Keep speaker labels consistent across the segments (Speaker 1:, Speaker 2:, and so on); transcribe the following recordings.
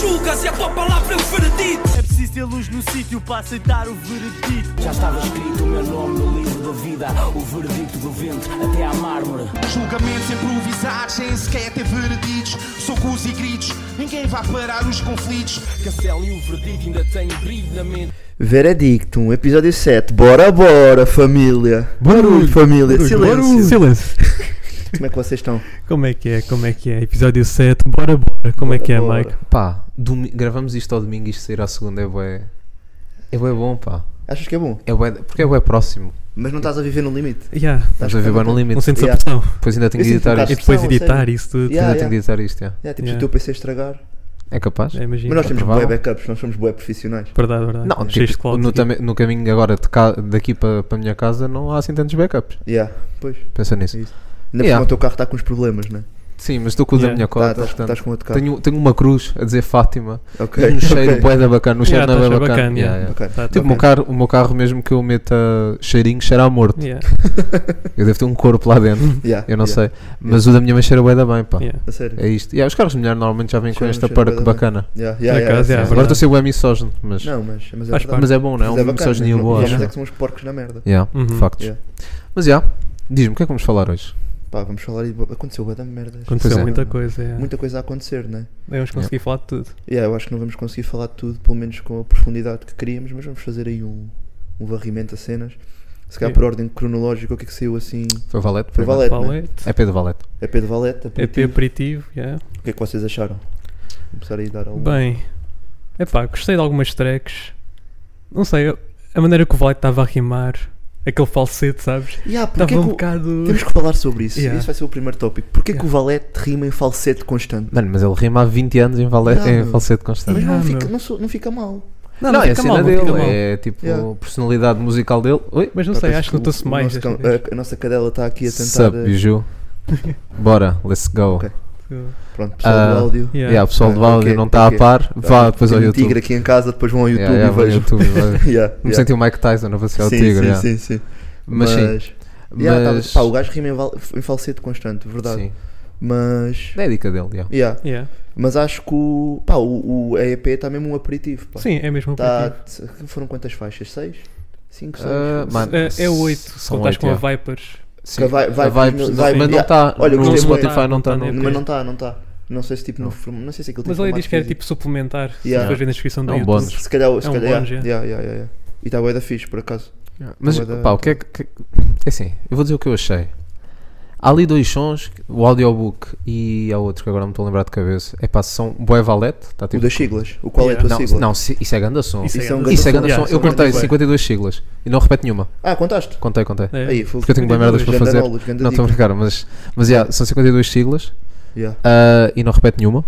Speaker 1: julgas e a tua palavra é o veredito.
Speaker 2: É preciso ter luz no sítio para aceitar o veredito.
Speaker 3: Já estava escrito o meu nome no livro da vida, o veredito do vento até à mármore.
Speaker 4: Julgamentos improvisados, sem sequer ter vereditos. Socos e gritos, ninguém vai parar os conflitos.
Speaker 5: Castelo e o veredito ainda têm brilho na mente.
Speaker 6: Veredictum, episódio 7. Bora, bora, família.
Speaker 7: Barulho,
Speaker 6: família.
Speaker 7: barulho,
Speaker 6: Silêncio.
Speaker 7: barulho. Silêncio.
Speaker 6: Como é que vocês estão?
Speaker 7: Como é que é? Como é que é? Episódio 7, bora, bora. Como é
Speaker 6: Bora,
Speaker 7: que é,
Speaker 6: bora.
Speaker 7: Mike?
Speaker 8: Pá, domi- gravamos isto ao domingo e isto sair à segunda é bué. É bué bom, pá.
Speaker 6: Achas que é bom?
Speaker 8: É bué, porque é bué próximo.
Speaker 6: Mas não estás a viver no limite.
Speaker 7: Yeah,
Speaker 8: Estamos a ver bué no
Speaker 7: não
Speaker 8: limite.
Speaker 7: sentes
Speaker 6: Yeah.
Speaker 7: a pressão.
Speaker 8: Depois ainda tenho
Speaker 6: é Eu
Speaker 8: que
Speaker 6: sinto um
Speaker 8: editar
Speaker 6: bocado
Speaker 8: isto.
Speaker 7: E depois
Speaker 6: Pressão, a
Speaker 7: editar
Speaker 6: sério.
Speaker 7: isso tudo.
Speaker 6: Yeah,
Speaker 8: Ainda
Speaker 6: yeah.
Speaker 8: tenho que editar isto, yeah.
Speaker 6: É, tipo, se
Speaker 7: Yeah.
Speaker 6: o teu PC estragar.
Speaker 8: é capaz.
Speaker 7: É, imagina.
Speaker 6: Mas nós temos boé
Speaker 8: provável.
Speaker 6: backups, nós somos boé profissionais.
Speaker 7: Verdade, verdade.
Speaker 8: Não,
Speaker 7: Cheios de
Speaker 8: tipo,
Speaker 7: clouds
Speaker 8: no,
Speaker 7: aqui.
Speaker 8: tame- no caminho agora de ca- daqui para a minha casa não há assim tantos backups.
Speaker 6: Yeah, pois.
Speaker 8: Pensa nisso.
Speaker 6: Isso. Ainda por
Speaker 8: Yeah.
Speaker 6: cima o teu carro está com uns problemas, né?
Speaker 8: Sim, mas estou com o da
Speaker 7: Yeah.
Speaker 8: minha
Speaker 6: Tá,
Speaker 8: cota.
Speaker 6: estás
Speaker 8: portanto,
Speaker 6: estás com outro carro.
Speaker 8: tenho, tenho uma cruz a dizer Fátima.
Speaker 6: Ok.
Speaker 8: E um cheiro
Speaker 6: ok,
Speaker 8: bué da bacana. Um cheiro
Speaker 7: Yeah,
Speaker 8: não é bué
Speaker 7: tá, cheiro
Speaker 8: bacana.
Speaker 7: bacana,
Speaker 8: Yeah, yeah.
Speaker 7: yeah.
Speaker 6: ok.
Speaker 7: Tá,
Speaker 8: Tipo, o
Speaker 7: tá
Speaker 8: meu, carro, o meu carro, mesmo que eu meta cheirinho, cheira a morto.
Speaker 7: bem. Yeah,
Speaker 8: Eu devo ter um corpo lá dentro.
Speaker 6: Yeah,
Speaker 8: Eu não sei.
Speaker 6: yeah.
Speaker 8: Mas o da minha mãe cheira bué da bem, pá.
Speaker 7: yeah.
Speaker 6: A sério.
Speaker 8: É isto. Yeah, os carros de mulher normalmente já vêm com
Speaker 6: Cheira-
Speaker 8: esta
Speaker 6: cheira
Speaker 8: parte
Speaker 6: bué da bem.
Speaker 8: bacana.
Speaker 6: Yeah, yeah,
Speaker 7: Por
Speaker 6: yeah,
Speaker 7: acaso,
Speaker 6: é
Speaker 7: é
Speaker 6: sério.
Speaker 8: Agora estou
Speaker 7: verdade.
Speaker 8: a ser bué misógino, mas,
Speaker 6: Não, mas, mas é
Speaker 7: Faz
Speaker 6: verdade.
Speaker 7: parte.
Speaker 8: mas é bom, não é?
Speaker 6: Mas
Speaker 8: Uma
Speaker 6: bacana,
Speaker 8: misoginia
Speaker 6: mas
Speaker 8: boa. né?
Speaker 6: Nós
Speaker 8: acho.
Speaker 6: é que somos porcos na merda.
Speaker 8: Yeah,
Speaker 7: Uhum.
Speaker 8: de factos.
Speaker 6: Yeah.
Speaker 8: Mas já, diz-me, o que é que vamos falar hoje?
Speaker 6: Pá, vamos falar aí. Aconteceu bué da merda.
Speaker 7: Aconteceu
Speaker 8: é.
Speaker 7: muita coisa. Yeah.
Speaker 6: Muita coisa a acontecer, né?
Speaker 7: Vamos conseguir falar de tudo.
Speaker 6: Yeah, eu acho que não vamos conseguir falar de tudo, pelo menos com a profundidade que queríamos, mas vamos fazer aí um, um varrimento a cenas. Se calhar
Speaker 7: Sim.
Speaker 6: por ordem cronológica, o que é que saiu assim?
Speaker 8: Foi Valete?
Speaker 6: Foi
Speaker 8: primeiro?
Speaker 6: Valete, né?
Speaker 7: Palete,
Speaker 8: É Pedro Valete.
Speaker 6: É Pedro Valete,
Speaker 7: EP
Speaker 6: aperitivo.
Speaker 7: aperitivo. Yeah.
Speaker 6: O que é que vocês acharam? Vou Começar aí a dar algum...
Speaker 7: Bem, é pá, gostei de algumas tracks. Não sei, eu- a maneira que o Valete estava a rimar, aquele falsete, sabes?
Speaker 6: Yeah, porque
Speaker 7: Estava
Speaker 6: é
Speaker 7: um
Speaker 6: que o-
Speaker 7: bocado.
Speaker 6: Temos que falar sobre isso.
Speaker 7: Yeah.
Speaker 6: Isso vai ser o primeiro tópico. Porquê que o Valete rima em falsete constante?
Speaker 8: Mano, mas ele rima há 20 anos em, vale...
Speaker 6: Yeah,
Speaker 8: em
Speaker 6: meu.
Speaker 8: falsete constante.
Speaker 6: Mas
Speaker 7: Yeah,
Speaker 6: não, fica,
Speaker 7: meu.
Speaker 6: não, sou- não fica mal.
Speaker 7: Não,
Speaker 8: é a
Speaker 7: fica
Speaker 8: cena
Speaker 7: mal, não
Speaker 8: dele,
Speaker 7: fica mal.
Speaker 8: é tipo
Speaker 6: Yeah.
Speaker 8: a personalidade musical dele. Oi?
Speaker 7: Mas não
Speaker 6: Pá,
Speaker 7: sei,
Speaker 6: parece
Speaker 7: acho que
Speaker 6: o-
Speaker 7: notou-se
Speaker 6: o
Speaker 7: mais.
Speaker 6: nosso
Speaker 7: desta
Speaker 6: cão-
Speaker 7: vez.
Speaker 6: a, a nossa cadela está aqui a tentar.
Speaker 8: Sup,
Speaker 6: eh,
Speaker 8: Biju? Bora, let's go.
Speaker 6: Ok. Pronto, pessoal
Speaker 8: Ah,
Speaker 6: do áudio.
Speaker 7: Yeah.
Speaker 8: Yeah, o pessoal
Speaker 6: Ah,
Speaker 8: do áudio
Speaker 6: ok,
Speaker 8: não está
Speaker 6: ok.
Speaker 8: a par, vá depois
Speaker 6: Tem
Speaker 8: ao
Speaker 6: um
Speaker 8: YouTube.
Speaker 6: tigre aqui em casa, depois vão ao YouTube
Speaker 8: Yeah, yeah,
Speaker 6: e
Speaker 8: vai ao
Speaker 6: vejam.
Speaker 8: YouTube, vai.
Speaker 6: Yeah,
Speaker 8: Me
Speaker 6: yeah.
Speaker 8: senti o Mike Tyson a vacilar é o
Speaker 6: Sim,
Speaker 8: tigre.
Speaker 6: sim,
Speaker 8: yeah.
Speaker 6: sim, sim.
Speaker 8: Mas sim.
Speaker 6: Yeah, tava-
Speaker 8: mas-
Speaker 6: pá, o gajo rima em, val- em falsete constante, verdade.
Speaker 8: sim.
Speaker 6: Mas.
Speaker 8: É a dica dele. yeah.
Speaker 6: Yeah.
Speaker 7: Yeah.
Speaker 6: Mas acho que o. Pá, o, o EEP está mesmo um aperitivo. Pá.
Speaker 7: Sim, é mesmo um
Speaker 6: Tá-
Speaker 7: aperitivo.
Speaker 6: t- Foram quantas faixas? Seis? Cinco, seis?
Speaker 8: Ah, mano,
Speaker 7: É- É o 8, se
Speaker 8: são
Speaker 7: contares
Speaker 8: oito,
Speaker 7: com
Speaker 8: yeah.
Speaker 7: a Vipers.
Speaker 8: Sim,
Speaker 6: Que vai- vai-
Speaker 8: a Vibes,
Speaker 6: vai-
Speaker 8: mas não
Speaker 6: yeah.
Speaker 8: está
Speaker 6: Olha, eu
Speaker 8: no
Speaker 6: gostei muito.
Speaker 8: Spotify, não está
Speaker 7: Não tá
Speaker 8: no.
Speaker 7: nem-
Speaker 6: Mas
Speaker 7: ok.
Speaker 6: não está, não está. Não sei se tipo no form- Não sei se aquilo
Speaker 7: Mas
Speaker 6: tem
Speaker 7: ele diz que era
Speaker 6: formato
Speaker 7: tipo suplementar, se
Speaker 6: Yeah.
Speaker 7: depois vem na descrição do
Speaker 8: É um
Speaker 7: YouTube.
Speaker 8: bônus.
Speaker 6: físico. Se calhar. Se
Speaker 7: É um
Speaker 6: calhar
Speaker 7: bônus,
Speaker 6: yeah, yeah, yeah, yeah. E está bué da fixe, por acaso.
Speaker 8: Mas
Speaker 6: Não vai dar-
Speaker 8: pá, o que é que. que- É assim, eu vou dizer o que eu achei. Há ali dois sons, o audiobook e há outro que agora não me estou a lembrar de cabeça. É pá, são Boé Valete, está
Speaker 6: O
Speaker 8: tipo.
Speaker 6: das siglas. O qual é a
Speaker 7: Yeah.
Speaker 6: tua sigla?
Speaker 8: Não, não, se- isso é ganda som. Isso,
Speaker 7: Isso é
Speaker 6: Isso é um
Speaker 7: grande-
Speaker 6: grande
Speaker 8: é ganda
Speaker 6: som.
Speaker 8: som.
Speaker 6: Yeah,
Speaker 8: Eu
Speaker 6: são
Speaker 8: contei
Speaker 6: grande-
Speaker 8: 52 siglas e não repete nenhuma.
Speaker 6: Ah, contaste?
Speaker 8: Contei, contei.
Speaker 7: É.
Speaker 6: Aí,
Speaker 8: Porque eu tenho bem merdas para fazer. Não estou a brincar, mas, mas yeah, são 52 siglas
Speaker 6: Yeah.
Speaker 8: ah, e não repete nenhuma.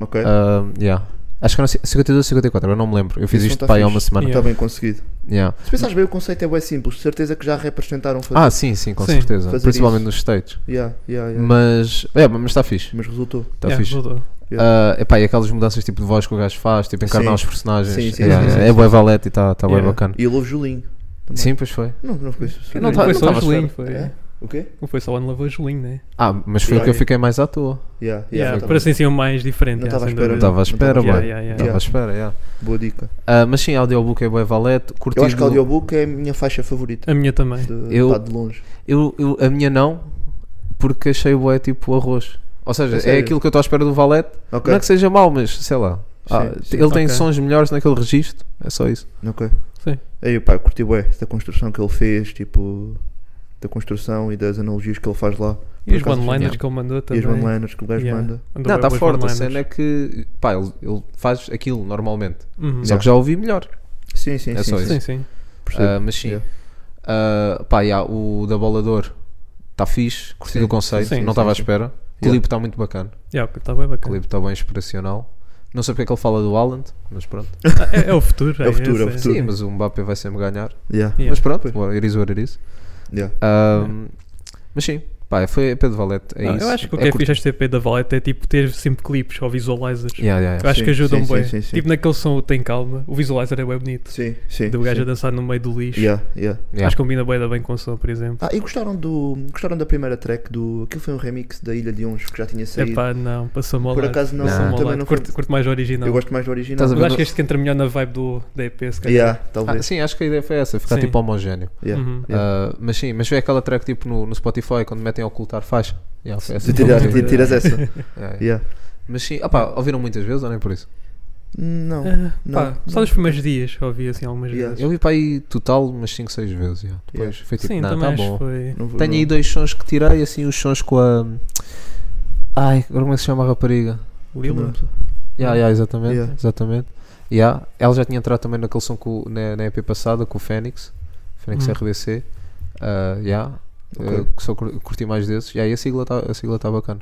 Speaker 6: Ok.
Speaker 8: Ah, yeah. Acho que eram 52 ou 54, agora não me lembro. Eu fiz
Speaker 6: Isso
Speaker 8: isto
Speaker 6: não tá
Speaker 8: pá, aí há
Speaker 6: fixe.
Speaker 8: uma semana.
Speaker 6: Está bem conseguido.
Speaker 8: Yeah.
Speaker 6: Se pensares bem, o conceito é bem simples. De certeza que já representaram fazer.
Speaker 8: Ah, sim, sim, com
Speaker 7: Sim,
Speaker 8: certeza.
Speaker 6: fazer
Speaker 8: Principalmente
Speaker 6: isso.
Speaker 8: nos States.
Speaker 6: Yeah, yeah, yeah.
Speaker 8: Mas. É, mas está fixe.
Speaker 6: Mas resultou.
Speaker 8: Está
Speaker 7: Yeah,
Speaker 8: fixe.
Speaker 7: voltou.
Speaker 8: Ah, epá, e aquelas mudanças tipo de voz que o gajo faz, tipo encarnar
Speaker 6: Sim.
Speaker 8: os personagens.
Speaker 6: Sim, sim,
Speaker 8: yeah,
Speaker 6: sim, sim,
Speaker 8: é
Speaker 6: sim.
Speaker 8: bué valete e está tá bué
Speaker 7: Yeah.
Speaker 8: bacana.
Speaker 6: E ele ouve Julinho. também.
Speaker 8: Sim, pois foi.
Speaker 6: Não, não foi isso.
Speaker 8: não
Speaker 7: Não
Speaker 8: tava-
Speaker 7: foi
Speaker 8: não
Speaker 7: só
Speaker 8: tava
Speaker 7: o
Speaker 8: à
Speaker 7: Julinho,
Speaker 8: espera.
Speaker 7: foi.
Speaker 6: É? O quê?
Speaker 7: Não foi só o Ana Lavoa Julinho, né?
Speaker 8: Ah, mas foi
Speaker 6: Yeah.
Speaker 8: o que eu fiquei mais à toa.
Speaker 6: Yeah, yeah,
Speaker 7: Yeah,
Speaker 6: tá
Speaker 7: Parece
Speaker 6: bem.
Speaker 7: assim o mais diferente.
Speaker 6: Não
Speaker 7: yeah,
Speaker 6: tava à
Speaker 7: sem
Speaker 6: espera.
Speaker 8: Não
Speaker 7: dúvida.
Speaker 8: estava à espera,
Speaker 7: Yeah,
Speaker 8: boy.
Speaker 7: yeah,
Speaker 8: Não
Speaker 7: yeah.
Speaker 8: estava à espera, yeah.
Speaker 6: Boa dica.
Speaker 8: Ah, mas sim, audiobook é bué valete. Curti
Speaker 6: Eu acho que
Speaker 8: do-
Speaker 6: audiobook é a minha faixa favorita.
Speaker 7: A minha também.
Speaker 6: De,
Speaker 8: um- Eu-
Speaker 6: pá, de longe.
Speaker 8: Eu, eu- a minha não, porque achei bué tipo arroz. Ou seja,
Speaker 6: A
Speaker 8: é
Speaker 6: sério?
Speaker 8: aquilo que eu estou à espera do Valete.
Speaker 6: Ok.
Speaker 8: Não é que seja mau, mas sei lá. Ah,
Speaker 6: Sim,
Speaker 8: t-
Speaker 6: sim.
Speaker 8: ele tem
Speaker 7: Ok.
Speaker 8: sons melhores naquele registro. É só isso.
Speaker 6: Ok.
Speaker 7: Sim.
Speaker 6: Aí, pá, eu curti bué da construção que ele fez, tipo, da construção e das analogias que ele faz lá.
Speaker 7: E os
Speaker 6: Por acaso,
Speaker 7: one-liners
Speaker 8: yeah.
Speaker 7: que ele mandou
Speaker 6: E
Speaker 7: também.
Speaker 6: as one-liners que o gajo
Speaker 7: Yeah.
Speaker 6: manda.
Speaker 7: Andou
Speaker 8: não,
Speaker 7: bem
Speaker 8: está
Speaker 7: com os
Speaker 8: forte. A
Speaker 7: one-liners.
Speaker 8: cena é que pá, ele, ele faz aquilo normalmente.
Speaker 7: Uhum.
Speaker 8: Só
Speaker 6: Yeah.
Speaker 8: que já ouvi melhor.
Speaker 6: Sim, sim,
Speaker 8: É
Speaker 6: sim.
Speaker 8: só
Speaker 6: sim,
Speaker 8: isso.
Speaker 7: Sim, sim.
Speaker 6: Percebo.
Speaker 8: Ah, mas sim.
Speaker 6: Yeah.
Speaker 8: Ah, pá, yeah, o da Bolador está tá fixe. Curti
Speaker 6: Sim,
Speaker 8: o conceito.
Speaker 7: sim, sim,
Speaker 8: não estava à
Speaker 6: sim.
Speaker 8: espera. O clipe está muito bacana.
Speaker 7: Yeah, está bem
Speaker 8: O
Speaker 7: bacana.
Speaker 8: clipe está bem inspiracional. Não sei porque é que ele fala do Haaland, mas pronto.
Speaker 7: Ah, é, é o futuro.
Speaker 6: É o futuro, é o
Speaker 7: esse,
Speaker 6: futuro.
Speaker 8: Sim, mas o Mbappé vai sempre ganhar.
Speaker 6: Yeah,
Speaker 7: Yeah.
Speaker 8: Mas pronto,
Speaker 6: Pois.
Speaker 8: well, it is what it is.
Speaker 6: yeah.
Speaker 8: Ahm, Ah, Mas sim, Pá, foi Pedro Valete. É
Speaker 7: Não,
Speaker 8: isso.
Speaker 7: eu acho que o que
Speaker 8: é
Speaker 7: é,
Speaker 8: curto.
Speaker 7: fixe este EP da Valete é tipo ter sempre clipes ou visualizers.
Speaker 8: Yeah, yeah,
Speaker 7: Eu
Speaker 8: yeah.
Speaker 7: acho
Speaker 6: Sim,
Speaker 7: que ajudam
Speaker 6: sim,
Speaker 7: bem.
Speaker 6: sim, sim, sim.
Speaker 7: Tipo naquele som o Tem Calma, o visualizer é bem bonito.
Speaker 6: Sim, sim.
Speaker 7: do gajo a
Speaker 6: sim.
Speaker 7: dançar no meio do lixo.
Speaker 6: Yeah, yeah.
Speaker 8: Yeah.
Speaker 7: Acho que é combina bem, bem com o som, por exemplo.
Speaker 6: Ah, e gostaram, do, gostaram da primeira track do. Aquilo foi um remix da Ilha de Uns que já tinha saído.
Speaker 7: Epá, É não, passou-me ao
Speaker 6: Ah, Por
Speaker 7: lado.
Speaker 6: acaso não,
Speaker 7: Passou-me ao
Speaker 6: também
Speaker 7: lado.
Speaker 6: não foi-
Speaker 7: curto, curto mais o original.
Speaker 6: Eu gosto mais do original.
Speaker 8: Estás a
Speaker 7: Mas
Speaker 8: ver
Speaker 7: acho
Speaker 8: no-
Speaker 7: que este que entra melhor na vibe do, da EP, se calhar.
Speaker 6: Yeah,
Speaker 8: Ah,
Speaker 6: talvez.
Speaker 8: sim, acho que a ideia foi essa, ficar
Speaker 7: é Sim.
Speaker 8: tipo homogéneo.
Speaker 6: yeah.
Speaker 7: Uhum.
Speaker 8: Ah, mas sim, mas foi aquela track tipo no, no Spotify quando metem a ocultar faixa. Yeah, foi essa. é.
Speaker 6: Tu tiras,
Speaker 8: Yeah,
Speaker 6: ti- tiras essa.
Speaker 8: yeah.
Speaker 6: Yeah.
Speaker 8: Mas sim, opá, ouviram muitas vezes ou nem por isso?
Speaker 6: Não.
Speaker 7: Ah,
Speaker 6: não,
Speaker 7: pá,
Speaker 6: não.
Speaker 7: Só nos primeiros dias ouvi assim algumas
Speaker 6: Yeah.
Speaker 7: vezes.
Speaker 8: Eu vi para aí total umas 5, 6 vezes. yeah. Depois foi tipo,
Speaker 7: Sim,
Speaker 8: não,
Speaker 7: também
Speaker 8: tá
Speaker 7: acho
Speaker 8: bom.
Speaker 7: que foi.
Speaker 6: não vou-
Speaker 8: Tenho
Speaker 6: não-
Speaker 8: aí dois sons que tirei, assim, os sons com a. Ai, agora como é que se chama a rapariga?
Speaker 7: Lila?
Speaker 8: Yeah, yeah, exatamente.
Speaker 6: Yeah.
Speaker 8: exatamente. Yeah. Ela já tinha entrado também naquele som com, na, na EP passada com o Fênix, Fênix
Speaker 7: Hum.
Speaker 8: RDC. Ah, yeah.
Speaker 6: Ok.
Speaker 8: Eu só cur- curti mais desses. Yeah, e a sigla está a sigla tá bacana.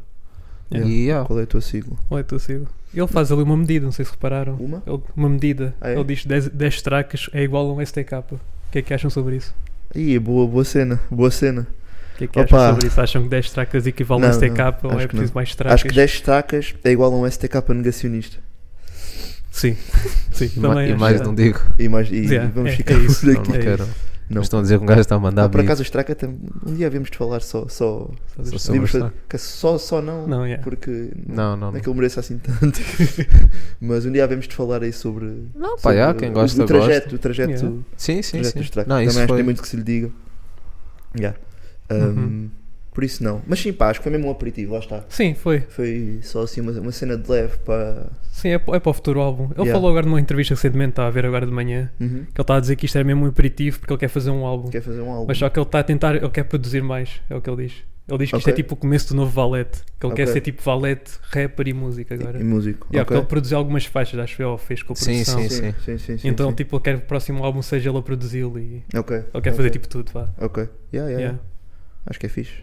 Speaker 7: Yeah.
Speaker 8: E yeah,
Speaker 6: Qual é a tua sigla?
Speaker 7: Olha, tu sigo. Ele faz ali uma medida, não sei se repararam.
Speaker 6: Uma?
Speaker 7: Ele- uma medida.
Speaker 6: Ah, é?
Speaker 7: Ele diz 10, 10 tracas é igual a um STK. O que é que acham sobre isso?
Speaker 6: Ih, boa, boa cena. Boa cena.
Speaker 7: O que é que
Speaker 6: Opa.
Speaker 7: acham sobre isso? Acham que 10 tracas equivale a um
Speaker 6: Não,
Speaker 7: STK
Speaker 6: não,
Speaker 7: ou é
Speaker 6: acho que
Speaker 7: preciso
Speaker 6: não.
Speaker 7: mais tracas?
Speaker 6: Acho que 10 tacas é igual a um STK negacionista.
Speaker 7: Sim, sim,
Speaker 8: e, ma-
Speaker 7: também é
Speaker 8: e
Speaker 7: acho
Speaker 8: mais
Speaker 7: que-
Speaker 8: não digo.
Speaker 6: E, mais, e
Speaker 7: Yeah,
Speaker 6: vamos
Speaker 7: é-
Speaker 6: ficar
Speaker 7: é isso.
Speaker 6: por
Speaker 8: Não,
Speaker 6: aqui.
Speaker 8: não
Speaker 7: É
Speaker 8: quero.
Speaker 6: Não.
Speaker 8: Mas estão a dizer que um gajo está a mandar
Speaker 6: Ah, por
Speaker 8: vir.
Speaker 6: acaso as tracas tam- um dia vimos de falar só só
Speaker 7: Só deixa-
Speaker 8: Só-
Speaker 6: vimos
Speaker 8: as
Speaker 6: fa- que só só não,
Speaker 7: Não, yeah.
Speaker 6: porque
Speaker 8: Não, não.
Speaker 6: não é
Speaker 8: não.
Speaker 6: que eu mereço assim tanto mas um dia vemos de falar aí sobre não
Speaker 8: pá, yeah, quem gosta,
Speaker 6: o trajeto o trajeto,
Speaker 7: Yeah.
Speaker 6: o
Speaker 8: Sim, sim,
Speaker 6: trajeto
Speaker 8: sim.
Speaker 6: dos tracks
Speaker 8: Não,
Speaker 6: também
Speaker 8: isso
Speaker 6: acho que
Speaker 8: foi-
Speaker 6: tem muito que se lhe diga Yeah. Um,
Speaker 7: Uhum.
Speaker 6: por isso não mas sim pá acho que foi mesmo um aperitivo lá está
Speaker 7: Sim, foi.
Speaker 6: foi só assim uma, uma cena de leve para
Speaker 7: Sim, é, pa- é para o futuro álbum. Ele
Speaker 6: Yeah.
Speaker 7: falou agora numa entrevista recentemente, está a ver agora de manhã,
Speaker 6: Uhum.
Speaker 7: que ele está a dizer que isto era mesmo um aperitivo porque ele quer fazer um álbum.
Speaker 6: quer fazer um álbum
Speaker 7: Mas só que ele está a tentar, ele quer produzir mais, é o que ele diz. Ele diz que isto é
Speaker 6: Ok.
Speaker 7: tipo o começo do novo Valete, que ele quer
Speaker 6: Ok.
Speaker 7: ser tipo Valete, rapper e música agora.
Speaker 6: e músico
Speaker 7: Yeah,
Speaker 6: ok.
Speaker 7: porque ele produziu algumas faixas, acho que ele fez com a
Speaker 8: Sim,
Speaker 7: produção.
Speaker 8: sim, sim.
Speaker 6: sim, sim, sim, sim,
Speaker 7: então,
Speaker 6: sim.
Speaker 7: tipo, ele quer que o próximo álbum seja ele a produzi-lo e ele
Speaker 6: Ok,
Speaker 7: quer
Speaker 6: ok,
Speaker 7: fazer tipo tudo, vá.
Speaker 6: ok yeah, yeah,
Speaker 7: Yeah.
Speaker 6: yeah. acho que é fixe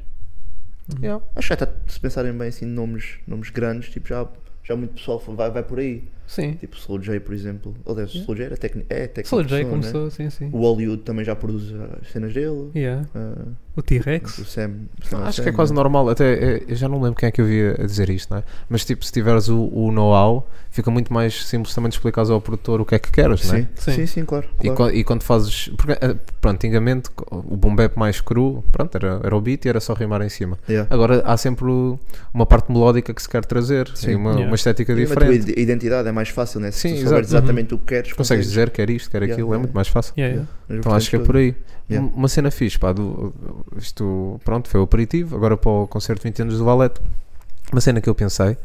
Speaker 8: Yeah.
Speaker 6: Acho que já está, se pensarem bem assim, nomes, nomes grandes, tipo, já, já muito pessoal vai, vai por aí.
Speaker 7: Sim.
Speaker 6: Tipo, Slow J, por exemplo. Aliás, Slow J era técnico. É técnico.
Speaker 7: Solar J
Speaker 6: de som,
Speaker 7: começou, sim, sim.
Speaker 6: Né? O Hollywood também já produz ah, as cenas dele.
Speaker 7: Yeah.
Speaker 6: Ah,
Speaker 7: O
Speaker 6: o
Speaker 7: T-Rex.
Speaker 6: Sam. né?
Speaker 8: Acho que é quase normal, até é, eu já não lembro quem é que eu vi a dizer isto, não é? Mas tipo, se tiveres o, o know-how, fica muito mais simples também de explicares ao produtor o que é que queres, não é?
Speaker 6: Sim,
Speaker 7: Sim.
Speaker 6: sim, sim, claro.
Speaker 8: E,
Speaker 6: claro.
Speaker 8: quan- e quando fazes, porque, eh, pronto, antigamente o boom bap mais cru, pronto, era, era o beat e era só rimar em cima.
Speaker 6: Yeah.
Speaker 8: Agora há sempre o- uma parte melódica que se quer trazer,
Speaker 6: Sim.
Speaker 8: e uma,
Speaker 7: Yeah.
Speaker 8: uma estética
Speaker 6: E a tua
Speaker 8: diferente.
Speaker 6: ide- identidade é mais fácil, né? Se
Speaker 8: Sim,
Speaker 6: tu souberes
Speaker 8: exato.
Speaker 6: exatamente o que queres,
Speaker 8: Consegues dizer quer isto, quer
Speaker 6: Yeah,
Speaker 8: aquilo, é
Speaker 6: yeah.
Speaker 8: muito mais fácil.
Speaker 7: Yeah, yeah.
Speaker 6: Mas,
Speaker 8: Então acho que é por
Speaker 6: portanto,
Speaker 8: aí.
Speaker 6: Yeah.
Speaker 8: Um- Uma cena fixe, pá, do- isto, pronto, foi o aperitivo, agora para o concerto de 20 anos do Valete. Uma cena que eu pensei,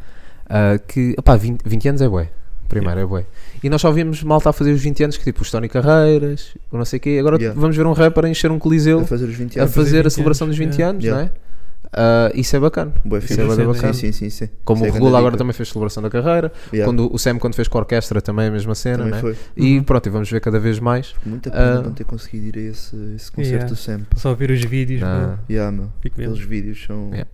Speaker 8: ah, que, pá, 20, 20 anos é bué, primeiro é bué. E nós só vimos malta a fazer os 20 anos, que tipo, os Tony Carreiras, o não sei o quê, agora
Speaker 6: Yeah.
Speaker 8: vamos ver um rapper a encher um coliseu,
Speaker 6: A fazer os 20
Speaker 8: a
Speaker 6: anos.
Speaker 8: fazer a
Speaker 7: 20
Speaker 8: celebração
Speaker 7: anos,
Speaker 8: dos 20 anos,
Speaker 6: Yeah.
Speaker 8: não é? Ah, isso é bacana.
Speaker 6: Boa
Speaker 8: Isso
Speaker 6: fixe.
Speaker 8: é bué bacana.
Speaker 6: Sim, sim, sim. sim.
Speaker 8: Como
Speaker 6: Isso é
Speaker 8: o
Speaker 6: grande
Speaker 8: Regula agora
Speaker 6: dica.
Speaker 8: também fez celebração da carreira,
Speaker 6: Yeah,
Speaker 8: quando o Sam quando fez com a orquestra também é a mesma cena,
Speaker 6: também
Speaker 8: não é?
Speaker 6: foi. Uhum.
Speaker 8: E pronto, e vamos ver cada vez mais.
Speaker 6: Muita pena
Speaker 8: Ah.
Speaker 6: não ter conseguido ir a esse, esse concerto
Speaker 7: Yeah.
Speaker 6: do Sam.
Speaker 7: Só ver os vídeos,
Speaker 8: Ah,
Speaker 7: meu.
Speaker 6: Yeah, meu.
Speaker 7: Fico mesmo.
Speaker 6: Aqueles vídeos são.
Speaker 8: Yeah.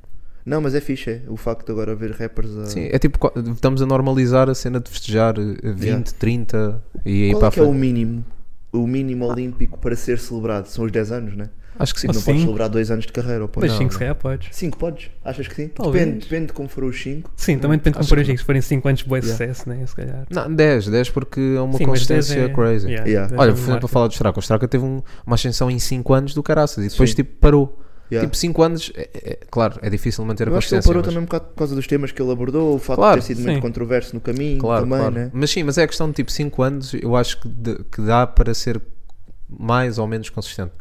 Speaker 6: Não, mas é fixe, é. O facto de agora haver rappers a.
Speaker 8: Sim, é tipo, co- estamos a normalizar a cena de festejar eh, 20, 30 e aí
Speaker 6: Qual
Speaker 8: para
Speaker 6: é
Speaker 8: a
Speaker 6: que é o
Speaker 8: frente.
Speaker 6: mínimo? O mínimo olímpico para ser celebrado? São os 10 anos, né?
Speaker 8: Acho que sim.
Speaker 7: Ah,
Speaker 6: Não podes
Speaker 7: sim?
Speaker 6: celebrar 2 anos de carreira, ou
Speaker 7: Mas
Speaker 6: podes?
Speaker 7: 5 se calhar podes.
Speaker 6: 5 podes? Achas que sim?
Speaker 7: Talvez.
Speaker 6: Depende, depende de como foram os 5.
Speaker 7: Sim, também depende de como
Speaker 8: Acho
Speaker 7: forem
Speaker 8: que
Speaker 7: os
Speaker 8: não.
Speaker 7: Se forem 5 anos, boa
Speaker 6: Yeah.
Speaker 7: sucesso, né? Se calhar.
Speaker 8: Não, 10, 10 porque é uma
Speaker 7: Sim, mas 10
Speaker 8: consistência crazy.
Speaker 7: yeah,
Speaker 6: Yeah.
Speaker 7: 10 é
Speaker 8: Olha,
Speaker 7: um
Speaker 8: por exemplo,
Speaker 7: marco.
Speaker 8: a falar do Straca. O Straca teve um- uma ascensão em 5 anos do caraças e depois
Speaker 6: Sim.
Speaker 8: tipo parou.
Speaker 6: Yeah.
Speaker 8: Tipo 5 anos, é- é- claro, é difícil manter a
Speaker 6: Eu acho que ele
Speaker 8: consistência.
Speaker 6: parou
Speaker 8: mas-
Speaker 6: também um bocado por causa dos temas que ele abordou, o facto
Speaker 8: Claro,
Speaker 6: de ter sido
Speaker 7: sim.
Speaker 6: muito controverso no caminho
Speaker 8: Claro,
Speaker 6: também,
Speaker 8: claro.
Speaker 6: né?
Speaker 8: Mas sim, mas é a questão de tipo 5 anos, eu acho que, de- que dá para ser mais ou menos consistente.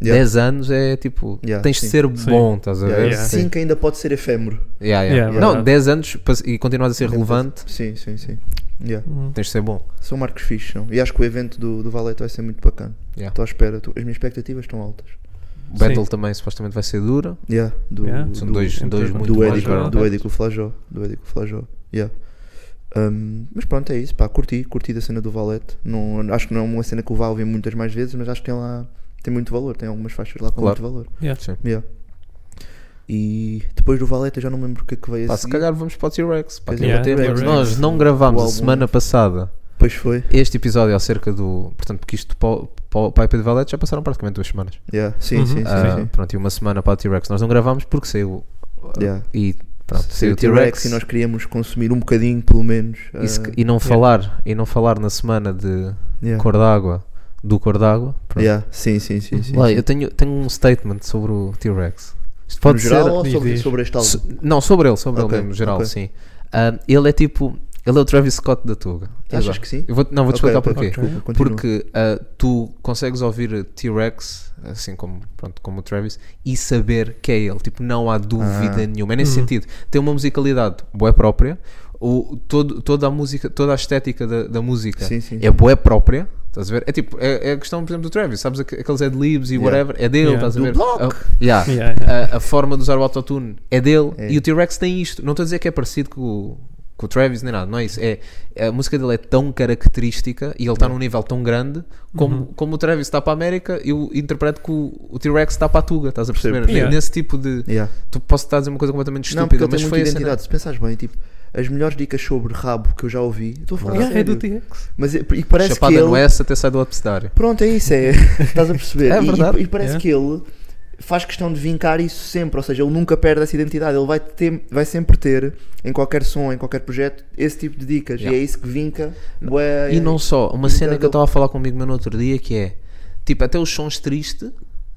Speaker 6: Yeah.
Speaker 8: 10 anos é tipo,
Speaker 6: Yeah,
Speaker 8: tens de
Speaker 6: sim.
Speaker 8: ser
Speaker 7: Sim.
Speaker 8: bom, estás a
Speaker 6: Yeah,
Speaker 8: ver?
Speaker 7: yeah.
Speaker 8: Sim.
Speaker 6: 5 ainda pode ser efêmero.
Speaker 8: Yeah, yeah.
Speaker 7: Yeah, é
Speaker 8: Não,
Speaker 7: verdade.
Speaker 8: 10 anos pa- e continuas a ser relevante,
Speaker 6: Sim, sim, sim. Yeah.
Speaker 7: Hum.
Speaker 8: tens de ser bom.
Speaker 6: São marcos fixos, são. E acho que o evento do, do Valete vai ser muito bacana.
Speaker 8: Yeah.
Speaker 6: Estou à espera. tu- As minhas expectativas estão altas.
Speaker 8: O Battle
Speaker 7: Sim.
Speaker 8: também supostamente vai ser dura.
Speaker 6: Yeah, do,
Speaker 7: Yeah.
Speaker 8: São
Speaker 6: do-
Speaker 8: dois,
Speaker 7: entre
Speaker 8: dois
Speaker 7: os
Speaker 8: muito
Speaker 6: do
Speaker 8: bons
Speaker 7: mais
Speaker 6: Édico,
Speaker 7: barato.
Speaker 8: rappers.
Speaker 6: do Édico Flajó, do Édico Flajó, yeah. Um, mas pronto, é isso, pá, curti, curti da cena do Valete, não, acho que não é uma cena que o Val vê muitas mais vezes, mas acho que tem lá, tem muito valor, tem algumas faixas lá com
Speaker 8: Claro.
Speaker 6: muito valor,
Speaker 7: Yeah.
Speaker 8: Sim.
Speaker 6: yeah. E depois do Valete eu já não me lembro o que é que veio a
Speaker 8: Pá, se
Speaker 6: seguir,
Speaker 8: calhar vamos para o T-Rex. pá,
Speaker 6: Pois
Speaker 8: que
Speaker 7: é,
Speaker 8: ainda temos-
Speaker 7: T-Rex.
Speaker 8: Nós não gravámos
Speaker 6: O
Speaker 8: a
Speaker 6: álbum.
Speaker 8: semana passada
Speaker 6: Pois foi.
Speaker 8: Este episódio é acerca do. Portanto, porque isto para o- para o Pipe de Valete já passaram praticamente duas semanas.
Speaker 6: Yeah. Sim,
Speaker 7: Uhum.
Speaker 6: sim, sim,
Speaker 8: Ah,
Speaker 6: sim.
Speaker 8: Pronto, e uma semana para o T-Rex. Nós não gravámos porque saiu. ah,
Speaker 6: Yeah.
Speaker 8: E pronto,
Speaker 6: Saiu o T-Rex e nós queríamos consumir um bocadinho, pelo menos.
Speaker 8: e se-
Speaker 6: ah,
Speaker 8: e não falar e não falar na semana de
Speaker 6: yeah.
Speaker 8: cor d'água do cor d'água pronto.
Speaker 6: Yeah. Sim, sim, sim. sim,
Speaker 8: Lá,
Speaker 6: sim.
Speaker 8: eu tenho, tenho um statement sobre o T-Rex isto
Speaker 6: no
Speaker 8: pode ser
Speaker 6: geral ou
Speaker 7: diz,
Speaker 6: sobre,
Speaker 7: diz.
Speaker 6: sobre este álbum?
Speaker 8: so- não sobre ele sobre
Speaker 6: Ok,
Speaker 8: ele mesmo geral
Speaker 6: ok.
Speaker 8: sim Ah, ele é tipo ele é o Travis Scott da Tuga
Speaker 6: Achas que sim?
Speaker 8: eu vou, não vou te
Speaker 6: Ok,
Speaker 8: explicar
Speaker 6: ok,
Speaker 8: porquê
Speaker 6: desculpa, continua.
Speaker 8: porque ah, tu consegues ouvir T-Rex assim como pronto como o Travis e saber que é ele tipo não há dúvida
Speaker 6: Ah.
Speaker 8: nenhuma é nesse
Speaker 7: Uhum.
Speaker 8: sentido tem uma musicalidade boa própria o todo toda a música toda a estética da, da música
Speaker 6: Sim, sim,
Speaker 8: é boa própria Estás a ver? É tipo, é, é a questão, por exemplo, do Travis, sabes? aqu- Aqueles adlibs e
Speaker 6: Yeah.
Speaker 8: whatever, é dele,
Speaker 7: Yeah.
Speaker 8: estás a
Speaker 6: Do
Speaker 8: ver?
Speaker 6: Block.
Speaker 8: A, yeah.
Speaker 7: Yeah, yeah.
Speaker 8: A, a forma de usar o autotune é dele
Speaker 6: É.
Speaker 8: e o T-Rex tem isto. Não estou a dizer que é parecido com, o- com o Travis nem nada, não é isso. É, a música dele é tão característica e ele
Speaker 6: Uhum.
Speaker 8: está num nível tão grande como, como o Travis está para a América, eu interpreto que o, o T-Rex está para a Tuga, estás a perceber?
Speaker 6: Percebo.
Speaker 7: Yeah.
Speaker 8: Nesse tipo de.
Speaker 6: Yeah.
Speaker 8: Tu posso estar a dizer uma coisa completamente
Speaker 6: Não, porque
Speaker 8: estúpida,
Speaker 6: ele tem
Speaker 8: mas
Speaker 6: muita
Speaker 8: foi assim, né? a cena.
Speaker 6: identidade. Se pensares bem, tipo, as melhores dicas sobre rabo que eu já ouvi, estou a falar
Speaker 7: Yeah,
Speaker 6: sério.
Speaker 7: é do T-Rex.
Speaker 6: Mas é- e parece
Speaker 8: Chapada
Speaker 6: que ele...
Speaker 8: no S até sai do abecedário.
Speaker 6: Pronto, é isso, é. Estás a perceber?
Speaker 8: É
Speaker 6: E- e-
Speaker 8: verdade.
Speaker 6: E, parece
Speaker 7: É.
Speaker 6: que ele faz questão de vincar isso sempre, ou seja, ele nunca perde essa identidade, ele vai, ter, vai sempre ter, em qualquer som, em qualquer projeto, esse tipo de dicas.
Speaker 8: Yeah.
Speaker 6: E é isso que vinca. bué,
Speaker 8: E não só, uma
Speaker 6: e
Speaker 8: cena
Speaker 6: dá-
Speaker 8: que eu estava a falar comigo meu no outro dia que é tipo, até os sons tristes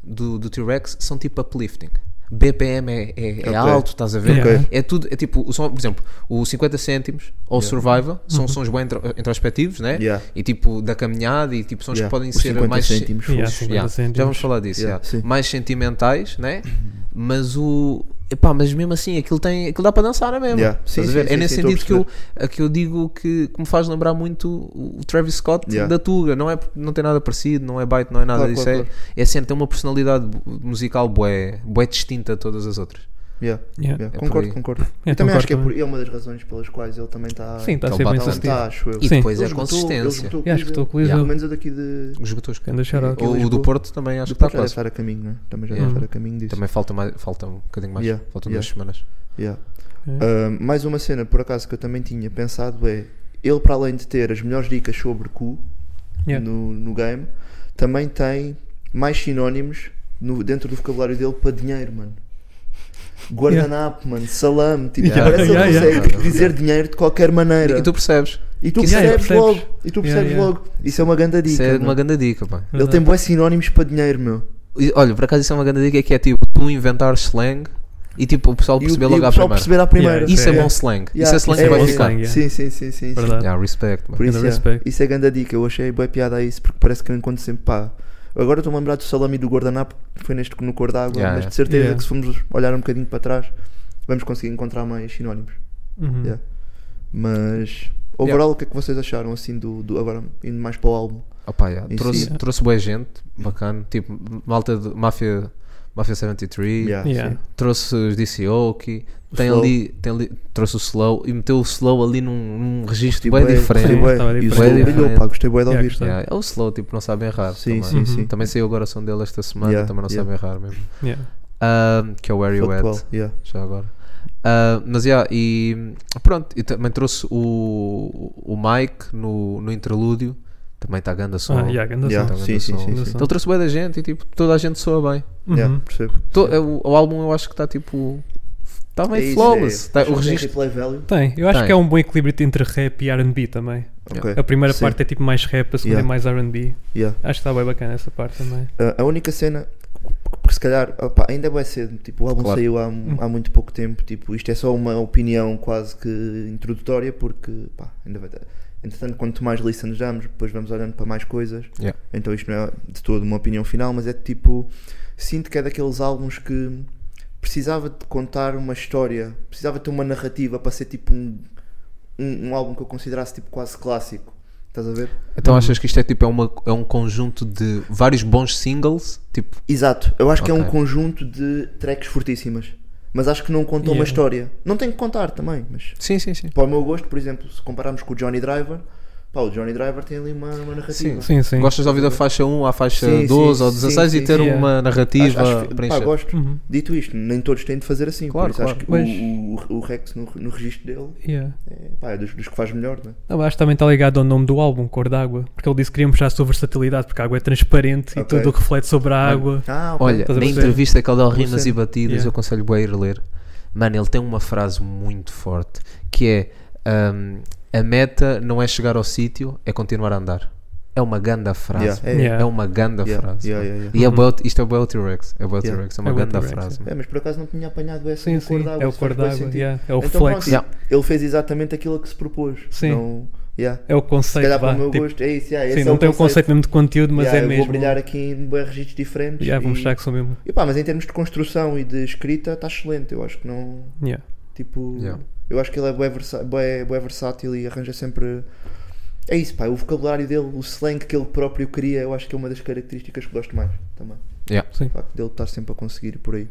Speaker 8: do, do T-Rex são tipo uplifting. BPM é, é- é
Speaker 6: Ok.
Speaker 8: alto, estás a ver?
Speaker 7: Ok.
Speaker 8: É tudo, é tipo, o som, por exemplo, o 50 cêntimos ou o Survival são sons bem intro- introspectivos, né?
Speaker 6: Yeah.
Speaker 8: E tipo, da caminhada e tipo, sons
Speaker 6: Yeah.
Speaker 8: que podem
Speaker 6: Os
Speaker 8: ser
Speaker 6: 50
Speaker 8: mais.
Speaker 6: cêntimos,
Speaker 7: Yeah,
Speaker 6: fofos.
Speaker 7: 50
Speaker 8: Yeah, Já vamos
Speaker 7: cêntimos.
Speaker 8: falar disso.
Speaker 6: Yeah,
Speaker 8: yeah.
Speaker 6: sim.
Speaker 8: Mais sentimentais, né? Mas o. Epá, mas mesmo assim, aquilo, tem, aquilo dá para dançar, é mesmo?
Speaker 6: Yeah,
Speaker 8: Estás
Speaker 6: sim,
Speaker 8: a ver? é
Speaker 6: sim, sim,
Speaker 8: nesse
Speaker 6: sim, estou a
Speaker 8: sentido que eu, a que eu digo que, que me faz lembrar muito o o Travis Scott
Speaker 6: Yeah.
Speaker 8: da Tuga. Não, é, não tem nada parecido, não é bite, não é nada
Speaker 6: Claro,
Speaker 8: disso.
Speaker 6: claro,
Speaker 8: é, é assim, tem uma personalidade bu- musical bué, bué distinta a todas as outras.
Speaker 6: Yeah,
Speaker 7: Yeah.
Speaker 6: yeah.
Speaker 8: É por
Speaker 6: Concordo,
Speaker 8: aí.
Speaker 6: concordo.
Speaker 7: É,
Speaker 6: Eu também
Speaker 7: concordo
Speaker 6: acho que é,
Speaker 7: também.
Speaker 6: por- é uma das razões pelas quais ele também tá está.
Speaker 7: Sim, tá está a
Speaker 8: Então,
Speaker 7: ser
Speaker 8: bate à
Speaker 7: bem
Speaker 8: vontade.
Speaker 7: sucedido.
Speaker 6: está, tá, acho eu.
Speaker 8: E
Speaker 7: Sim.
Speaker 8: depois é
Speaker 6: Ele esgotou- ele
Speaker 8: consistência.
Speaker 6: esgotou o
Speaker 7: E acho que
Speaker 6: Coliseu.
Speaker 7: estou com o
Speaker 6: Pelo
Speaker 7: Liseu.
Speaker 6: menos o daqui de.
Speaker 8: Os gotões.
Speaker 7: Ganda shout-out.
Speaker 6: Aqui em
Speaker 8: Ou o do
Speaker 6: Lisboa.
Speaker 8: Porto também acho
Speaker 6: tipo, do
Speaker 8: que está
Speaker 6: Porto já deve
Speaker 8: quase.
Speaker 6: estar a caminho, né? Também já
Speaker 8: Yeah.
Speaker 6: deve estar a caminho disso.
Speaker 8: Também falta, mais, falta um bocadinho mais.
Speaker 6: Yeah,
Speaker 8: Faltam
Speaker 6: yeah.
Speaker 8: duas semanas.
Speaker 6: Yeah.
Speaker 7: Yeah.
Speaker 6: Ah, mais uma cena, por acaso, que eu também tinha pensado é ele, para além de ter as melhores dicas sobre cu
Speaker 7: Yeah.
Speaker 6: no, no game, também tem mais sinónimos no- dentro do vocabulário dele para dinheiro, mano. Guardanapo, mano, salame, tipo,
Speaker 8: Yeah,
Speaker 6: parece que
Speaker 7: yeah,
Speaker 6: ele
Speaker 7: yeah.
Speaker 6: consegue dizer dinheiro de qualquer maneira.
Speaker 8: E tu percebes?
Speaker 6: E tu
Speaker 7: que- yeah,
Speaker 6: percebes
Speaker 7: percebes.
Speaker 6: logo, e tu
Speaker 7: Yeah,
Speaker 6: percebes
Speaker 7: yeah.
Speaker 6: logo. Isso é uma grande dica.
Speaker 8: Isso é uma
Speaker 6: mano.
Speaker 8: grande dica, pá.
Speaker 6: Ele tem bons sinónimos para dinheiro, meu.
Speaker 8: E, Olha, por acaso isso é uma grande dica que é tipo tu inventar slang e tipo o pessoal
Speaker 6: E o,
Speaker 8: perceber
Speaker 6: e o
Speaker 8: logo à
Speaker 6: pessoal
Speaker 8: primeira.
Speaker 6: perceber à primeira.
Speaker 7: Yeah,
Speaker 8: Isso é,
Speaker 7: Yeah.
Speaker 8: bom slang.
Speaker 6: Yeah,
Speaker 8: Isso é slang
Speaker 7: isso
Speaker 8: que
Speaker 7: é
Speaker 8: vai
Speaker 7: bom
Speaker 8: ficar.
Speaker 7: slang. yeah.
Speaker 6: Sim, sim, sim, sim. sim.
Speaker 7: Verdade.
Speaker 8: Yeah, respect, mano.
Speaker 6: Por
Speaker 7: Ganda
Speaker 6: isso, é,
Speaker 7: respeito.
Speaker 6: isso é grande dica. Eu achei boa piada a isso porque parece que eu encontro sempre pá. Agora estou-me a lembrar do salame e do guardanapo, que foi neste no cor d'água,
Speaker 8: Yeah,
Speaker 6: mas
Speaker 8: yeah.
Speaker 6: de certeza
Speaker 7: Yeah.
Speaker 6: que se formos olhar um bocadinho para trás, vamos conseguir encontrar mais sinónimos.
Speaker 7: Uhum.
Speaker 6: Yeah. Mas, overall, o que é que vocês acharam assim do, do- Agora, indo mais para o álbum?
Speaker 8: Opa, yeah,
Speaker 6: Isso,
Speaker 8: Trouxe,
Speaker 7: yeah.
Speaker 8: trouxe boa gente, bacana. Tipo, malta de Mafia, Mafia 73.
Speaker 6: Yeah,
Speaker 7: Yeah.
Speaker 6: sim.
Speaker 8: Trouxe os DC Oki. Tem
Speaker 6: Slow.
Speaker 8: ali, tem ali, trouxe o Slow e meteu o Slow ali num, num registro
Speaker 6: Tipo,
Speaker 8: bem
Speaker 6: é-
Speaker 8: diferente.
Speaker 6: sim,
Speaker 7: Sim,
Speaker 6: bué.
Speaker 7: estava
Speaker 6: E o
Speaker 7: diferente.
Speaker 6: som
Speaker 8: Bué
Speaker 6: brilhou,
Speaker 8: diferente.
Speaker 6: pá, gostei bem de
Speaker 7: Yeah,
Speaker 6: ouvir.
Speaker 7: gostei.
Speaker 8: Yeah, É o Slow, tipo, não sabem errar.
Speaker 6: Sim,
Speaker 8: também.
Speaker 6: sim,
Speaker 7: Uhum.
Speaker 6: sim.
Speaker 8: Também saiu agora o som dele esta semana,
Speaker 6: Yeah,
Speaker 8: também não
Speaker 6: yeah.
Speaker 8: sabem errar mesmo.
Speaker 7: Yeah.
Speaker 8: Ahm, que é o Where You At.
Speaker 6: Football, yeah.
Speaker 8: já agora. Ah, mas yeah, e pronto, e também trouxe o, o Mike no, no interlúdio, também está ganda som.
Speaker 7: Ah, yeah, ganda
Speaker 6: Yeah.
Speaker 7: som.
Speaker 8: Tá
Speaker 6: Sim,
Speaker 8: ganda
Speaker 6: sim,
Speaker 8: som.
Speaker 6: sim,
Speaker 7: sim.
Speaker 8: Então trouxe bem da gente e tipo, toda a gente soa bem.
Speaker 7: Uhum.
Speaker 6: Yeah, percebo.
Speaker 8: To- é o, o álbum eu acho que está tipo. Está
Speaker 6: É
Speaker 8: bem
Speaker 6: isso,
Speaker 8: flawless.
Speaker 6: é.
Speaker 8: Tá-
Speaker 6: Acho
Speaker 8: o
Speaker 6: que tem
Speaker 8: registro.
Speaker 6: replay value.
Speaker 7: Tem, eu acho
Speaker 8: Tem.
Speaker 7: que é um bom equilíbrio entre rap e RB também.
Speaker 6: Ok,
Speaker 7: A primeira
Speaker 6: sim,
Speaker 7: parte é tipo mais rap, a segunda
Speaker 6: Yeah.
Speaker 7: é mais RB.
Speaker 6: yeah.
Speaker 7: Acho que está bem bacana essa parte também.
Speaker 6: Uh, a única cena porque se calhar opá, ainda é bué cedo, tipo, o álbum
Speaker 8: Claro.
Speaker 6: saiu há, há muito pouco tempo, tipo, isto é só uma opinião quase que introdutória porque pá, ainda vai ter. Entretanto, quanto mais listens damos, depois vamos olhando para mais coisas.
Speaker 8: Yeah.
Speaker 6: Então isto não é de todo uma opinião final, mas é tipo, sinto que é daqueles álbuns que precisava de contar uma história, precisava de ter uma narrativa para ser tipo um, um, um álbum que eu considerasse tipo quase clássico. Estás a ver?
Speaker 8: Então achas que isto é tipo é, uma, é um conjunto de vários bons singles? Tipo,
Speaker 6: Exato, eu acho que é um
Speaker 8: Ok.
Speaker 6: conjunto de tracks fortíssimas, mas acho que não contam uma
Speaker 7: Yeah.
Speaker 6: história. Não tem que contar também, mas
Speaker 8: sim, sim, sim.
Speaker 6: para o meu gosto, por exemplo, se compararmos com o Johnny Driver, Pá, o Johnny Driver tem ali uma, uma narrativa.
Speaker 7: Sim, sim.
Speaker 8: Gostas de ouvir da faixa 1 à faixa
Speaker 6: Sim, sim,
Speaker 8: 12 ou
Speaker 6: sim,
Speaker 8: 16 e
Speaker 6: sim,
Speaker 8: ter
Speaker 7: sim.
Speaker 8: uma narrativa
Speaker 6: Acho- acho que- pá,
Speaker 8: preenchida.
Speaker 6: gosto.
Speaker 7: Uhum.
Speaker 6: Dito isto, nem todos têm de fazer assim.
Speaker 8: Claro,
Speaker 6: por isso acho
Speaker 8: claro.
Speaker 6: que
Speaker 7: Mas-
Speaker 6: o, o- o Rex no, no registro dele
Speaker 7: Yeah.
Speaker 6: é, pá, é dos, dos que faz melhor, né?
Speaker 7: Não, acho que também está ligado ao nome do álbum, Cor d'Água, porque ele disse que queria mostrar a sua versatilidade, porque a água é transparente e
Speaker 6: Ok.
Speaker 7: tudo reflete sobre a água.
Speaker 6: Ah, ok.
Speaker 8: Olha,
Speaker 7: Estás
Speaker 8: na
Speaker 7: a perceber?
Speaker 8: entrevista que ele dá ao Rimas
Speaker 6: Você-
Speaker 8: e Batidas,
Speaker 7: Yeah.
Speaker 8: eu aconselho bué a ir ler. Mano, ele tem uma frase muito forte que é: hum, A meta não é chegar ao sítio, é continuar a andar. É uma ganda frase.
Speaker 6: Yeah, é,
Speaker 7: Yeah. Uhum.
Speaker 8: É uma ganda
Speaker 6: Yeah,
Speaker 8: frase.
Speaker 6: yeah,
Speaker 8: mano.
Speaker 6: yeah,
Speaker 8: E é bué- isto é bué o T-Rex. É bué o
Speaker 6: Yeah.
Speaker 8: T-Rex, é uma
Speaker 7: É bué o
Speaker 8: ganda
Speaker 7: T-Rex,
Speaker 8: frase. mano.
Speaker 6: É, mas por acaso não tinha apanhado essa
Speaker 7: Sim,
Speaker 6: do
Speaker 7: sim,
Speaker 6: Cordágua,
Speaker 7: é o
Speaker 6: isso faz
Speaker 7: cor
Speaker 6: bué
Speaker 7: d'água,
Speaker 6: sentido.
Speaker 7: yeah, é o
Speaker 6: Então, pronto,
Speaker 7: reflexo,
Speaker 8: Yeah.
Speaker 6: Ele fez exatamente aquilo que se propôs.
Speaker 7: Sim.
Speaker 6: Não, yeah.
Speaker 7: é o
Speaker 6: Se
Speaker 7: conceito.
Speaker 6: calhar para
Speaker 7: vá,
Speaker 6: o meu
Speaker 7: tipo,
Speaker 6: gosto, é isso. Yeah,
Speaker 7: sim,
Speaker 6: esse
Speaker 7: não
Speaker 6: é
Speaker 7: tem o conceito mesmo de conteúdo, mas
Speaker 6: Yeah,
Speaker 7: é
Speaker 6: eu
Speaker 7: mesmo.
Speaker 6: Vou brilhar aqui em bué registros diferentes.
Speaker 7: Yeah,
Speaker 6: e-
Speaker 7: vou mostrar que sou mesmo.
Speaker 6: e pá, mas em termos de construção e de escrita, está excelente. Eu acho que não.
Speaker 7: Yeah.
Speaker 6: Tipo,
Speaker 8: Yeah.
Speaker 6: eu acho que ele é bué, versa- bué- bué versátil e arranja sempre. É isso, pá, o vocabulário dele, o slang que ele próprio cria, eu acho que é uma das características que gosto mais também.
Speaker 8: Yeah.
Speaker 7: Sim.
Speaker 6: O facto dele estar sempre a conseguir por aí.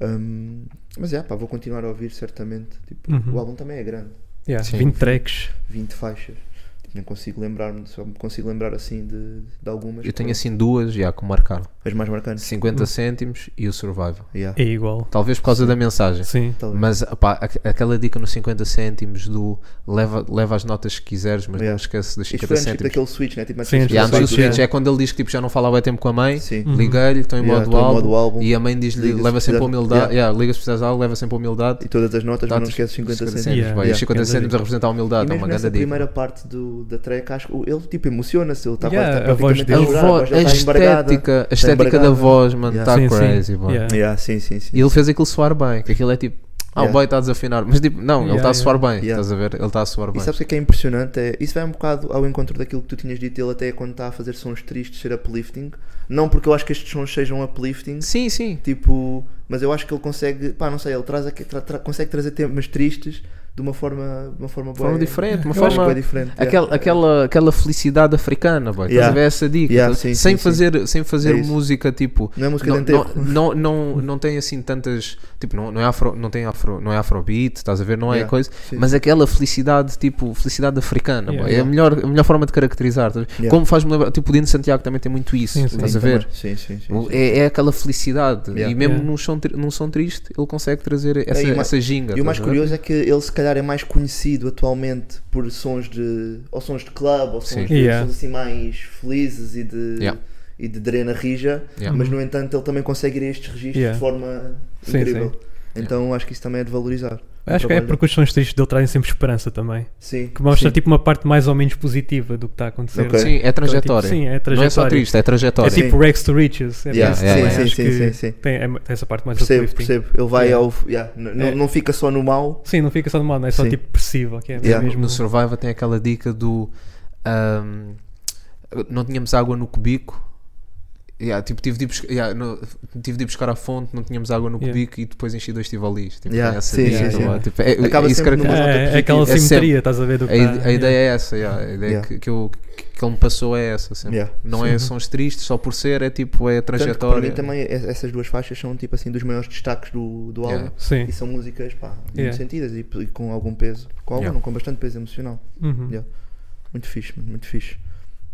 Speaker 6: Hum, mas é, pá, vou continuar a ouvir certamente. Tipo,
Speaker 7: Uhum.
Speaker 6: O álbum também é grande,
Speaker 7: Yeah.
Speaker 8: Sim.
Speaker 7: 20 tracks.
Speaker 6: 20 faixas. Tipo, nem consigo lembrar-me, só me consigo lembrar assim de, de algumas.
Speaker 8: Eu tenho
Speaker 6: foram
Speaker 8: assim duas, já que marcaram:
Speaker 6: As mais marcantes.
Speaker 8: 50
Speaker 7: Uhum.
Speaker 8: cêntimos e o Survival.
Speaker 6: Yeah.
Speaker 7: É igual.
Speaker 8: Talvez por causa da mensagem.
Speaker 7: Sim.
Speaker 6: Talvez.
Speaker 8: Mas opá, aqu- aquela dica nos 50 cêntimos do leva, leva as notas que quiseres, mas
Speaker 6: Yeah.
Speaker 8: não esquece dos
Speaker 6: Isto
Speaker 8: 50
Speaker 6: foi antes
Speaker 8: cêntimos.
Speaker 6: daquele switch, né? Tipo, antes
Speaker 7: Sim,
Speaker 6: do
Speaker 7: antes
Speaker 8: Yeah,
Speaker 7: do
Speaker 6: switch.
Speaker 8: antes do
Speaker 7: Yeah.
Speaker 8: switch é quando ele diz que tipo, já não falava há tempo com a mãe,
Speaker 6: Sim.
Speaker 7: Uhum.
Speaker 8: liguei-lhe, estou em
Speaker 6: Yeah,
Speaker 8: modo
Speaker 6: estou em modo
Speaker 8: álbum,
Speaker 6: álbum.
Speaker 8: e a mãe diz-lhe,
Speaker 6: Liga-se
Speaker 8: leva
Speaker 6: se
Speaker 8: sempre a
Speaker 6: quiser-
Speaker 8: humildade,
Speaker 6: Yeah.
Speaker 8: yeah, liga se precisas de algo, leva sempre a humildade, Tá
Speaker 6: E todas as notas, mas não
Speaker 8: Dá-te
Speaker 6: esqueces 50 cêntimos.
Speaker 7: Yeah.
Speaker 8: vai,
Speaker 7: Yeah.
Speaker 8: os 50
Speaker 7: Grande
Speaker 8: cêntimos
Speaker 7: dica.
Speaker 8: a representar a
Speaker 6: E
Speaker 8: humildade, é
Speaker 6: mesmo
Speaker 8: uma
Speaker 6: nessa
Speaker 8: grande dica.
Speaker 6: primeira parte do, da track, acho que ele tipo emociona-se, ele está
Speaker 7: Yeah,
Speaker 6: quase tá
Speaker 7: a voz
Speaker 6: praticamente
Speaker 8: A,
Speaker 7: dele.
Speaker 6: chorar,
Speaker 8: voz-
Speaker 6: dele
Speaker 8: a
Speaker 6: tá embargada.
Speaker 8: estética, a estética da
Speaker 6: embargada.
Speaker 8: voz, mano,
Speaker 6: Yeah.
Speaker 8: está
Speaker 7: Sim, sim.
Speaker 8: Tá crazy, boy.
Speaker 7: Yeah.
Speaker 6: Yeah, sim, sim, sim.
Speaker 8: E ele fez aquilo soar bem, que aquilo é tipo, ah, o
Speaker 6: Yeah.
Speaker 8: boy está a desafinar, mas tipo, não, ele
Speaker 7: Yeah,
Speaker 8: está a soar bem,
Speaker 6: Yeah.
Speaker 8: estás a ver, ele está a soar
Speaker 6: E
Speaker 8: bem.
Speaker 6: sabes o que é que é impressionante? É, isso vai um bocado ao encontro daquilo que tu tinhas dito, ele até é quando está a fazer sons tristes ser uplifting. Não porque eu acho que estes sons sejam uplifting,
Speaker 8: Sim, sim.
Speaker 6: tipo, mas eu acho que ele consegue, pá, não sei, ele traz aqui, tra- tra- consegue trazer temas tristes de uma forma, de uma forma,
Speaker 8: De forma
Speaker 6: bué-
Speaker 8: diferente, uma
Speaker 6: Eu acho que é
Speaker 8: forma
Speaker 6: bué diferente. yeah.
Speaker 8: aquela, aquela, aquela felicidade africana, boy. Estás a
Speaker 6: Yeah.
Speaker 8: ver essa dica?
Speaker 6: Yeah,
Speaker 8: Estás-
Speaker 6: sim,
Speaker 8: sem,
Speaker 6: sim,
Speaker 8: fazer, sem fazer
Speaker 6: É isso.
Speaker 8: música tipo.
Speaker 6: Não é música
Speaker 8: Não,
Speaker 6: de enterro.
Speaker 8: não, não, não, não tem assim tantas. Tipo, não, não, é afro, não, tem afro, não é afrobeat, estás a ver? Não é
Speaker 6: Yeah,
Speaker 8: coisa.
Speaker 6: sim.
Speaker 8: Mas aquela felicidade, tipo, felicidade africana,
Speaker 7: Yeah.
Speaker 8: boy. É a melhor, a melhor forma de caracterizar. estás a ver?
Speaker 6: Yeah.
Speaker 8: Como faz-me lembrar. Tipo, o Dino Santiago também tem muito isso,
Speaker 7: Sim, sim.
Speaker 8: estás a ver?
Speaker 6: Sim, sim, sim.
Speaker 8: O- É, é aquela felicidade.
Speaker 6: Yeah. É,
Speaker 8: E mesmo
Speaker 7: Yeah.
Speaker 8: num, som, tri- num som triste, ele consegue trazer essa,
Speaker 6: e o ma-
Speaker 8: essa ginga.
Speaker 6: E o
Speaker 8: estás
Speaker 6: mais
Speaker 8: a ver?
Speaker 6: curioso é que ele se calhar é mais conhecido atualmente por sons de. ou sons de club, ou
Speaker 8: Sim.
Speaker 6: sons, de,
Speaker 7: Yeah.
Speaker 6: sons assim mais felizes e de.
Speaker 8: Yeah.
Speaker 6: e de drena rija,
Speaker 8: Yeah.
Speaker 6: mas no entanto ele também consegue ir a estes registros
Speaker 7: Yeah.
Speaker 6: de forma
Speaker 7: Sim,
Speaker 6: incrível.
Speaker 7: sim.
Speaker 6: Então acho que isso também é de valorizar.
Speaker 7: Acho que é porque os sons tristes dele trazem sempre esperança também.
Speaker 6: Sim.
Speaker 7: Que mostra
Speaker 6: sim.
Speaker 7: tipo uma parte mais ou menos positiva do que está a acontecer.
Speaker 6: Ok.
Speaker 8: Sim, é
Speaker 7: Então, tipo,
Speaker 8: trajetória.
Speaker 7: sim, é trajetória.
Speaker 8: Não é só triste, é
Speaker 7: É
Speaker 8: trajetória.
Speaker 7: tipo Rex to Riches.
Speaker 6: Yeah,
Speaker 7: É por isso
Speaker 8: yeah,
Speaker 7: também
Speaker 8: yeah.
Speaker 7: acho
Speaker 6: Sim,
Speaker 7: que
Speaker 6: sim, sim, sim.
Speaker 7: Tem, é- tem essa parte mais
Speaker 6: Percebo,
Speaker 7: uplifting.
Speaker 6: percebo. Ele vai
Speaker 7: Yeah.
Speaker 6: ao. yeah, n- n-
Speaker 7: É.
Speaker 6: Não fica só no mal.
Speaker 7: Sim, não fica só de modo, é só
Speaker 6: Sim.
Speaker 7: tipo depressiva, que é
Speaker 6: Yeah.
Speaker 7: mesmo.
Speaker 8: No Survivor tem aquela dica do ahm, não tínhamos água no cubico. Yeah, tipo, tive, de ir busca- yeah, no- tive de ir buscar a fonte, não tínhamos água no
Speaker 7: Yeah.
Speaker 8: cubico e depois enchi dois tivolis. Tipo,
Speaker 6: Yeah,
Speaker 8: é essa
Speaker 6: sim,
Speaker 8: dica,
Speaker 7: sim, sim.
Speaker 8: lá, tipo, é-
Speaker 6: Acaba
Speaker 8: isso
Speaker 6: sempre
Speaker 8: caracteriza-
Speaker 6: numa nota
Speaker 7: É, é aquela
Speaker 8: positiva. É
Speaker 7: simetria, estás a ver do que
Speaker 8: a,
Speaker 7: está-
Speaker 8: ide- a ideia
Speaker 7: yeah.
Speaker 8: é essa, yeah, a ideia
Speaker 6: Yeah.
Speaker 8: que, que, eu- que ele me passou é essa. sempre.
Speaker 6: Yeah.
Speaker 8: Não é sons tristes só por ser, é tipo, é a
Speaker 6: Tanto que para mim
Speaker 8: trajetória.
Speaker 6: também e- essas duas faixas são tipo assim dos maiores destaques do, do álbum.
Speaker 8: Yeah.
Speaker 7: Sim.
Speaker 6: E são músicas pá, muito
Speaker 7: Yeah.
Speaker 6: sentidas e, e com algum peso. Com algum,
Speaker 8: Yeah.
Speaker 6: não, com bastante peso emocional.
Speaker 7: Uhum.
Speaker 6: Yeah. Muito fixe, mano, muito fixe.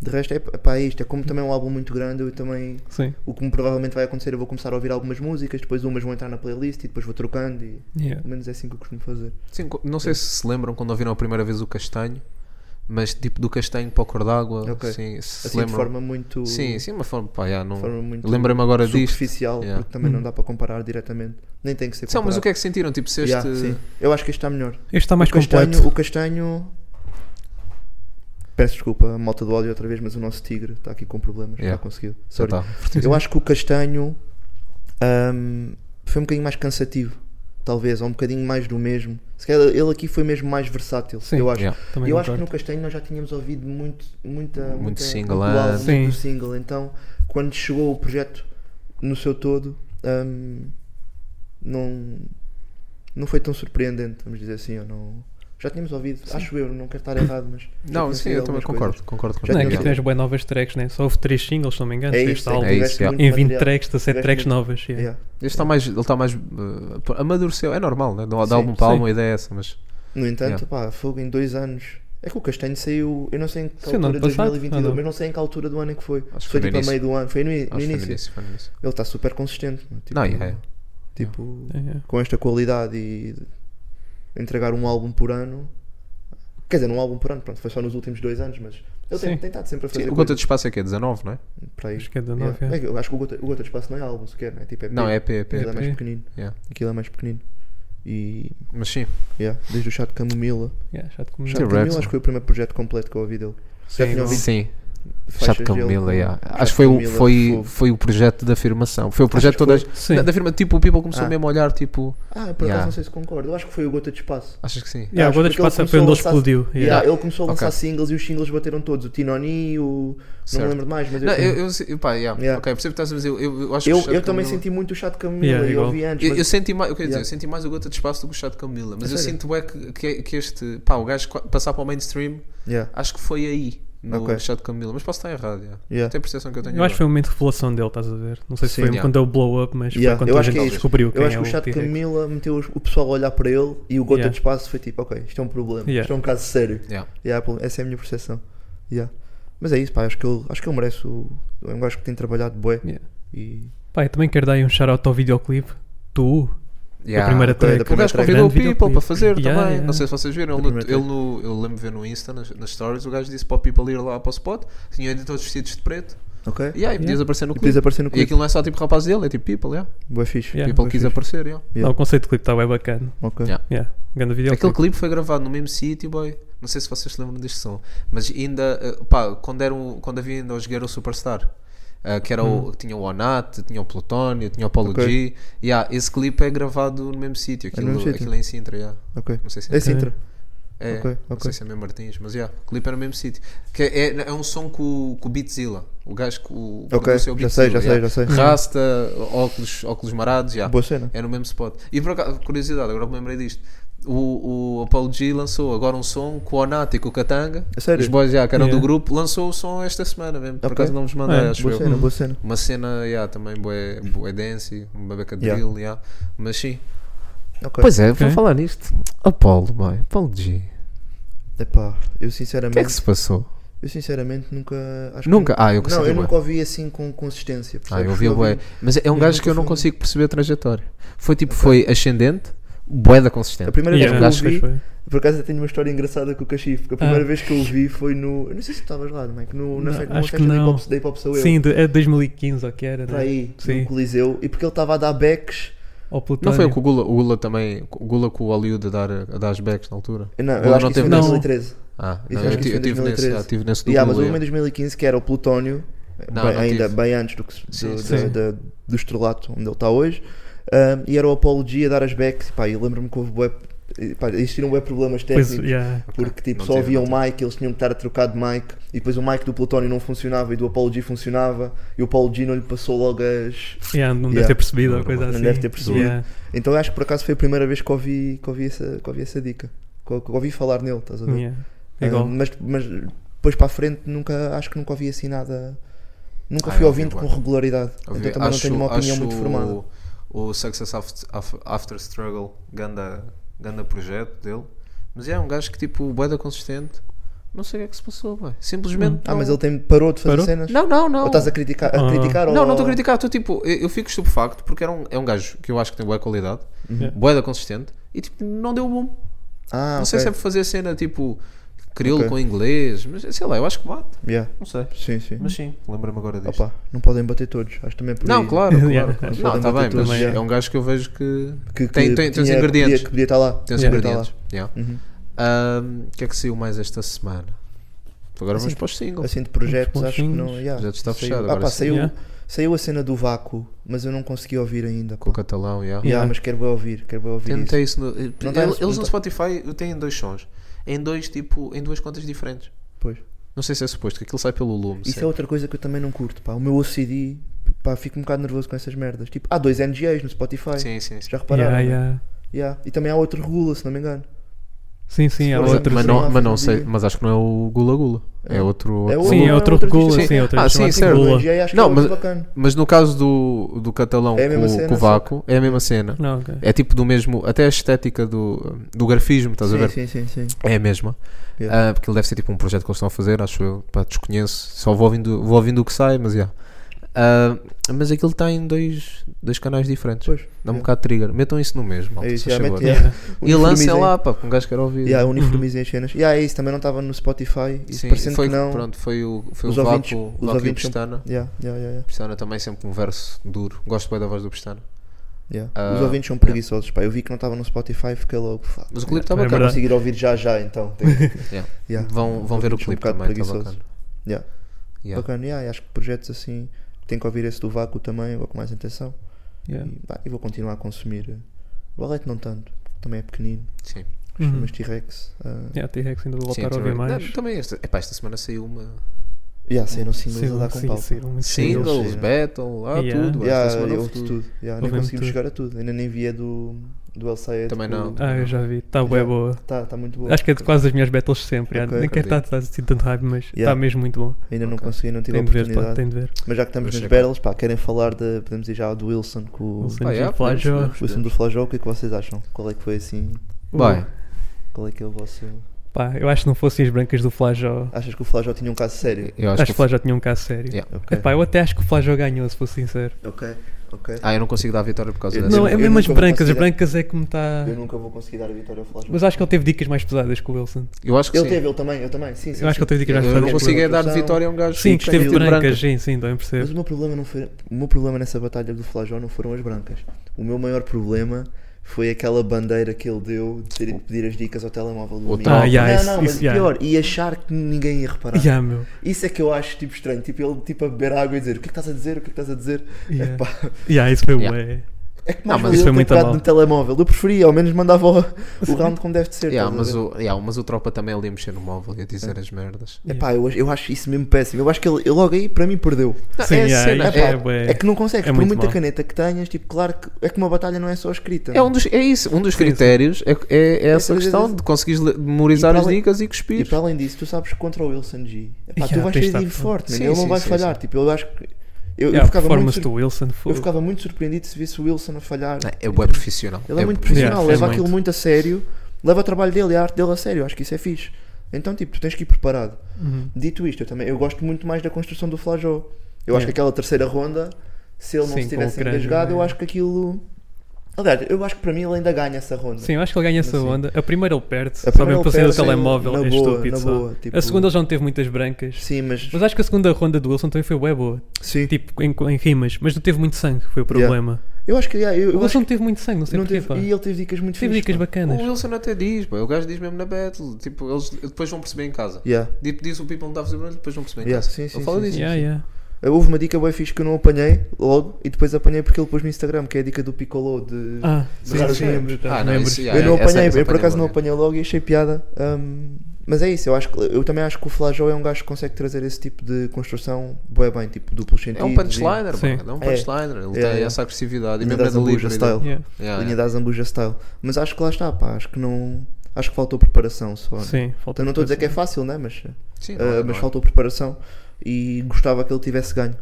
Speaker 6: De resto, é pá, é isto. É como também é um álbum muito grande, eu também.
Speaker 7: Sim.
Speaker 6: O que me provavelmente vai acontecer, eu vou começar a ouvir algumas músicas, depois umas vão entrar na playlist e depois vou trocando. E
Speaker 7: Yeah.
Speaker 6: pelo menos é assim que eu costumo fazer.
Speaker 8: Sim, co- não sei se se lembram quando ouviram a primeira vez o castanho, mas tipo do castanho para o cor d'água,
Speaker 6: Ok.
Speaker 8: sim, se
Speaker 6: Assim, de
Speaker 8: lembram.
Speaker 6: forma muito.
Speaker 8: Sim, sim, uma forma, pá, já, não...
Speaker 6: de forma muito
Speaker 8: lembrei-me agora disto.
Speaker 6: superficial,
Speaker 8: Yeah.
Speaker 6: porque também não
Speaker 7: Uhum.
Speaker 6: dá para comparar diretamente. Nem tem que ser
Speaker 8: São,
Speaker 6: comparado.
Speaker 8: mas o que é que sentiram? Tipo, se este...
Speaker 6: Yeah, sim. Eu acho que este está melhor.
Speaker 7: Este está mais
Speaker 6: o castanho,
Speaker 7: completo.
Speaker 6: O castanho. Peço desculpa, malta do áudio outra vez, mas o nosso tigre está aqui com problemas.
Speaker 8: Yeah.
Speaker 6: Está conseguido.
Speaker 8: Já
Speaker 6: Sorry.
Speaker 8: tá.
Speaker 6: Eu acho que o castanho ahm, foi um bocadinho mais cansativo, talvez, ou um bocadinho mais do mesmo. Se calhar ele aqui foi mesmo mais versátil,
Speaker 7: Sim.
Speaker 6: eu acho.
Speaker 8: Yeah.
Speaker 7: Também
Speaker 6: eu acho que
Speaker 7: concordo.
Speaker 6: no castanho nós já tínhamos ouvido muito, muita,
Speaker 8: Muito
Speaker 6: muita
Speaker 8: single é.
Speaker 6: muito álbum,
Speaker 8: antes.
Speaker 7: Sim.
Speaker 6: muito single. Então, quando chegou o projeto no seu todo, ahm, não não foi tão surpreendente, vamos dizer assim, ou não. Já tínhamos ouvido, acho eu, não quero estar errado, mas. já
Speaker 8: Não,
Speaker 6: tínhamos
Speaker 8: sim,
Speaker 6: ouvido
Speaker 8: eu também
Speaker 6: algumas é
Speaker 8: concordo, concordo com
Speaker 6: Já
Speaker 7: Não,
Speaker 8: o
Speaker 7: aqui
Speaker 6: tínhamos
Speaker 8: Miguel.
Speaker 7: tens bem novas tracks, né? Só houve 3 singles, se não me engano,
Speaker 6: coisas. É
Speaker 7: deste
Speaker 6: isso,
Speaker 7: álbum.
Speaker 8: é isso, yeah.
Speaker 7: Em 20 tracks, 17 tracks
Speaker 6: Tiveste muito-
Speaker 7: novas. yeah.
Speaker 6: Yeah.
Speaker 8: Este está mais, ele está mais, uh, amadureceu, é normal, né? De um- de
Speaker 6: Sim,
Speaker 8: álbum para
Speaker 7: sim.
Speaker 8: álbum a ideia é essa, mas...
Speaker 6: No entanto,
Speaker 8: Yeah.
Speaker 6: pá, fogo em dois anos. É que o Castanho saiu, eu não sei em que
Speaker 7: Sim, no
Speaker 6: altura
Speaker 7: ano
Speaker 6: de
Speaker 7: passado,
Speaker 6: 2022,
Speaker 7: ou não?
Speaker 6: mas não sei em que altura do ano é que foi.
Speaker 8: Acho que
Speaker 6: Se
Speaker 8: foi
Speaker 6: foi
Speaker 8: no
Speaker 6: tipo a
Speaker 8: início.
Speaker 6: meio do ano, foi no, i-
Speaker 8: Acho que
Speaker 6: no início.
Speaker 8: foi no início, foi no início.
Speaker 6: Ele está super consistente. meu, Tipo,
Speaker 8: Não, é. yeah, yeah.
Speaker 6: tipo
Speaker 7: É, é.
Speaker 6: com esta qualidade e de entregar um álbum por ano. Quer dizer, não um álbum por ano, pronto, foi só nos últimos dois anos, mas ele tem,
Speaker 7: Sim.
Speaker 6: tem estado sempre a fazer.
Speaker 8: Sim, o
Speaker 6: coisas
Speaker 8: Gota de Espaço é que é 19, não é?
Speaker 6: para aí.
Speaker 7: Acho que é da
Speaker 6: Yeah.
Speaker 7: 9.
Speaker 6: É que Eu acho que o Gota, o Gota de Espaço não é álbum sequer, não é? Tipo, é
Speaker 8: Não, é
Speaker 6: pequeno.
Speaker 8: EP, EP.
Speaker 6: Aquilo é mais
Speaker 7: EP.
Speaker 6: pequenino.
Speaker 8: Yeah.
Speaker 6: Aquilo é mais pequenino. E,
Speaker 8: Mas sim,
Speaker 6: yeah, desde o Chá de Camomila.
Speaker 7: já te comi.
Speaker 6: Chá de
Speaker 8: Raps,
Speaker 6: Camomila acho que
Speaker 8: mano.
Speaker 6: foi o primeiro projeto completo que eu ouvi dele. Já tinha ouvido
Speaker 8: sim.
Speaker 6: faixas
Speaker 8: Chato
Speaker 6: dele
Speaker 8: Camila,
Speaker 6: com-
Speaker 8: yeah.
Speaker 6: Chá
Speaker 8: acho
Speaker 6: de
Speaker 8: que foi, o-
Speaker 6: Camomila,
Speaker 8: foi,
Speaker 6: fogo.
Speaker 8: foi o projeto da afirmação. Foi o projeto
Speaker 6: que
Speaker 8: de todas.
Speaker 6: foi.
Speaker 7: Sim.
Speaker 8: Da, da afirma, tipo, o people começou
Speaker 6: Ah.
Speaker 8: mesmo a olhar, tipo,
Speaker 6: Ah, por acaso
Speaker 8: Yeah.
Speaker 6: não sei se concordo. Eu acho que foi o Gota de Espaço.
Speaker 8: achas que sim?
Speaker 7: Yeah,
Speaker 6: Acho,
Speaker 7: o Gota de
Speaker 6: Tá, porque ele
Speaker 7: Espaço foi
Speaker 6: começou a
Speaker 7: onde ele
Speaker 6: lançar-
Speaker 7: explodiu.
Speaker 6: Yeah,
Speaker 7: Yeah.
Speaker 6: ele começou a lançar
Speaker 8: Ok.
Speaker 6: singles e os singles bateram todos. O Tinoni, o. Não
Speaker 8: Certo.
Speaker 6: me lembro de mais, mas
Speaker 8: Não,
Speaker 6: eu,
Speaker 8: eu, eu, eu, pá, yeah.
Speaker 6: Yeah.
Speaker 8: ok, percebo o que estás a dizer. Eu, eu, eu acho
Speaker 6: eu,
Speaker 8: que o Chato
Speaker 6: eu também
Speaker 8: Camila-
Speaker 6: senti muito o Chá de Camomila.
Speaker 7: Yeah,
Speaker 6: eu
Speaker 7: igual.
Speaker 6: ouvi antes.
Speaker 8: Eu,
Speaker 6: mas-
Speaker 8: eu senti mais, eu quero dizer,
Speaker 6: Yeah.
Speaker 8: eu senti mais o gota de espaço do que o Chato Camila, mas
Speaker 6: A
Speaker 8: eu
Speaker 6: sério?
Speaker 8: sinto é que, que, que este, pá, o gajo qua- passar para o mainstream,
Speaker 6: Yeah,
Speaker 8: acho que foi aí, no
Speaker 6: Ok.
Speaker 8: Chato Camila, mas posso estar errado, yeah.
Speaker 6: yeah.
Speaker 8: tem a percepção que eu tenho.
Speaker 7: Eu acho
Speaker 8: agora.
Speaker 7: que foi um momento de revelação dele, estás a ver? Não sei se
Speaker 6: Sim,
Speaker 7: foi
Speaker 8: yeah.
Speaker 7: quando deu o blow up, mas
Speaker 6: Yeah,
Speaker 7: foi quando
Speaker 6: eu
Speaker 7: a
Speaker 6: acho
Speaker 7: gente
Speaker 6: que é isso.
Speaker 7: descobriu
Speaker 8: um
Speaker 7: quem
Speaker 6: Eu acho
Speaker 7: é
Speaker 6: que o Chá de
Speaker 7: T-Rex.
Speaker 6: Camila meteu os- o pessoal a olhar para ele e o Gota
Speaker 7: Yeah.
Speaker 6: de Espaço foi tipo, ok, isto é um problema,
Speaker 7: Yeah.
Speaker 6: isto é um caso sério.
Speaker 8: Yeah.
Speaker 6: Yeah, pelo- essa é a minha percepção. Yeah. Mas é isso, pá, acho que ele, acho que ele merece. O, é um gajo que tem trabalhado bué.
Speaker 7: Yeah.
Speaker 6: E,
Speaker 7: Pá, eu também quero dar aí um shout-out ao videoclipe. Tu,
Speaker 8: Yeah.
Speaker 7: a primeira
Speaker 6: Ok, né? da
Speaker 7: track.
Speaker 8: O gajo
Speaker 6: Primeira track.
Speaker 8: convidou o
Speaker 7: Grande
Speaker 8: People para
Speaker 7: videoclipe.
Speaker 8: fazer
Speaker 7: Yeah,
Speaker 8: também.
Speaker 7: yeah.
Speaker 8: Não sei se vocês viram.
Speaker 6: Da
Speaker 8: Ele, no-
Speaker 6: primeira
Speaker 8: ele no- eu lembro de ver no Insta, nas, nas stories, o gajo disse para o People ir lá para o spot. Tinham ainda todos vestidos de preto.
Speaker 6: ok?
Speaker 8: Yeah, e podias
Speaker 7: Yeah.
Speaker 8: aparecer no
Speaker 6: E depois
Speaker 8: clipe.
Speaker 6: aparecer no
Speaker 8: E
Speaker 6: clipe.
Speaker 8: aquilo não é só tipo rapaz dele, é tipo People. Yeah.
Speaker 6: Bué fixe.
Speaker 7: Yeah.
Speaker 8: people
Speaker 6: bué
Speaker 8: quis
Speaker 6: fixe.
Speaker 8: aparecer. Yeah.
Speaker 6: Yeah.
Speaker 7: Não, o conceito do clipe está bem bacana.
Speaker 6: Ok.
Speaker 8: Yeah.
Speaker 7: Yeah, grande videoclipe.
Speaker 8: Aquele clipe foi gravado no mesmo sítio, boy. Não sei se vocês se lembram deste som, mas ainda, eh, pá, quando, eram, quando havia ainda os Ghetto Superstar, eh, que era o, tinha o Onat, tinha o Plutónio, tinha o Paulo
Speaker 6: Hum. Ok.
Speaker 8: G. Yeah, esse clipe é gravado no mesmo sítio,
Speaker 6: É no
Speaker 8: aquilo,
Speaker 6: mesmo sítio?
Speaker 8: aquilo é em Sintra, yeah.
Speaker 6: Ok.
Speaker 8: não sei se
Speaker 6: É Sintra.
Speaker 8: É,
Speaker 6: Ok,
Speaker 8: não
Speaker 6: ok.
Speaker 8: sei se é mesmo Martins, mas yeah, o clipe é no mesmo sítio. Que é, é, é um som com, com o Beatzilla, o gajo que o
Speaker 6: Ok,
Speaker 8: produz é o
Speaker 6: já sei, já
Speaker 8: Beatzilla, yeah.
Speaker 6: sei, já sei.
Speaker 8: Rasta, óculos, óculos marados, yeah.
Speaker 6: Boa cena.
Speaker 8: É no mesmo spot. E por acaso, curiosidade, agora me lembrei disto. O, o Apollo G lançou agora um som com o Onat e com o Katanga.
Speaker 6: A É sério?
Speaker 8: Os boys já que eram
Speaker 7: Yeah.
Speaker 8: do grupo, lançou o som esta semana mesmo. Por
Speaker 6: Ok.
Speaker 8: acaso não vos mandei,
Speaker 7: Ah,
Speaker 8: acho
Speaker 6: Boa
Speaker 8: eu.
Speaker 6: cena, boa cena.
Speaker 8: Uma cena, yeah, também bué, bué dance, uma beca de
Speaker 6: Yeah.
Speaker 8: drill, yeah. mas sim.
Speaker 6: Ok.
Speaker 8: Pois é,
Speaker 7: Ok.
Speaker 8: vou falar nisto. Apollo, boy. Apollo G.
Speaker 6: Epá, eu
Speaker 8: O que é que
Speaker 6: sinceramente,
Speaker 8: se passou?
Speaker 6: eu sinceramente nunca. Acho
Speaker 8: Nunca? Ah, eu
Speaker 6: Que, não,
Speaker 8: consegui
Speaker 6: eu
Speaker 8: bué.
Speaker 6: nunca ouvi assim com consistência.
Speaker 8: Ah,
Speaker 6: percebes?
Speaker 8: eu ouvi bué. Mas é um
Speaker 6: eu
Speaker 8: gajo
Speaker 6: nunca
Speaker 8: que eu não
Speaker 6: fui-
Speaker 8: consigo perceber a trajetória. Foi tipo,
Speaker 6: Ok.
Speaker 8: foi ascendente, bué da consistente.
Speaker 6: A primeira
Speaker 7: Yeah,
Speaker 6: vez
Speaker 7: acho
Speaker 6: que eu
Speaker 7: que
Speaker 6: ouvi,
Speaker 7: foi.
Speaker 6: por acaso eu tenho uma história engraçada com o Cachif, porque a primeira
Speaker 7: Ah.
Speaker 6: vez que eu ouvi foi no. Eu não sei se tu estavas lá, Mike, no, na
Speaker 7: Não,
Speaker 6: fe- numa
Speaker 7: acho que
Speaker 6: festa de
Speaker 7: não.
Speaker 6: hip hop- da Hip Hop Sou Eu.
Speaker 7: Sim, de, é de 2015 ou que era,
Speaker 6: Para
Speaker 7: né?
Speaker 6: Tá aí,
Speaker 7: Sim.
Speaker 6: no Coliseu, e porque ele estava a dar backs.
Speaker 7: Ao Plutónio.
Speaker 8: Não foi o que o Gula, o Gula também, o Gula com o Hollywood a dar, a dar as backs na altura?
Speaker 6: Não,
Speaker 8: Ele
Speaker 6: eu acho
Speaker 8: não
Speaker 6: que isso
Speaker 8: teve-
Speaker 6: foi em
Speaker 7: Não.
Speaker 6: 2013.
Speaker 8: Ah,
Speaker 6: Isso
Speaker 8: não, eu
Speaker 6: acho que isso é
Speaker 8: ti-
Speaker 6: foi
Speaker 8: eu tive
Speaker 6: 2013.
Speaker 8: nesse, já, tive nesse do
Speaker 6: Yeah, mas
Speaker 8: Gula.
Speaker 6: houve uma em
Speaker 8: yeah.
Speaker 6: 2015 que era o Plutónio,
Speaker 8: Não,
Speaker 6: bem-
Speaker 8: não
Speaker 6: ainda
Speaker 8: tive.
Speaker 6: bem antes do, que, se- do,
Speaker 8: Sim,
Speaker 6: da-
Speaker 7: sim.
Speaker 6: da- do Estrelato, onde ele está hoje, ahm, e era o Apollo G a dar as backs. Pá, e lembro-me que houve bué, pá, existiram bué problemas
Speaker 7: Pois,
Speaker 6: técnicos.
Speaker 7: yeah.
Speaker 6: Porque tipo,
Speaker 8: Não
Speaker 6: só
Speaker 8: teve,
Speaker 6: havia
Speaker 8: não
Speaker 6: um mic, eles tinham que estar a trocar de mic, e depois o mic do Plutónio não funcionava e do Apollo G funcionava, e o Apollo G não lhe passou logo as.
Speaker 7: Yeah, não deve
Speaker 6: Yeah.
Speaker 7: ter percebido ou coisa
Speaker 6: Não
Speaker 7: assim.
Speaker 6: deve ter percebido.
Speaker 7: Yeah.
Speaker 6: Então eu acho que por acaso foi a primeira vez que ouvi, que ouvi, essa, que ouvi essa dica, que, ou- que ouvi falar nele, estás a ver?
Speaker 7: Yeah.
Speaker 8: É
Speaker 6: Ah,
Speaker 7: Igual.
Speaker 6: mas, mas depois para a frente nunca acho que nunca ouvi assim nada. Nunca
Speaker 8: Ah,
Speaker 6: fui
Speaker 8: eu ouvi
Speaker 6: ouvindo com
Speaker 8: bué.
Speaker 6: regularidade.
Speaker 8: Ouvi-
Speaker 6: então também não tenho uma opinião
Speaker 8: acho
Speaker 6: muito formada.
Speaker 8: O, o Success After, Af- After Struggle, ganda, ganda projeto dele. Mas é um gajo que tipo, bué da consistente. Não sei o que é que se passou, véi. Simplesmente.
Speaker 6: Ah, mas
Speaker 8: não-
Speaker 6: ele tem, parou de fazer
Speaker 7: Parou?
Speaker 6: cenas?
Speaker 8: Não, não, não.
Speaker 6: Ou estás a criticar? A
Speaker 7: Ah.
Speaker 6: criticar
Speaker 8: Não,
Speaker 6: ou...
Speaker 8: não estou a criticar, estou tipo, eu, eu fico estupefacto porque era um, é um gajo que eu acho que tem boa qualidade,
Speaker 7: Uhum.
Speaker 8: boa da consistente e tipo, não deu bom.
Speaker 6: Ah,
Speaker 8: não sei se é
Speaker 6: ok.
Speaker 8: por fazer cena tipo crioulo
Speaker 6: Ok.
Speaker 8: com inglês, mas sei lá, eu acho que bate,
Speaker 6: Yeah.
Speaker 8: não sei.
Speaker 6: Sim, sim.
Speaker 8: é Mas sim, lembra-me agora disso.
Speaker 6: Opa, não podem bater todos. Acho também por
Speaker 8: Não,
Speaker 6: aí
Speaker 8: claro, claro.
Speaker 7: Yeah.
Speaker 8: claro.
Speaker 6: Eles
Speaker 8: Não,
Speaker 6: podem
Speaker 8: está bem,
Speaker 6: bater
Speaker 8: mas
Speaker 6: tudo, yeah.
Speaker 8: é um gajo que eu vejo que
Speaker 6: Que,
Speaker 8: Tem- tem- tem os
Speaker 6: tinha-
Speaker 8: ingredientes.
Speaker 6: Podia, que podia estar lá.
Speaker 8: tem os
Speaker 7: Yeah.
Speaker 8: ingredientes. Yeah.
Speaker 6: Uhum.
Speaker 8: Ahm, O que é que saiu mais esta semana? Agora
Speaker 6: Assim,
Speaker 8: vamos para os singles.
Speaker 6: Assim de projetos,
Speaker 7: Uns
Speaker 6: acho que não.
Speaker 7: pouquinhos.
Speaker 6: yeah.
Speaker 8: Já está
Speaker 6: Saiu-
Speaker 8: fechado
Speaker 6: Ah,
Speaker 8: agora,
Speaker 6: pá,
Speaker 8: sim.
Speaker 6: saiu,
Speaker 7: Yeah.
Speaker 6: saiu a cena do vácuo, mas eu não consegui ouvir ainda.
Speaker 8: Com o
Speaker 6: Pá.
Speaker 8: catalão, yeah.
Speaker 6: Yeah,
Speaker 7: Yeah.
Speaker 6: Mas quero bem ouvir, quero bem ouvir.
Speaker 8: Eu não
Speaker 6: isso.
Speaker 8: tenho isso no-
Speaker 6: Não
Speaker 8: Ele-
Speaker 6: tem-
Speaker 8: eles
Speaker 6: não tá-
Speaker 8: no
Speaker 6: tem.
Speaker 8: Spotify têm dois sons. Em dois, tipo, em duas contas diferentes.
Speaker 6: Pois.
Speaker 8: Não sei se é suposto, que aquilo sai pelo lume.
Speaker 6: Isso é
Speaker 8: sempre.
Speaker 6: outra coisa que eu também não curto, pá. O meu OCD, pá, fico um bocado nervoso com essas merdas. Tipo, há dois NGAs no Spotify.
Speaker 8: Sim, sim, sim.
Speaker 6: Já repararam?
Speaker 7: Yeah,
Speaker 6: né?
Speaker 7: yeah.
Speaker 6: Yeah. E também há outro regula, se não me engano.
Speaker 7: Sim, sim, há né?
Speaker 6: Mas-
Speaker 7: É outro.
Speaker 8: mas
Speaker 6: sim.
Speaker 8: não, mas
Speaker 6: Sim.
Speaker 8: não sei, mas acho que não é o Gula Gula. É outro.
Speaker 6: É
Speaker 8: outro-
Speaker 7: Sim, é outro
Speaker 6: outro
Speaker 7: regula,
Speaker 6: registro.
Speaker 7: sim, outro
Speaker 8: Ah, sim,
Speaker 7: chamado
Speaker 8: certo.
Speaker 7: regula.
Speaker 6: E aí acho que
Speaker 8: Não,
Speaker 6: é mas...
Speaker 8: mas-
Speaker 6: bacana.
Speaker 8: Mas no caso do, do catalão
Speaker 6: É a mesma
Speaker 8: com,
Speaker 6: cena,
Speaker 8: com o
Speaker 6: só
Speaker 8: Vaco, é a mesma cena.
Speaker 7: Não, ok.
Speaker 8: É tipo do mesmo. Até a estética do, do grafismo, estás a
Speaker 6: Sim,
Speaker 8: ver?
Speaker 6: sim, sim, sim.
Speaker 8: É a mesma.
Speaker 6: Yeah.
Speaker 8: Ah, porque ele deve ser tipo um projeto que eles estão a fazer, acho eu. Pá, desconheço. Só vou ouvindo, vou ouvindo o que sai, mas já. Ah, mas aquilo está em dois, dois canais diferentes.
Speaker 6: Pois.
Speaker 8: Dá um
Speaker 6: yeah.
Speaker 8: bocado de trigger. Metam isso no mesmo. malta,
Speaker 6: É
Speaker 8: se
Speaker 6: isso,
Speaker 8: faz
Speaker 6: yeah,
Speaker 8: favor.
Speaker 6: mete- yeah.
Speaker 8: E lancem
Speaker 6: Uniformizem.
Speaker 8: lá, pá, com um gajo quer ouvir.
Speaker 6: Yeah, uniformizem as cenas. Yeah, é isso, também não estava no Spotify. Isso
Speaker 8: Sim,
Speaker 6: parecendo
Speaker 8: foi,
Speaker 6: que não.
Speaker 8: Pronto, foi o, foi
Speaker 6: Os
Speaker 8: o
Speaker 6: ouvintes-
Speaker 8: Vaco,
Speaker 6: os
Speaker 8: o Vaco e o
Speaker 6: ouvintes são-
Speaker 8: Pestana.
Speaker 6: Yeah, yeah, yeah, yeah,
Speaker 8: Pestana também sempre com um verso duro. Gosto bem da voz do Pestana.
Speaker 6: yeah.
Speaker 8: Ah,
Speaker 6: Os ouvintes são
Speaker 8: yeah.
Speaker 6: preguiçosos, pá. Eu vi que não estava no Spotify, fiquei logo. Fuck.
Speaker 8: Mas o clipe está
Speaker 7: É
Speaker 6: Vou
Speaker 8: bacana.
Speaker 7: verdade.
Speaker 6: conseguir ouvir já já então. Tem que-
Speaker 8: Yeah.
Speaker 6: Yeah.
Speaker 8: Vão, vão ver o
Speaker 6: Ouvintes um
Speaker 8: clipe
Speaker 6: bocado
Speaker 8: também, está
Speaker 6: preguiçosos.
Speaker 8: bacana.
Speaker 6: Yeah.
Speaker 8: Yeah.
Speaker 6: Bacana, yeah, e acho que projetos assim tem que ouvir esse do Vácuo também, vou com mais atenção.
Speaker 7: Yeah.
Speaker 6: E, pá, e vou continuar a consumir. O Valete não tanto, porque também é pequenino.
Speaker 8: Sim.
Speaker 7: Uhum.
Speaker 6: Mas T-Rex. ah,
Speaker 7: Yeah, T-Rex ainda vou
Speaker 8: Sim,
Speaker 7: voltar a ouvir
Speaker 8: também.
Speaker 7: mais.
Speaker 8: Não, também esta, epá, esta semana saiu uma
Speaker 6: yeah, saíram singles
Speaker 7: Sim,
Speaker 6: a dar com
Speaker 7: sim,
Speaker 6: pau.
Speaker 7: sim, muitos
Speaker 6: Singles,
Speaker 7: singles.
Speaker 8: singles,
Speaker 6: sim.
Speaker 8: battle, ah,
Speaker 7: Yeah.
Speaker 8: tudo.
Speaker 6: Yeah,
Speaker 8: esta semana
Speaker 6: eu
Speaker 8: houve
Speaker 6: ouvi
Speaker 8: tudo.
Speaker 6: tudo. Yeah, nem
Speaker 7: Ouvimos
Speaker 6: conseguimos
Speaker 7: tudo.
Speaker 6: chegar a tudo. Ainda nem vi a do, do El Sayed.
Speaker 8: Também não.
Speaker 7: Ah, eu já vi. Está bué
Speaker 6: tipo, Yeah.
Speaker 7: boa.
Speaker 6: Está tá muito boa.
Speaker 7: Acho que é de quase as minhas battles de sempre. yeah.
Speaker 6: Ok,
Speaker 7: Nem quero estar
Speaker 8: acredito.
Speaker 7: estar a sentir tanto hype, mas está
Speaker 6: Yeah.
Speaker 7: mesmo muito bom.
Speaker 6: Ainda não
Speaker 8: Ok.
Speaker 6: consegui, não tive a
Speaker 7: Tem de ver, pá,
Speaker 6: oportunidade.
Speaker 7: tem de ver.
Speaker 6: Mas já que estamos
Speaker 8: Vou
Speaker 6: nos
Speaker 8: checar.
Speaker 6: battles, pá, querem falar de. Podemos ir já ao do Wilson com o.
Speaker 7: Wilson.
Speaker 8: Pá,
Speaker 7: Sim,
Speaker 8: yeah,
Speaker 7: Fly
Speaker 8: podemos,
Speaker 7: Joe.
Speaker 8: podemos,
Speaker 6: Wilson do Flajó, o que é que vocês acham? Qual é que foi assim?
Speaker 8: Bem,
Speaker 6: Qual é que é o vosso.
Speaker 7: Pá, eu acho que não fossem as brancas do Flajó.
Speaker 6: Achas que o Flajó tinha um caso sério?
Speaker 8: eu acho,
Speaker 7: Acho que
Speaker 8: que
Speaker 7: o
Speaker 8: foi-
Speaker 7: Flajó tinha um caso sério.
Speaker 8: Yeah.
Speaker 6: Ok.
Speaker 7: Epá, eu até acho que o Flajó ganhou, se fosse sincero.
Speaker 6: Ok, ok.
Speaker 8: Ah, eu não consigo dar vitória por causa
Speaker 6: Eu
Speaker 8: dessa.
Speaker 7: Não, é
Speaker 6: eu
Speaker 7: mesmo as
Speaker 6: nunca vou
Speaker 7: brancas. As
Speaker 6: considerar-
Speaker 7: brancas é que me está.
Speaker 6: Eu nunca vou conseguir dar a vitória ao Flajó.
Speaker 7: Mas acho que ele teve dicas mais pesadas que o Wilson.
Speaker 8: Eu acho que
Speaker 6: Ele
Speaker 8: sim.
Speaker 6: teve, ele também, eu também. Sim, sim.
Speaker 7: Eu acho que
Speaker 6: sim.
Speaker 7: ele teve dicas mais
Speaker 8: Eu não
Speaker 7: pesadas. que o
Speaker 8: consigo é
Speaker 7: Wilson.
Speaker 8: dar
Speaker 6: Construção.
Speaker 8: vitória a um gajo
Speaker 7: Sim, que esteve
Speaker 8: tem
Speaker 7: brancas.
Speaker 8: branca.
Speaker 7: Sim, sim, também percebo.
Speaker 6: Mas o meu problema não foi. O meu problema nessa batalha do Flajó não foram as brancas. O meu maior problema foi aquela bandeira que ele deu de ter ido pedir as dicas ao telemóvel do
Speaker 8: O
Speaker 6: amigo.
Speaker 8: tal. Ah,
Speaker 7: yeah,
Speaker 6: não,
Speaker 7: isso-
Speaker 6: não, mas
Speaker 7: isso, yeah.
Speaker 6: pior, e achar que ninguém ia reparar.
Speaker 7: Yeah, meu.
Speaker 6: Isso é que eu acho tipo estranho, tipo ele tipo a beber água e dizer o que é que estás a dizer, o que é que estás a dizer.
Speaker 7: Yeah.
Speaker 6: Epá,
Speaker 7: Yeah, isso foi
Speaker 8: Yeah.
Speaker 7: bué.
Speaker 6: é que
Speaker 8: Não,
Speaker 6: mais
Speaker 8: mas
Speaker 6: não, mas
Speaker 7: isso
Speaker 6: ele
Speaker 7: foi
Speaker 6: ter
Speaker 7: muito
Speaker 6: pegado
Speaker 7: mal.
Speaker 6: no telemóvel. Eu preferia, ao menos mandava o, o round como deve de ser.
Speaker 8: Yeah,
Speaker 6: estás a
Speaker 8: mas,
Speaker 6: ver?
Speaker 8: o, yeah, mas o Tropa também ali a mexer no móvel e a dizer as merdas.
Speaker 6: Epá, eu, acho- eu acho isso mesmo péssimo. Eu acho que ele, ele logo aí para mim perdeu.
Speaker 8: é
Speaker 7: Sim,
Speaker 8: a
Speaker 7: yeah,
Speaker 8: cena,
Speaker 7: isso
Speaker 8: pá.
Speaker 7: é bué.
Speaker 6: É que não consegues,
Speaker 7: É
Speaker 6: por
Speaker 7: muito
Speaker 6: muita
Speaker 7: mal.
Speaker 6: caneta que tenhas, tipo, claro que é que uma batalha não é só escrita.
Speaker 8: É, um dos, é isso, um dos
Speaker 7: sim.
Speaker 8: critérios é, é, é essa
Speaker 6: eu ia
Speaker 8: questão
Speaker 6: dizer.
Speaker 8: de conseguires le- memorizar
Speaker 6: E
Speaker 8: as
Speaker 6: para-
Speaker 8: dicas e
Speaker 6: E
Speaker 8: cuspir.
Speaker 6: para Tipo, além disso, tu sabes que contra o Wilson G, epá,
Speaker 7: Yeah,
Speaker 6: tu vais
Speaker 7: tens
Speaker 6: ter
Speaker 7: de
Speaker 6: de ir
Speaker 7: estar-
Speaker 6: forte, man.
Speaker 8: Sim,
Speaker 6: ele não
Speaker 8: sim,
Speaker 6: vai
Speaker 8: sim,
Speaker 6: falhar.
Speaker 8: sim.
Speaker 6: Tipo, eu acho que. Eu, eu
Speaker 7: Yeah, a
Speaker 6: ficava muito
Speaker 7: performance
Speaker 6: sur-
Speaker 7: do Wilson foi.
Speaker 6: eu ficava muito surpreendido se visse o Wilson a falhar.
Speaker 8: É bué profissional.
Speaker 6: Ele é, muito
Speaker 7: Yeah,
Speaker 6: profissional,
Speaker 7: faz
Speaker 6: leva
Speaker 7: muito.
Speaker 6: aquilo muito a sério, leva o trabalho dele e a arte dele a sério, acho que isso é fixe. Então, tipo, tu tens que ir preparado.
Speaker 7: Uhum.
Speaker 6: Dito isto, eu também eu gosto muito mais da construção do Flajó. Eu acho
Speaker 7: Yeah.
Speaker 6: que aquela terceira ronda, se ele não
Speaker 7: É.
Speaker 6: se
Speaker 7: Sim, com
Speaker 6: tivesse
Speaker 7: o crânio,
Speaker 6: engasgado, eu
Speaker 7: é.
Speaker 6: acho que aquilo. Aliás, eu acho que para mim ele ainda ganha essa ronda.
Speaker 7: Sim, eu acho que ele ganha essa
Speaker 6: Assim.
Speaker 7: onda. A primeira ele perde,
Speaker 6: A
Speaker 7: só
Speaker 6: primeira ele
Speaker 7: mesmo para sair do
Speaker 6: perde, sim,
Speaker 7: telemóvel,
Speaker 6: na
Speaker 7: é
Speaker 6: boa,
Speaker 7: estúpido
Speaker 6: na
Speaker 7: só.
Speaker 6: boa, tipo-
Speaker 7: A segunda ele já não teve muitas brancas.
Speaker 6: Sim, mas.
Speaker 7: Mas acho que a segunda ronda do Wilson também foi bué boa,
Speaker 6: Sim.
Speaker 7: tipo em, em rimas, mas não teve muito sangue, foi o
Speaker 6: Yeah.
Speaker 7: problema.
Speaker 6: eu acho que. yeah, eu,
Speaker 7: O
Speaker 6: eu acho
Speaker 7: Wilson não teve muito sangue, não
Speaker 6: que
Speaker 7: sei
Speaker 6: não
Speaker 7: porquê,
Speaker 6: teve,
Speaker 7: pá.
Speaker 6: e ele teve dicas muito
Speaker 7: Teve
Speaker 6: fixe,
Speaker 7: dicas
Speaker 6: pá.
Speaker 7: bacanas.
Speaker 8: O Wilson até diz, pá, o gajo diz mesmo na battle. Tipo, eles depois vão perceber em casa.
Speaker 6: Yeah.
Speaker 8: Tipo, diz o People não está a fazer barulho, depois vão perceber em
Speaker 6: Yeah,
Speaker 8: casa.
Speaker 6: sim, sim,
Speaker 8: Ele fala
Speaker 6: sim,
Speaker 8: disso.
Speaker 7: Yeah, yeah.
Speaker 6: Houve uma dica bem fixe que eu não apanhei logo e depois apanhei porque ele pôs no Instagram, que é a dica do Piccolo de.
Speaker 7: Ah,
Speaker 6: Mas
Speaker 7: sim,
Speaker 6: era
Speaker 7: sim.
Speaker 6: assim,
Speaker 7: lembro, tá,
Speaker 8: Ah, não,
Speaker 7: lembro.
Speaker 8: isso, yeah,
Speaker 6: eu não
Speaker 8: essa- é
Speaker 6: apanhei,
Speaker 8: essa
Speaker 6: eu por acaso não
Speaker 8: apanhei.
Speaker 6: apanhei logo e achei piada. hum, mas é isso, eu, acho que, eu também acho que o Flajó é um gajo que consegue trazer esse tipo de construção bué bem, tipo duplos
Speaker 8: É
Speaker 6: sentidos.
Speaker 8: um punchliner,
Speaker 7: Sim.
Speaker 8: mano. É um
Speaker 6: É.
Speaker 8: punchliner. Ele
Speaker 6: Yeah,
Speaker 8: tem
Speaker 6: yeah.
Speaker 8: essa agressividade.
Speaker 6: e
Speaker 8: E
Speaker 6: linha
Speaker 8: mesmo é
Speaker 6: da
Speaker 8: delivery.
Speaker 6: Zambuja
Speaker 8: dele.
Speaker 6: style.
Speaker 7: Yeah.
Speaker 8: Yeah,
Speaker 6: Linha
Speaker 8: yeah.
Speaker 6: da Zambuja style. Mas acho que lá está, pá, acho que não. Acho que faltou preparação só. né?
Speaker 7: Sim,
Speaker 6: Então,
Speaker 7: falta
Speaker 6: não estou a dizer que é fácil, né? Mas,
Speaker 8: Sim,
Speaker 6: ah,
Speaker 8: não é,
Speaker 6: mas
Speaker 8: não é.
Speaker 6: faltou preparação e gostava que ele tivesse ganho.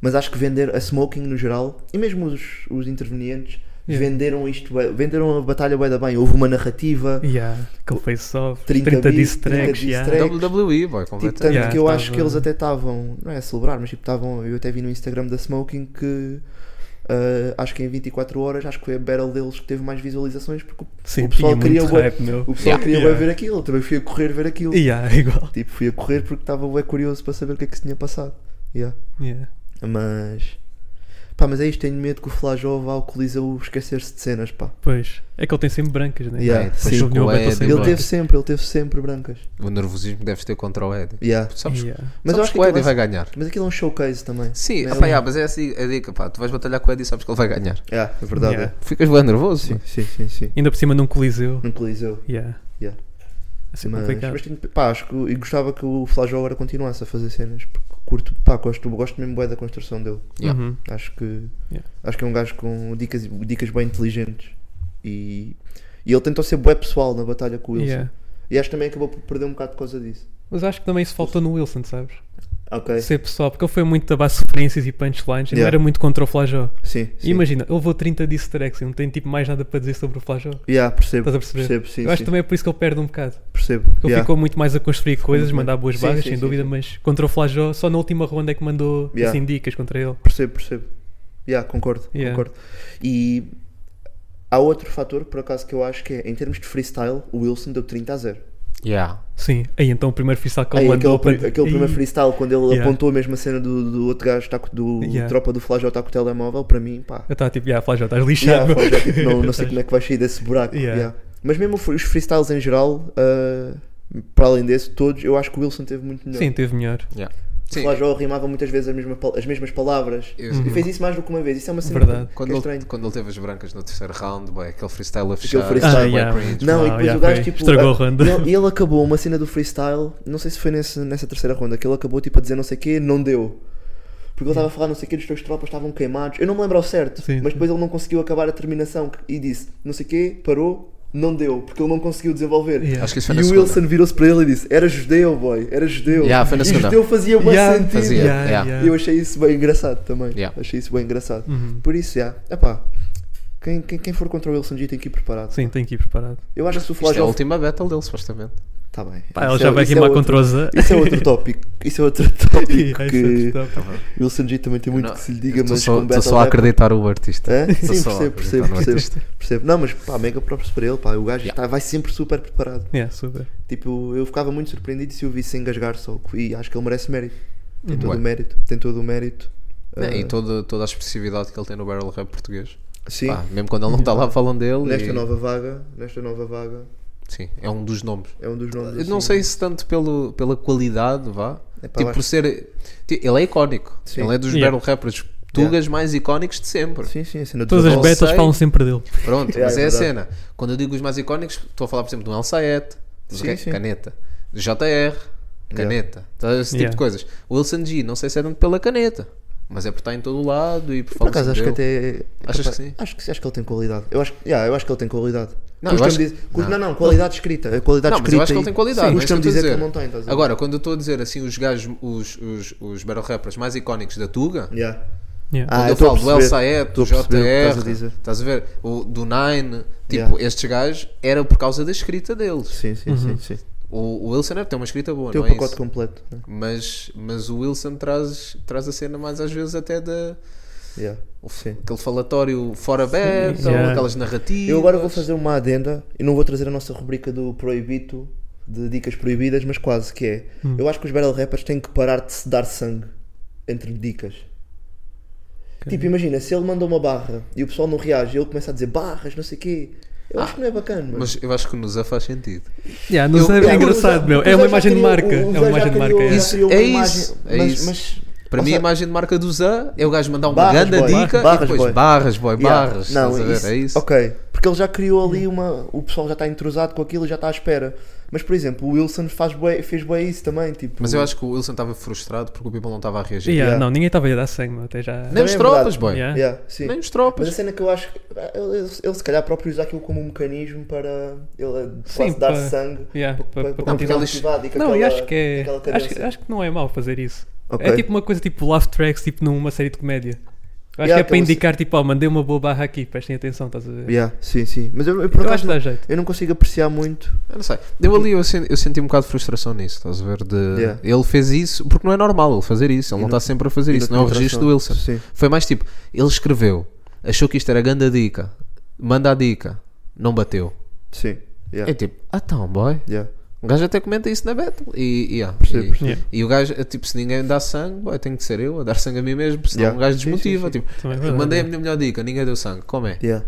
Speaker 6: Mas acho que vender a smoking no geral e mesmo os, os intervenientes
Speaker 7: Yeah.
Speaker 6: venderam isto, bué- venderam a batalha bué da bem. Houve uma narrativa.
Speaker 7: Yeah, aquele face-off,
Speaker 6: 30
Speaker 7: 30,
Speaker 6: beats,
Speaker 7: diss
Speaker 6: 30
Speaker 7: tracks,
Speaker 6: diss
Speaker 7: yeah.
Speaker 6: tracks.
Speaker 8: WWE, boy,
Speaker 6: Tipo,
Speaker 8: completamente.
Speaker 6: tanto
Speaker 7: Yeah,
Speaker 6: que eu acho
Speaker 7: estava-
Speaker 6: que eles até estavam, não é a celebrar, mas tipo, estavam. Eu até vi no Instagram da Smoking que ah, acho que em 24 horas acho que foi a battle deles que teve mais visualizações porque o-
Speaker 7: Sim,
Speaker 6: o pessoal
Speaker 7: tinha
Speaker 6: queria
Speaker 7: muito
Speaker 6: bué-
Speaker 7: hype, meu.
Speaker 6: o pessoal
Speaker 8: Yeah.
Speaker 6: queria bué
Speaker 7: Yeah.
Speaker 6: ver aquilo. Eu também fui a correr ver aquilo.
Speaker 7: Yeah, igual.
Speaker 6: Tipo, fui a correr porque estava bué curioso para saber o que é que se tinha passado. Yeah.
Speaker 7: Yeah.
Speaker 6: Mas. Pá, mas é isto, tenho medo que o Flajó vá ao Coliseu esquecer-se de cenas, pá.
Speaker 7: Pois, é que ele tem sempre brancas, né?
Speaker 6: Yeah.
Speaker 8: É, depois
Speaker 6: Sim.
Speaker 8: com
Speaker 7: Ele
Speaker 8: o
Speaker 7: bateu
Speaker 8: Eddie,
Speaker 7: sem
Speaker 6: ele
Speaker 7: brancas.
Speaker 6: teve sempre, ele teve sempre brancas.
Speaker 8: O nervosismo que deves ter contra o Eddie.
Speaker 6: Yeah.
Speaker 8: Sabes,
Speaker 7: Yeah.
Speaker 6: Mas eu acho
Speaker 8: que
Speaker 6: que
Speaker 8: o Eddie
Speaker 6: aquilo
Speaker 8: vai
Speaker 6: vai...
Speaker 8: ganhar.
Speaker 6: Mas aquilo é um showcase também.
Speaker 8: Sim,
Speaker 6: É,
Speaker 8: apá,
Speaker 6: ele-
Speaker 8: yeah, mas é assim a dica, pá. Tu vais batalhar com o Eddie e sabes que ele vai ganhar.
Speaker 6: É, é verdade.
Speaker 7: Yeah.
Speaker 8: Ficas bem nervoso.
Speaker 6: é.
Speaker 8: pá.
Speaker 6: Sim, sim, sim.
Speaker 7: Ainda por cima num coliseu.
Speaker 6: Num Coliseu.
Speaker 7: Yeah.
Speaker 6: Yeah.
Speaker 7: É sempre
Speaker 6: Mas,
Speaker 7: complicado.
Speaker 6: mas tenho- pá, acho que e gostava que o Flajó agora continuasse a fazer cenas porque curto, pá, gosto, gosto mesmo bem da construção dele.
Speaker 8: Yeah.
Speaker 7: Uhum.
Speaker 6: Acho que
Speaker 7: Yeah.
Speaker 6: acho que é um gajo com dicas, dicas bem inteligentes e, e ele tentou ser bué pessoal na batalha com o Wilson.
Speaker 7: Yeah.
Speaker 6: E acho que também acabou por perder um bocado por causa disso.
Speaker 7: Mas acho que também isso falta no Wilson, sabes?
Speaker 6: Ok.
Speaker 7: Ser pessoal, porque ele foi muito da base de referências e punchlines e não
Speaker 6: Yeah.
Speaker 7: era muito contra o Flajó.
Speaker 6: Sim,
Speaker 7: E
Speaker 6: sim.
Speaker 7: imagina, ele levou 30 de Easter e não tem tipo mais nada para dizer sobre o Flajó.
Speaker 6: Yeah, percebo.
Speaker 7: Estás a perceber?
Speaker 6: Percebo, sim,
Speaker 7: Eu acho
Speaker 6: sim.
Speaker 7: que também é por isso que ele perde um bocado.
Speaker 6: Percebo.
Speaker 7: Porque ele
Speaker 6: Yeah.
Speaker 7: ficou muito mais a construir coisas,
Speaker 6: muito
Speaker 7: mandar
Speaker 6: bem.
Speaker 7: boas
Speaker 6: Sim,
Speaker 7: bagas,
Speaker 6: sim,
Speaker 7: sem
Speaker 6: sim,
Speaker 7: dúvida,
Speaker 6: sim.
Speaker 7: mas contra o Flajó, só na última ronda é que mandou
Speaker 6: Yeah.
Speaker 7: assim dicas contra ele.
Speaker 6: Percebo, percebo. Yeah, concordo,
Speaker 7: Yeah.
Speaker 6: concordo. E há outro fator, por acaso, que eu acho que é, em termos de freestyle, o Wilson deu 30 a 0.
Speaker 8: Yeah.
Speaker 7: Sim, aí então o primeiro freestyle que
Speaker 6: Aí,
Speaker 7: ele
Speaker 6: aquele
Speaker 7: mandou.
Speaker 6: pri-
Speaker 7: para-
Speaker 6: aquele primeiro
Speaker 7: Ih,
Speaker 6: freestyle, quando ele
Speaker 7: Yeah.
Speaker 6: apontou a mesma cena do, do outro gajo, tá, co- do
Speaker 7: Yeah.
Speaker 6: tropa do Flajó está com o telemóvel, para mim, pá.
Speaker 7: Eu estava tipo, yeah, Flajó, estás lixado.
Speaker 6: Yeah,
Speaker 7: meu."
Speaker 6: Flajó, tipo, não, não sei como é que vais sair desse buraco.
Speaker 7: Yeah.
Speaker 6: yeah. Mas mesmo os freestyles em geral, ah, para além desse, todos, eu acho que o Wilson teve muito melhor.
Speaker 7: Sim, teve melhor.
Speaker 6: O
Speaker 8: Sim,
Speaker 6: Flajó rimava muitas vezes as, mesma pal- as mesmas palavras.
Speaker 8: eu-
Speaker 6: E fez isso mais do que uma vez. Isso é uma cena
Speaker 7: Verdade.
Speaker 6: que- que é
Speaker 8: Quando ele,
Speaker 6: estranho.
Speaker 8: quando ele teve as brancas no terceiro round, bué, aquele freestyle a fechar.
Speaker 6: freestyle,
Speaker 8: bué,
Speaker 7: Ah, yeah.
Speaker 8: cringe,
Speaker 6: Não,
Speaker 7: Não,
Speaker 6: e depois
Speaker 7: já
Speaker 6: o gajo
Speaker 7: foi.
Speaker 6: tipo.
Speaker 7: Estragou a
Speaker 6: ah,
Speaker 7: ronda.
Speaker 6: não, E ele acabou uma cena do freestyle, não sei se foi nesse, nessa terceira ronda, que ele acabou tipo a dizer não sei o quê, não deu. Porque ele estava a falar não sei o quê, dos teus tropas estavam queimados. Eu não me lembro ao certo,
Speaker 7: Sim,
Speaker 6: mas
Speaker 7: sim.
Speaker 6: depois ele não conseguiu acabar a terminação e disse não sei o quê, parou, não deu, porque ele não conseguiu desenvolver.
Speaker 7: Yeah.
Speaker 8: Acho que isso foi
Speaker 6: E
Speaker 8: na
Speaker 6: o
Speaker 8: segunda.
Speaker 6: Wilson virou-se para ele e disse: Era judeu, boy, era judeu.
Speaker 8: Yeah, foi na
Speaker 6: e
Speaker 8: segunda.
Speaker 6: judeu fazia bem
Speaker 7: Yeah,
Speaker 6: sentido.
Speaker 8: Fazia,
Speaker 7: Yeah,
Speaker 8: yeah.
Speaker 7: yeah.
Speaker 6: E eu achei isso bem engraçado também.
Speaker 8: Yeah.
Speaker 6: Achei isso bem engraçado.
Speaker 7: Uhum.
Speaker 6: Por isso, já. Epá, quem, quem, quem for contra o Wilson G tem que ir preparado.
Speaker 7: Sim, tem que ir preparado.
Speaker 6: Eu acho que se o
Speaker 8: Isto é a
Speaker 6: Flajó
Speaker 8: última battle dele, supostamente.
Speaker 6: Tá bem.
Speaker 7: Pá, ele
Speaker 6: Isso
Speaker 7: já
Speaker 6: é-
Speaker 7: vai
Speaker 6: isso é
Speaker 7: rimar
Speaker 6: outro-
Speaker 7: contra o Zé.
Speaker 6: Isso é outro tópico. Isso é outro tópico
Speaker 7: Yeah,
Speaker 6: que
Speaker 7: isso é top.
Speaker 6: o Wilson G também tem muito
Speaker 8: Eu não-
Speaker 6: que se lhe
Speaker 8: eu
Speaker 6: diga,
Speaker 8: tô
Speaker 6: mas
Speaker 8: só,
Speaker 6: com
Speaker 8: tô
Speaker 6: Battle
Speaker 8: só a
Speaker 6: Rap-
Speaker 8: acreditar o artista.
Speaker 6: Hã?
Speaker 8: Tô
Speaker 6: Sim,
Speaker 8: só a
Speaker 6: percebo, percebo,
Speaker 8: acreditar no
Speaker 6: percebo,
Speaker 8: artista.
Speaker 6: percebo. Não, mas pá, mega props para ele, pá. O gajo
Speaker 8: Yeah.
Speaker 6: tá- vai sempre super preparado.
Speaker 7: Yeah, super.
Speaker 6: Tipo, eu ficava muito surpreendido se o visse engasgar só. E acho que ele merece mérito. Tem
Speaker 7: Uhum.
Speaker 6: todo
Speaker 8: Ué.
Speaker 6: o mérito. Tem todo o mérito.
Speaker 8: Não,
Speaker 6: Ah,
Speaker 8: É, E toda, toda a expressividade que ele tem no barrel rap português.
Speaker 6: sim,
Speaker 8: Pá, mesmo quando ele não está lá falando dele.
Speaker 6: nesta
Speaker 8: e-
Speaker 6: nova vaga, nesta nova vaga,
Speaker 8: Sim, é um dos nomes.
Speaker 6: é um dos nomes.
Speaker 8: Eu não
Speaker 6: assim.
Speaker 8: sei se tanto pelo, pela qualidade, vá.
Speaker 6: Epá, É eu
Speaker 8: tipo, por ser. ti- Ele é icónico.
Speaker 6: Sim.
Speaker 8: Ele é dos
Speaker 7: Yeah.
Speaker 8: barrel rappers tugas mais icónicos de sempre.
Speaker 6: Sim, sim, a cena do
Speaker 7: Todas as
Speaker 8: Não
Speaker 6: Zavala.
Speaker 7: betas
Speaker 8: sei.
Speaker 7: falam sempre dele.
Speaker 8: Pronto,
Speaker 6: É,
Speaker 8: mas
Speaker 6: é
Speaker 8: é, a
Speaker 6: verdade.
Speaker 8: cena. Quando eu digo os mais icónicos, estou a falar, por exemplo, de um El Sayed, do
Speaker 6: Sim,
Speaker 8: quê?
Speaker 6: sim.
Speaker 8: Caneta, do JR, Caneta, tá, esse tipo
Speaker 7: Yeah.
Speaker 8: de coisas. O Wilson G, não sei se é tanto pela caneta, mas é por estar em todo o lado e por
Speaker 6: Por
Speaker 8: falar
Speaker 6: acaso, acho
Speaker 8: sobre
Speaker 6: que
Speaker 8: ele.
Speaker 6: até.
Speaker 8: Achas
Speaker 6: capaz-
Speaker 8: que sim?
Speaker 6: Acho que, acho que ele tem qualidade. Eu acho, yeah, eu acho que ele tem qualidade.
Speaker 8: Não,
Speaker 6: Custa-me
Speaker 8: eu acho que-
Speaker 6: dizer- cu-
Speaker 8: não.
Speaker 6: não. não, qualidade escrita. A qualidade
Speaker 8: Não, mas
Speaker 6: escrita.
Speaker 8: eu acho que ele tem qualidade. não é isso
Speaker 6: Custa-me
Speaker 8: que eu
Speaker 6: dizer
Speaker 8: estou
Speaker 6: que
Speaker 8: a
Speaker 6: ele não tem. Estás a ver?
Speaker 8: Agora, quando eu estou a dizer assim, os gajos, os, os, os battle rappers mais icónicos da Tuga,
Speaker 6: Yeah.
Speaker 7: Yeah.
Speaker 6: Ah,
Speaker 8: quando eu
Speaker 6: estou a
Speaker 8: falo do El
Speaker 6: perceber.
Speaker 8: Sayed, do
Speaker 6: Estou a perceber o que estás a
Speaker 8: JR,
Speaker 6: dizer.
Speaker 8: estás a ver? O, do Nine, tipo,
Speaker 6: Yeah.
Speaker 8: estes gajos, era por causa da escrita deles.
Speaker 6: Sim, sim, sim. sim.
Speaker 8: O, o Wilson é- tem uma escrita boa,
Speaker 6: Tem Uhum. o
Speaker 8: não é
Speaker 6: pacote
Speaker 8: isso?
Speaker 6: completo. né?
Speaker 8: Mas, mas o Wilson traz, traz a cena mais às vezes até da
Speaker 6: Yeah. Sim.
Speaker 8: aquele falatório fora aberto,
Speaker 7: Yeah.
Speaker 8: aquelas narrativas.
Speaker 6: Eu agora vou fazer uma adenda e não vou trazer a nossa rubrica do proibido de dicas proibidas, mas quase que é.
Speaker 8: Hum.
Speaker 6: Eu acho que os battle rappers têm que parar de se dar sangue entre dicas. Tipo, imagina, se ele manda uma barra e o pessoal não reage, ele começa a dizer barras, não sei o quê. Eu acho que não é bacana, mano.
Speaker 8: Ah, Mas eu acho que nos a faz sentido.
Speaker 7: Yeah, não
Speaker 8: Eu-
Speaker 7: sei, é
Speaker 8: eu-
Speaker 7: bem engraçado, meu. É uma imagem de marca. É uma imagem de marca. é.
Speaker 8: Isso, é isso, é isso. Para mim, a imagem de marca do Zé é o gajo mandar uma
Speaker 6: Barras,
Speaker 8: grande
Speaker 6: boy.
Speaker 8: dica
Speaker 6: Barras,
Speaker 8: e depois
Speaker 6: boy.
Speaker 8: barras, boy,
Speaker 6: Yeah.
Speaker 8: barras.
Speaker 6: Não,
Speaker 8: estás a ver? É isso.
Speaker 6: Ok, porque ele já criou ali uma. O pessoal já está entrosado com aquilo e já está à espera. Mas, por exemplo, o Wilson faz bué- fez bem isso também. Tipo,
Speaker 8: Mas eu acho que o Wilson estava frustrado porque o People não estava a reagir.
Speaker 7: Yeah,
Speaker 6: Yeah.
Speaker 7: Não, ninguém estava a dar sangue, meu. Até já.
Speaker 8: Nem os
Speaker 6: Também é
Speaker 8: tropas,
Speaker 6: verdade.
Speaker 8: boy.
Speaker 7: Yeah.
Speaker 6: Yeah, sim.
Speaker 8: Nem os
Speaker 6: Mas a
Speaker 8: tropas.
Speaker 6: cena que eu acho que ele, ele- ele se calhar próprio usa aquilo como um mecanismo para ele eh, quase
Speaker 7: Sim,
Speaker 6: dar
Speaker 7: para-
Speaker 6: sangue.
Speaker 7: Yeah,
Speaker 6: para-
Speaker 7: para-
Speaker 6: para-
Speaker 7: para
Speaker 6: para
Speaker 8: continuar.
Speaker 6: continuar motivado e com
Speaker 7: Não,
Speaker 6: aquela-
Speaker 7: eu acho que
Speaker 6: com
Speaker 7: é.
Speaker 6: aquela
Speaker 7: Acho, que-
Speaker 6: cadência.
Speaker 7: acho que não é mau fazer isso.
Speaker 6: Ok.
Speaker 7: É tipo uma coisa tipo laugh tracks, tipo numa série de comédia. Eu acho
Speaker 6: Yeah,
Speaker 7: que é para
Speaker 6: aqueles-
Speaker 7: indicar, tipo, ó, mandei uma boa barra aqui, prestem atenção, estás a ver?
Speaker 6: Yeah, sim, sim. Mas eu, eu por
Speaker 7: Eu acho
Speaker 6: acaso
Speaker 7: que
Speaker 6: não-
Speaker 7: dá jeito.
Speaker 6: eu não consigo apreciar muito.
Speaker 8: Eu não sei. Deu ali, eu senti, eu senti um bocado de frustração nisso. Estás a ver? De,
Speaker 6: Yeah.
Speaker 8: Ele fez isso porque não é normal ele fazer isso. Ele não está sempre a fazer
Speaker 6: e
Speaker 8: isso.
Speaker 6: não
Speaker 8: Não é o
Speaker 6: tem
Speaker 8: registro
Speaker 6: tração.
Speaker 8: do Wilson.
Speaker 6: Sim.
Speaker 8: Foi mais tipo, ele escreveu, achou que isto era grande dica, manda a dica, não bateu.
Speaker 6: Sim. Yeah.
Speaker 8: É tipo, ah então, boy.
Speaker 6: Yeah.
Speaker 8: O gajo até comenta isso na Battle. E, e, ah,
Speaker 6: Percebo,
Speaker 8: e-
Speaker 6: percebo.
Speaker 7: Yeah.
Speaker 8: e o gajo, é tipo, se ninguém dá sangue, boy, tenho que ser eu a dar sangue a mim mesmo, senão
Speaker 6: Yeah.
Speaker 8: um gajo
Speaker 6: Sim, sim,
Speaker 8: desmotiva.
Speaker 6: sim.
Speaker 8: Tipo,
Speaker 7: Também é
Speaker 8: eu
Speaker 7: verdade,
Speaker 8: mandei a
Speaker 7: é.
Speaker 8: minha melhor dica, ninguém deu sangue, como é?
Speaker 6: Yeah.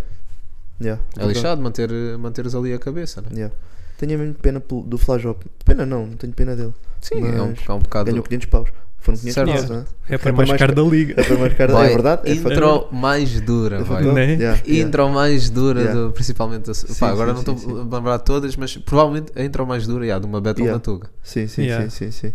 Speaker 6: Yeah.
Speaker 8: É lixado manter, manteres ali a cabeça, né?
Speaker 6: Yeah. Tenho mesmo pena pelo- do Flajop. Pena não, não tenho pena dele.
Speaker 8: Sim, é um,
Speaker 6: Mas
Speaker 8: é um bocado.
Speaker 6: Ganhou 500 paus. Foram 500
Speaker 8: Certo.
Speaker 6: paus, não é?
Speaker 7: É para mais caro da liga.
Speaker 6: É para mais caro,
Speaker 8: Boy,
Speaker 6: é verdade? É fator.
Speaker 8: intro mais dura, boy.
Speaker 7: Né?
Speaker 6: É Yeah, yeah.
Speaker 8: Intro mais dura,
Speaker 6: Yeah.
Speaker 8: do- principalmente. da-
Speaker 6: Sim,
Speaker 8: pá, agora
Speaker 6: sim,
Speaker 8: não
Speaker 6: sim,
Speaker 8: estou a lembrar de todas, mas provavelmente a intro mais dura é a de uma Battle
Speaker 6: Yeah.
Speaker 8: da Tuga.
Speaker 6: Sim, sim,
Speaker 7: Yeah.
Speaker 6: sim, sim, sim.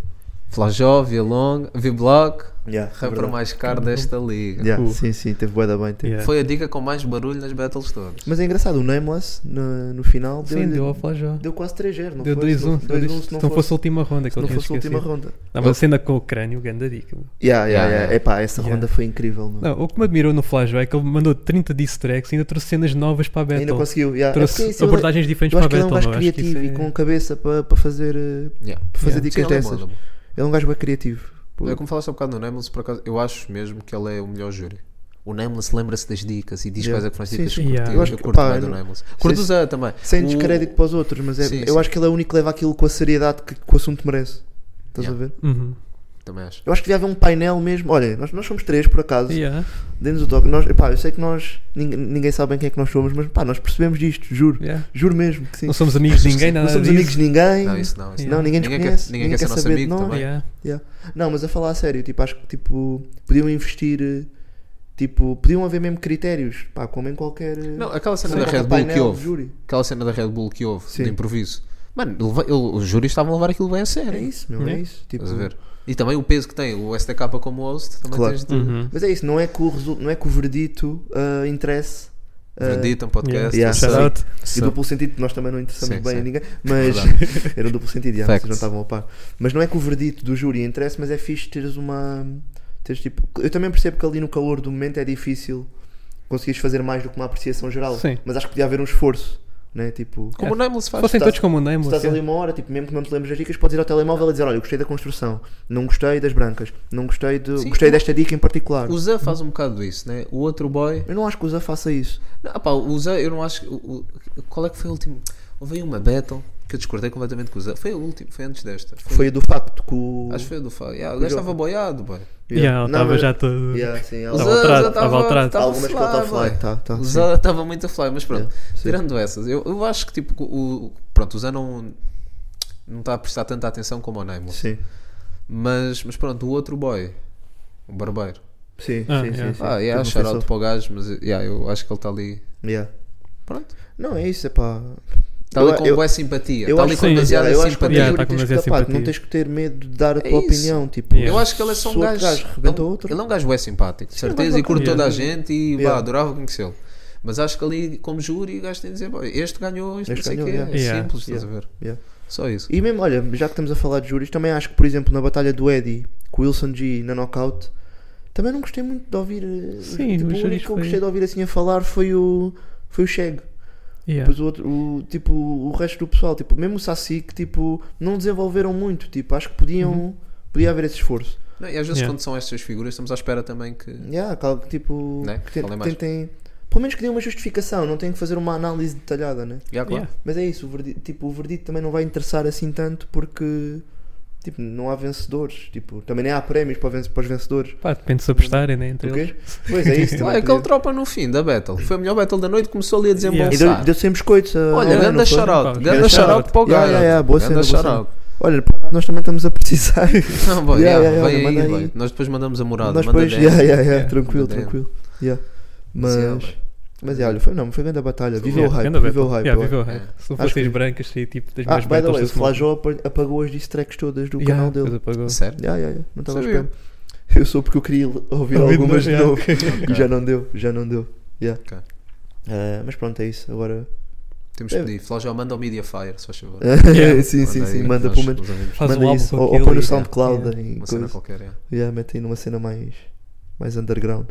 Speaker 8: Flajó, Via Longa, V-Block,
Speaker 6: Yeah, é
Speaker 8: rapper
Speaker 6: verdade.
Speaker 8: mais caro desta liga.
Speaker 6: Yeah,
Speaker 7: Uh.
Speaker 6: Sim, sim, teve bué da bem. teve.
Speaker 7: Yeah.
Speaker 8: Foi a dica com mais barulho nas battles todas.
Speaker 6: Mas é engraçado, o Nameless no, no final deu,
Speaker 7: Sim, deu a flajó.
Speaker 6: deu quase 3-0, não
Speaker 7: Deu
Speaker 6: foi?
Speaker 7: 2-1.
Speaker 6: Se não- 2-1, se
Speaker 7: Se
Speaker 6: não
Speaker 7: não fosse
Speaker 6: fosse-
Speaker 7: Então a última ronda que
Speaker 6: se
Speaker 7: eu
Speaker 6: não
Speaker 7: tinha
Speaker 6: fosse a última
Speaker 7: esquecido.
Speaker 6: ronda.
Speaker 7: Não, mas a cena com o crânio, ganda dica. meu.
Speaker 6: Yeah, yeah,
Speaker 8: Yeah,
Speaker 6: yeah.
Speaker 8: yeah.
Speaker 6: Epá, essa
Speaker 7: Yeah.
Speaker 6: ronda foi incrível, meu.
Speaker 7: Não, o que me admirou no Flash é que ele mandou 30 diss tracks e ainda trouxe cenas novas para a Battle.
Speaker 6: Ainda conseguiu. Yeah. É porque
Speaker 7: trouxe
Speaker 6: isso, ele-
Speaker 7: abordagens diferentes
Speaker 6: eu acho que
Speaker 7: para a
Speaker 6: ele é um
Speaker 7: Battle.
Speaker 6: gajo
Speaker 7: não, acho que isso
Speaker 6: criativo
Speaker 7: é-
Speaker 6: e com cabeça para para fazer, eh,
Speaker 8: Yeah.
Speaker 6: para fazer
Speaker 7: Yeah.
Speaker 6: dicas
Speaker 8: Sim, ele é bom, ele
Speaker 6: dessas.
Speaker 8: é bom.
Speaker 6: Ele é um gajo bem criativo. Pô,
Speaker 8: É como falaste há bocado no Nameless, por acaso, eu acho mesmo que ele é o melhor júri. O Nameless lembra-se das dicas e diz
Speaker 6: Yeah.
Speaker 8: quais é que foram as
Speaker 6: Sim,
Speaker 8: dicas
Speaker 6: sim.
Speaker 8: que curtiu.
Speaker 7: Yeah.
Speaker 6: Eu
Speaker 8: Eu,
Speaker 6: acho que,
Speaker 8: curto
Speaker 6: pá,
Speaker 8: bem do
Speaker 6: não-
Speaker 8: Nameless.
Speaker 6: sei
Speaker 8: Curto o
Speaker 6: se-
Speaker 8: Zé também.
Speaker 6: Sem
Speaker 8: O-
Speaker 6: descrédito para os outros, mas é-
Speaker 8: Sim,
Speaker 6: eu
Speaker 8: sim.
Speaker 6: acho que ele é o único que leva aquilo com a seriedade que, que o assunto merece. Estás
Speaker 8: Yeah.
Speaker 6: a ver?
Speaker 7: Uhum.
Speaker 8: Também acho.
Speaker 6: Eu acho que devia haver um painel mesmo. Olha, nós, nós somos três, por acaso.
Speaker 7: Yeah.
Speaker 6: Dentro do toque, nós, epá, eu sei que nós. Ninguém, ninguém sabe bem quem é que nós somos, mas pá, nós percebemos disto, juro.
Speaker 7: Yeah.
Speaker 6: Juro mesmo que sim.
Speaker 7: Não somos amigos de ninguém, nada
Speaker 6: Não somos
Speaker 7: disso.
Speaker 6: amigos de ninguém.
Speaker 8: Não, isso não. Isso
Speaker 7: Yeah.
Speaker 6: Não, ninguém nos
Speaker 8: Ninguém quer-
Speaker 6: conhece.
Speaker 8: ninguém quer ser nosso
Speaker 6: saber de
Speaker 8: amigo
Speaker 6: nós.
Speaker 8: também.
Speaker 7: Yeah.
Speaker 6: Não, mas a falar a sério, tipo, acho que tipo, podiam investir, eh, tipo, podiam haver mesmo critérios, pá, como em qualquer. eh,
Speaker 8: Não, é aquela cena
Speaker 6: Sim,
Speaker 8: da
Speaker 6: aquele
Speaker 8: Red Bull que
Speaker 6: painel de
Speaker 8: houve.
Speaker 6: júri.
Speaker 8: Aquela cena da Red Bull que houve,
Speaker 6: Sim.
Speaker 8: de improviso. Mano, ele vai- ele- os júris estavam a levar aquilo bem a sério.
Speaker 6: É isso, meu, é
Speaker 8: Uhum.
Speaker 7: Yeah.
Speaker 6: isso. Tipo,
Speaker 8: Estás a ver? E também o peso que tem o STK como host, também
Speaker 6: Claro.
Speaker 8: tens de
Speaker 7: Uhum.
Speaker 6: Mas é isso, não é que o, resul- não é que o verdito ah, interesse. ah,
Speaker 8: verdito, um podcast.
Speaker 6: Yeah.
Speaker 8: sei.
Speaker 7: Shout out.
Speaker 6: E
Speaker 8: Sei.
Speaker 6: duplo sentido, nós também não interessamos
Speaker 8: Sim,
Speaker 6: bem a
Speaker 8: sim.
Speaker 6: ninguém, mas era um duplo sentido, já, vocês
Speaker 8: Facts.
Speaker 6: não estavam a par. Mas não é que o verdito do júri interesse, mas é fixe teres uma. Teres, tipo, eu também percebo que ali no calor do momento é difícil conseguires fazer mais do que uma apreciação geral,
Speaker 7: Sim.
Speaker 6: mas acho que podia haver um esforço, né? Tipo,
Speaker 8: Como o Nameless
Speaker 7: Se
Speaker 8: faz.
Speaker 7: fossem
Speaker 6: Estás-
Speaker 7: todos como o Nemo,
Speaker 6: se estás ali
Speaker 7: assim,
Speaker 6: uma hora, tipo, mesmo que não te lembres das dicas, podes ir ao telemóvel e dizer: Olha, eu gostei da construção, não gostei das brancas, não gostei
Speaker 8: Sim,
Speaker 6: de.
Speaker 8: então
Speaker 6: gostei
Speaker 8: eu-
Speaker 6: desta dica em particular.
Speaker 8: O Zé faz um bocado isso, né? O outro boy.
Speaker 6: Eu não acho que o Zé faça isso.
Speaker 8: Não, pá, o Zé, eu não acho. que- o- o- qual é que foi o último? Houve uma battle que eu discordei completamente com o Zé. Foi o último, foi antes desta.
Speaker 6: Foi a do facto que o.
Speaker 8: Acho que foi a do Fábio. Yeah, o gajo
Speaker 6: Joker.
Speaker 8: estava boiado, boy.
Speaker 7: Yeah, ele
Speaker 6: Não,
Speaker 7: estava
Speaker 6: mas-
Speaker 7: já todo.
Speaker 6: Yeah, sim,
Speaker 8: O
Speaker 6: ela-
Speaker 8: Zé-
Speaker 7: Tava
Speaker 8: o Zé
Speaker 7: alterado,
Speaker 8: tava-
Speaker 7: tava alterado.
Speaker 8: tava
Speaker 6: Algumas que ele tá
Speaker 8: fly, boy.
Speaker 6: fly, tá, tá,
Speaker 8: O
Speaker 6: sim.
Speaker 8: Zé estava muito a fly, mas pronto.
Speaker 6: Yeah, sim.
Speaker 8: Tirando essas, eu, eu acho que tipo. O, pronto, o Zé não. Não está a prestar tanta atenção como o Neymar.
Speaker 6: Sim,
Speaker 8: Mas, mas pronto, o outro boy, o barbeiro.
Speaker 6: sim,
Speaker 7: Ah,
Speaker 6: sim, sim,
Speaker 7: yeah.
Speaker 6: sim.
Speaker 8: Ah, yeah,
Speaker 6: Teve um
Speaker 8: shout out
Speaker 6: face-off.
Speaker 8: para o gajo, mas yeah, eu acho que ele está ali.
Speaker 6: Yeah.
Speaker 8: Pronto.
Speaker 6: Não, é isso, é pá.
Speaker 8: Está
Speaker 6: Eu-
Speaker 8: tá ali com
Speaker 6: eu-
Speaker 8: boa simpatia.
Speaker 6: Eu
Speaker 8: Está ali
Speaker 6: acho
Speaker 8: com
Speaker 7: sim,
Speaker 8: demasiada
Speaker 6: eu acho que
Speaker 8: simpatia.
Speaker 7: Yeah,
Speaker 6: o
Speaker 7: tá com
Speaker 6: tens que,
Speaker 7: demasiada
Speaker 6: pá,
Speaker 7: simpatia.
Speaker 6: não tens que ter medo de dar a
Speaker 8: É
Speaker 6: tua
Speaker 8: isso.
Speaker 6: opinião. Tipo,
Speaker 7: Yeah.
Speaker 8: Eu acho que ele é só
Speaker 6: Se
Speaker 8: um
Speaker 6: outro
Speaker 8: gajo.
Speaker 6: gajo rebenta
Speaker 8: ele-
Speaker 6: outro.
Speaker 8: Ele é um gajo bem simpático, de
Speaker 6: Sim,
Speaker 8: certeza,
Speaker 6: vai
Speaker 8: e curte
Speaker 7: bacana.
Speaker 8: toda a gente e
Speaker 6: Yeah.
Speaker 8: pá, adorava conhecê-lo. Mas acho que ali, como júri, o gajo tem de dizer: "Bom, este ganhou, este,
Speaker 6: Este
Speaker 8: não sei o quê.
Speaker 6: ganhou,
Speaker 8: É
Speaker 7: yeah. Yeah.
Speaker 8: simples, estás
Speaker 6: Yeah.
Speaker 8: a ver?
Speaker 6: Yeah.
Speaker 8: Só isso.
Speaker 6: E mesmo, olha, já que estamos a falar de júris, também acho que, por exemplo, na batalha do Eddie com o Wilson G na knockout, também não gostei muito de ouvir. eh,
Speaker 7: Sim,
Speaker 6: tipo,
Speaker 7: os
Speaker 6: o
Speaker 7: júris
Speaker 6: único que eu
Speaker 7: foi-
Speaker 6: gostei de ouvir assim a falar foi o. Foi o Chego.
Speaker 7: Yeah.
Speaker 6: Depois o outro, o, tipo, o resto do pessoal, tipo, mesmo o Saci, que tipo, não desenvolveram muito, tipo, acho que podiam,
Speaker 8: Uhum.
Speaker 6: podia haver esse esforço.
Speaker 8: Não, e às vezes,
Speaker 7: Yeah.
Speaker 8: quando são estas figuras, estamos à espera também que.
Speaker 6: Yeah, cal- que, tipo,
Speaker 8: Né?
Speaker 6: que ten-
Speaker 8: Falem
Speaker 6: que
Speaker 8: mais.
Speaker 6: tentem, pelo menos que dê uma justificação, não tem que fazer uma análise detalhada, né?
Speaker 8: Yeah, claro.
Speaker 7: Yeah.
Speaker 6: Mas é isso, o verdito, tipo, o verdito também não vai interessar assim tanto porque, tipo, não há vencedores, tipo, também nem há prémios para, vence- para os vencedores.
Speaker 7: Pá, depende se apostarem, né? Entre
Speaker 6: Tu
Speaker 7: eles.
Speaker 6: quê? Pois é
Speaker 8: Olha,
Speaker 6: isso, também
Speaker 8: Então, aquele
Speaker 6: podia.
Speaker 8: tropa no fim da battle. Foi a melhor battle da noite, começou ali a
Speaker 7: Yeah.
Speaker 8: desembolsar.
Speaker 6: E deu, deu sempre biscoitos. a-
Speaker 8: Olha,
Speaker 6: ao Leno,
Speaker 8: ganda
Speaker 6: foi?
Speaker 8: shoutout,
Speaker 7: Pá,
Speaker 8: ganda
Speaker 7: ganda
Speaker 8: shoutout para o
Speaker 6: Yeah,
Speaker 8: gajo.
Speaker 6: yeah, yeah, boa
Speaker 8: Ganda
Speaker 6: cena, boa
Speaker 8: shoutout.
Speaker 6: Olha, nós também estamos a precisar.
Speaker 8: Não, boy, yeah,
Speaker 6: Yeah, yeah,
Speaker 8: vem
Speaker 6: yeah,
Speaker 8: aí,
Speaker 6: manda
Speaker 8: boy.
Speaker 6: aí.
Speaker 8: Nós depois mandamos a morada.
Speaker 6: Nós
Speaker 8: manda
Speaker 6: depois,
Speaker 8: DM.
Speaker 6: yeah, yeah, yeah, tranquilo,
Speaker 8: Manda DM.
Speaker 6: tranquilo. Yeah.
Speaker 8: Mas,
Speaker 6: Mas,
Speaker 8: yeah,
Speaker 6: mas,
Speaker 8: boy.
Speaker 6: yeah, olha, foi, não, foi grande a batalha. Viveu o
Speaker 7: Yeah,
Speaker 6: hype,
Speaker 7: ganda
Speaker 6: viveu o
Speaker 7: battle.
Speaker 6: hype.
Speaker 7: Yeah,
Speaker 6: eu
Speaker 7: viveu o
Speaker 8: acho.
Speaker 7: hype. Se não
Speaker 6: É. Acho
Speaker 7: fossem
Speaker 6: que-
Speaker 7: brancas, seria tipo das
Speaker 6: Ah,
Speaker 7: mais
Speaker 6: by the way, o
Speaker 7: battles
Speaker 6: Flajó apa- apagou as distracks todas do canal dele.
Speaker 8: Sério?
Speaker 6: Yeah, yeah, yeah, Não estava a
Speaker 8: Sabia.
Speaker 6: esperar. Eu soube porque eu queria ouvir
Speaker 7: Ouvido
Speaker 6: algumas
Speaker 7: nas-
Speaker 6: de
Speaker 7: yeah.
Speaker 6: novo. E já não deu, já não deu. Yeah.
Speaker 8: Ok.
Speaker 6: Eh, mas pronto, é isso. Agora.
Speaker 8: Temos que pedir. Flajal, manda ao Media Fire, se faz favor.
Speaker 6: É.
Speaker 7: Yeah.
Speaker 6: sim, sim,
Speaker 8: Manda aí,
Speaker 6: sim. Manda
Speaker 8: nós-
Speaker 6: pelo menos.
Speaker 8: nós ouvimos.
Speaker 7: Faz
Speaker 6: manda
Speaker 7: um álbum
Speaker 6: isso.
Speaker 7: com
Speaker 6: Ou, ou
Speaker 7: aquilo
Speaker 6: põe no
Speaker 7: e-
Speaker 6: SoundCloud.
Speaker 7: yeah.
Speaker 6: em
Speaker 8: Uma cena
Speaker 6: coisa.
Speaker 8: qualquer, é.
Speaker 6: Yeah, mete aí numa cena mais. mais underground.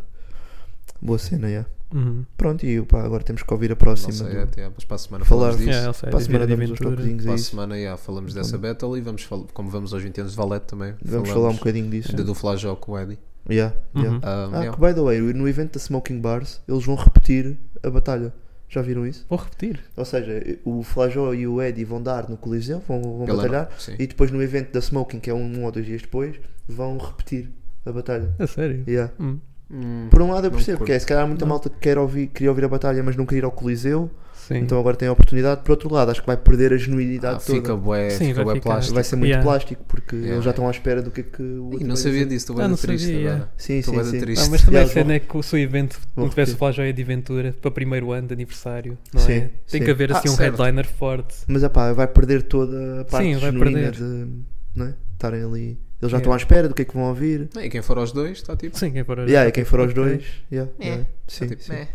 Speaker 6: Boa cena, yeah.
Speaker 7: Uhum.
Speaker 6: Pronto, e pá, agora temos que ouvir a próxima.
Speaker 8: Não sei,
Speaker 6: do-
Speaker 8: é, até, mas para a semana
Speaker 6: Falar-
Speaker 8: falamos disso.
Speaker 7: Yeah, é ele sei,
Speaker 6: Para a
Speaker 7: da
Speaker 6: semana
Speaker 7: vida de
Speaker 6: damos uns
Speaker 7: aventura.
Speaker 6: toquezinhos
Speaker 8: Para
Speaker 6: a
Speaker 8: a
Speaker 6: isso.
Speaker 8: semana, yeah, falamos dessa battle e vamos, fal- como vamos aos 20 anos de Valete também,
Speaker 6: Vamos falar um
Speaker 8: falamos
Speaker 6: bocadinho disso.
Speaker 8: de- do Flajal com o Eddie.
Speaker 6: Yeah, yeah.
Speaker 7: Uhum.
Speaker 8: Um,
Speaker 6: Ah,
Speaker 8: yeah.
Speaker 6: que by the way, no evento da Smoking Bars, eles vão repetir a batalha. Já viram isso?
Speaker 7: Vou repetir.
Speaker 6: Ou seja, o Flajó e o Eddie vão dar no Coliseu, vão, vão
Speaker 8: Pela
Speaker 6: batalhar.
Speaker 8: noite, sim.
Speaker 6: E depois no evento da Smoking, que é um, um ou dois dias depois, vão repetir a batalha.
Speaker 7: A sério.
Speaker 6: Yeah.
Speaker 7: Hum.
Speaker 8: Hum,
Speaker 6: Por um lado eu
Speaker 8: Não
Speaker 6: percebo
Speaker 8: curto.
Speaker 6: que é, se calhar há muita malta que quer ouvir, queria ouvir a batalha, mas não queria ir ao Coliseu,
Speaker 7: Sim.
Speaker 6: então agora tem a oportunidade. Por outro lado, acho que vai perder a
Speaker 8: ah,
Speaker 6: genuinidade
Speaker 8: fica
Speaker 6: toda.
Speaker 8: bué,
Speaker 7: Sim,
Speaker 8: fica
Speaker 7: vai
Speaker 8: bué
Speaker 7: ficar.
Speaker 8: plástico.
Speaker 6: Vai ser muito
Speaker 7: Yeah.
Speaker 6: plástico, porque
Speaker 8: Yeah.
Speaker 6: eles já estão à espera do que é que o
Speaker 8: Ih,
Speaker 6: outro
Speaker 8: não
Speaker 6: vai
Speaker 8: sabia
Speaker 6: dizer.
Speaker 8: disso, estou
Speaker 7: Ah,
Speaker 8: bem
Speaker 7: não
Speaker 8: triste
Speaker 7: sabia,
Speaker 8: agora.
Speaker 6: Sim,
Speaker 8: Estou
Speaker 6: sim,
Speaker 8: bem
Speaker 6: sim.
Speaker 8: triste.
Speaker 7: Ah, mas também a
Speaker 6: Eles vão-
Speaker 7: cena é que o seu evento
Speaker 6: vão
Speaker 7: não tivesse
Speaker 6: repetir.
Speaker 7: Flajó e de Ventura para primeiro ano de aniversário, não
Speaker 6: Sim,
Speaker 7: é? Tem
Speaker 6: sim.
Speaker 7: que haver
Speaker 8: Ah,
Speaker 7: assim um
Speaker 8: certo.
Speaker 7: headliner forte.
Speaker 6: Mas é pá, vai perder toda a parte
Speaker 7: Sim, vai
Speaker 6: genuína
Speaker 7: perder.
Speaker 6: de não é? estarem ali Eles já estão à espera do que é que vão ouvir.
Speaker 8: E quem for aos dois está tipo.
Speaker 7: Sim, é quem for a-
Speaker 6: Yeah, é e quem for aos dois, yeah,
Speaker 8: É.
Speaker 6: yeah. Sim,
Speaker 8: está tipo,
Speaker 6: sim.
Speaker 8: "Meh".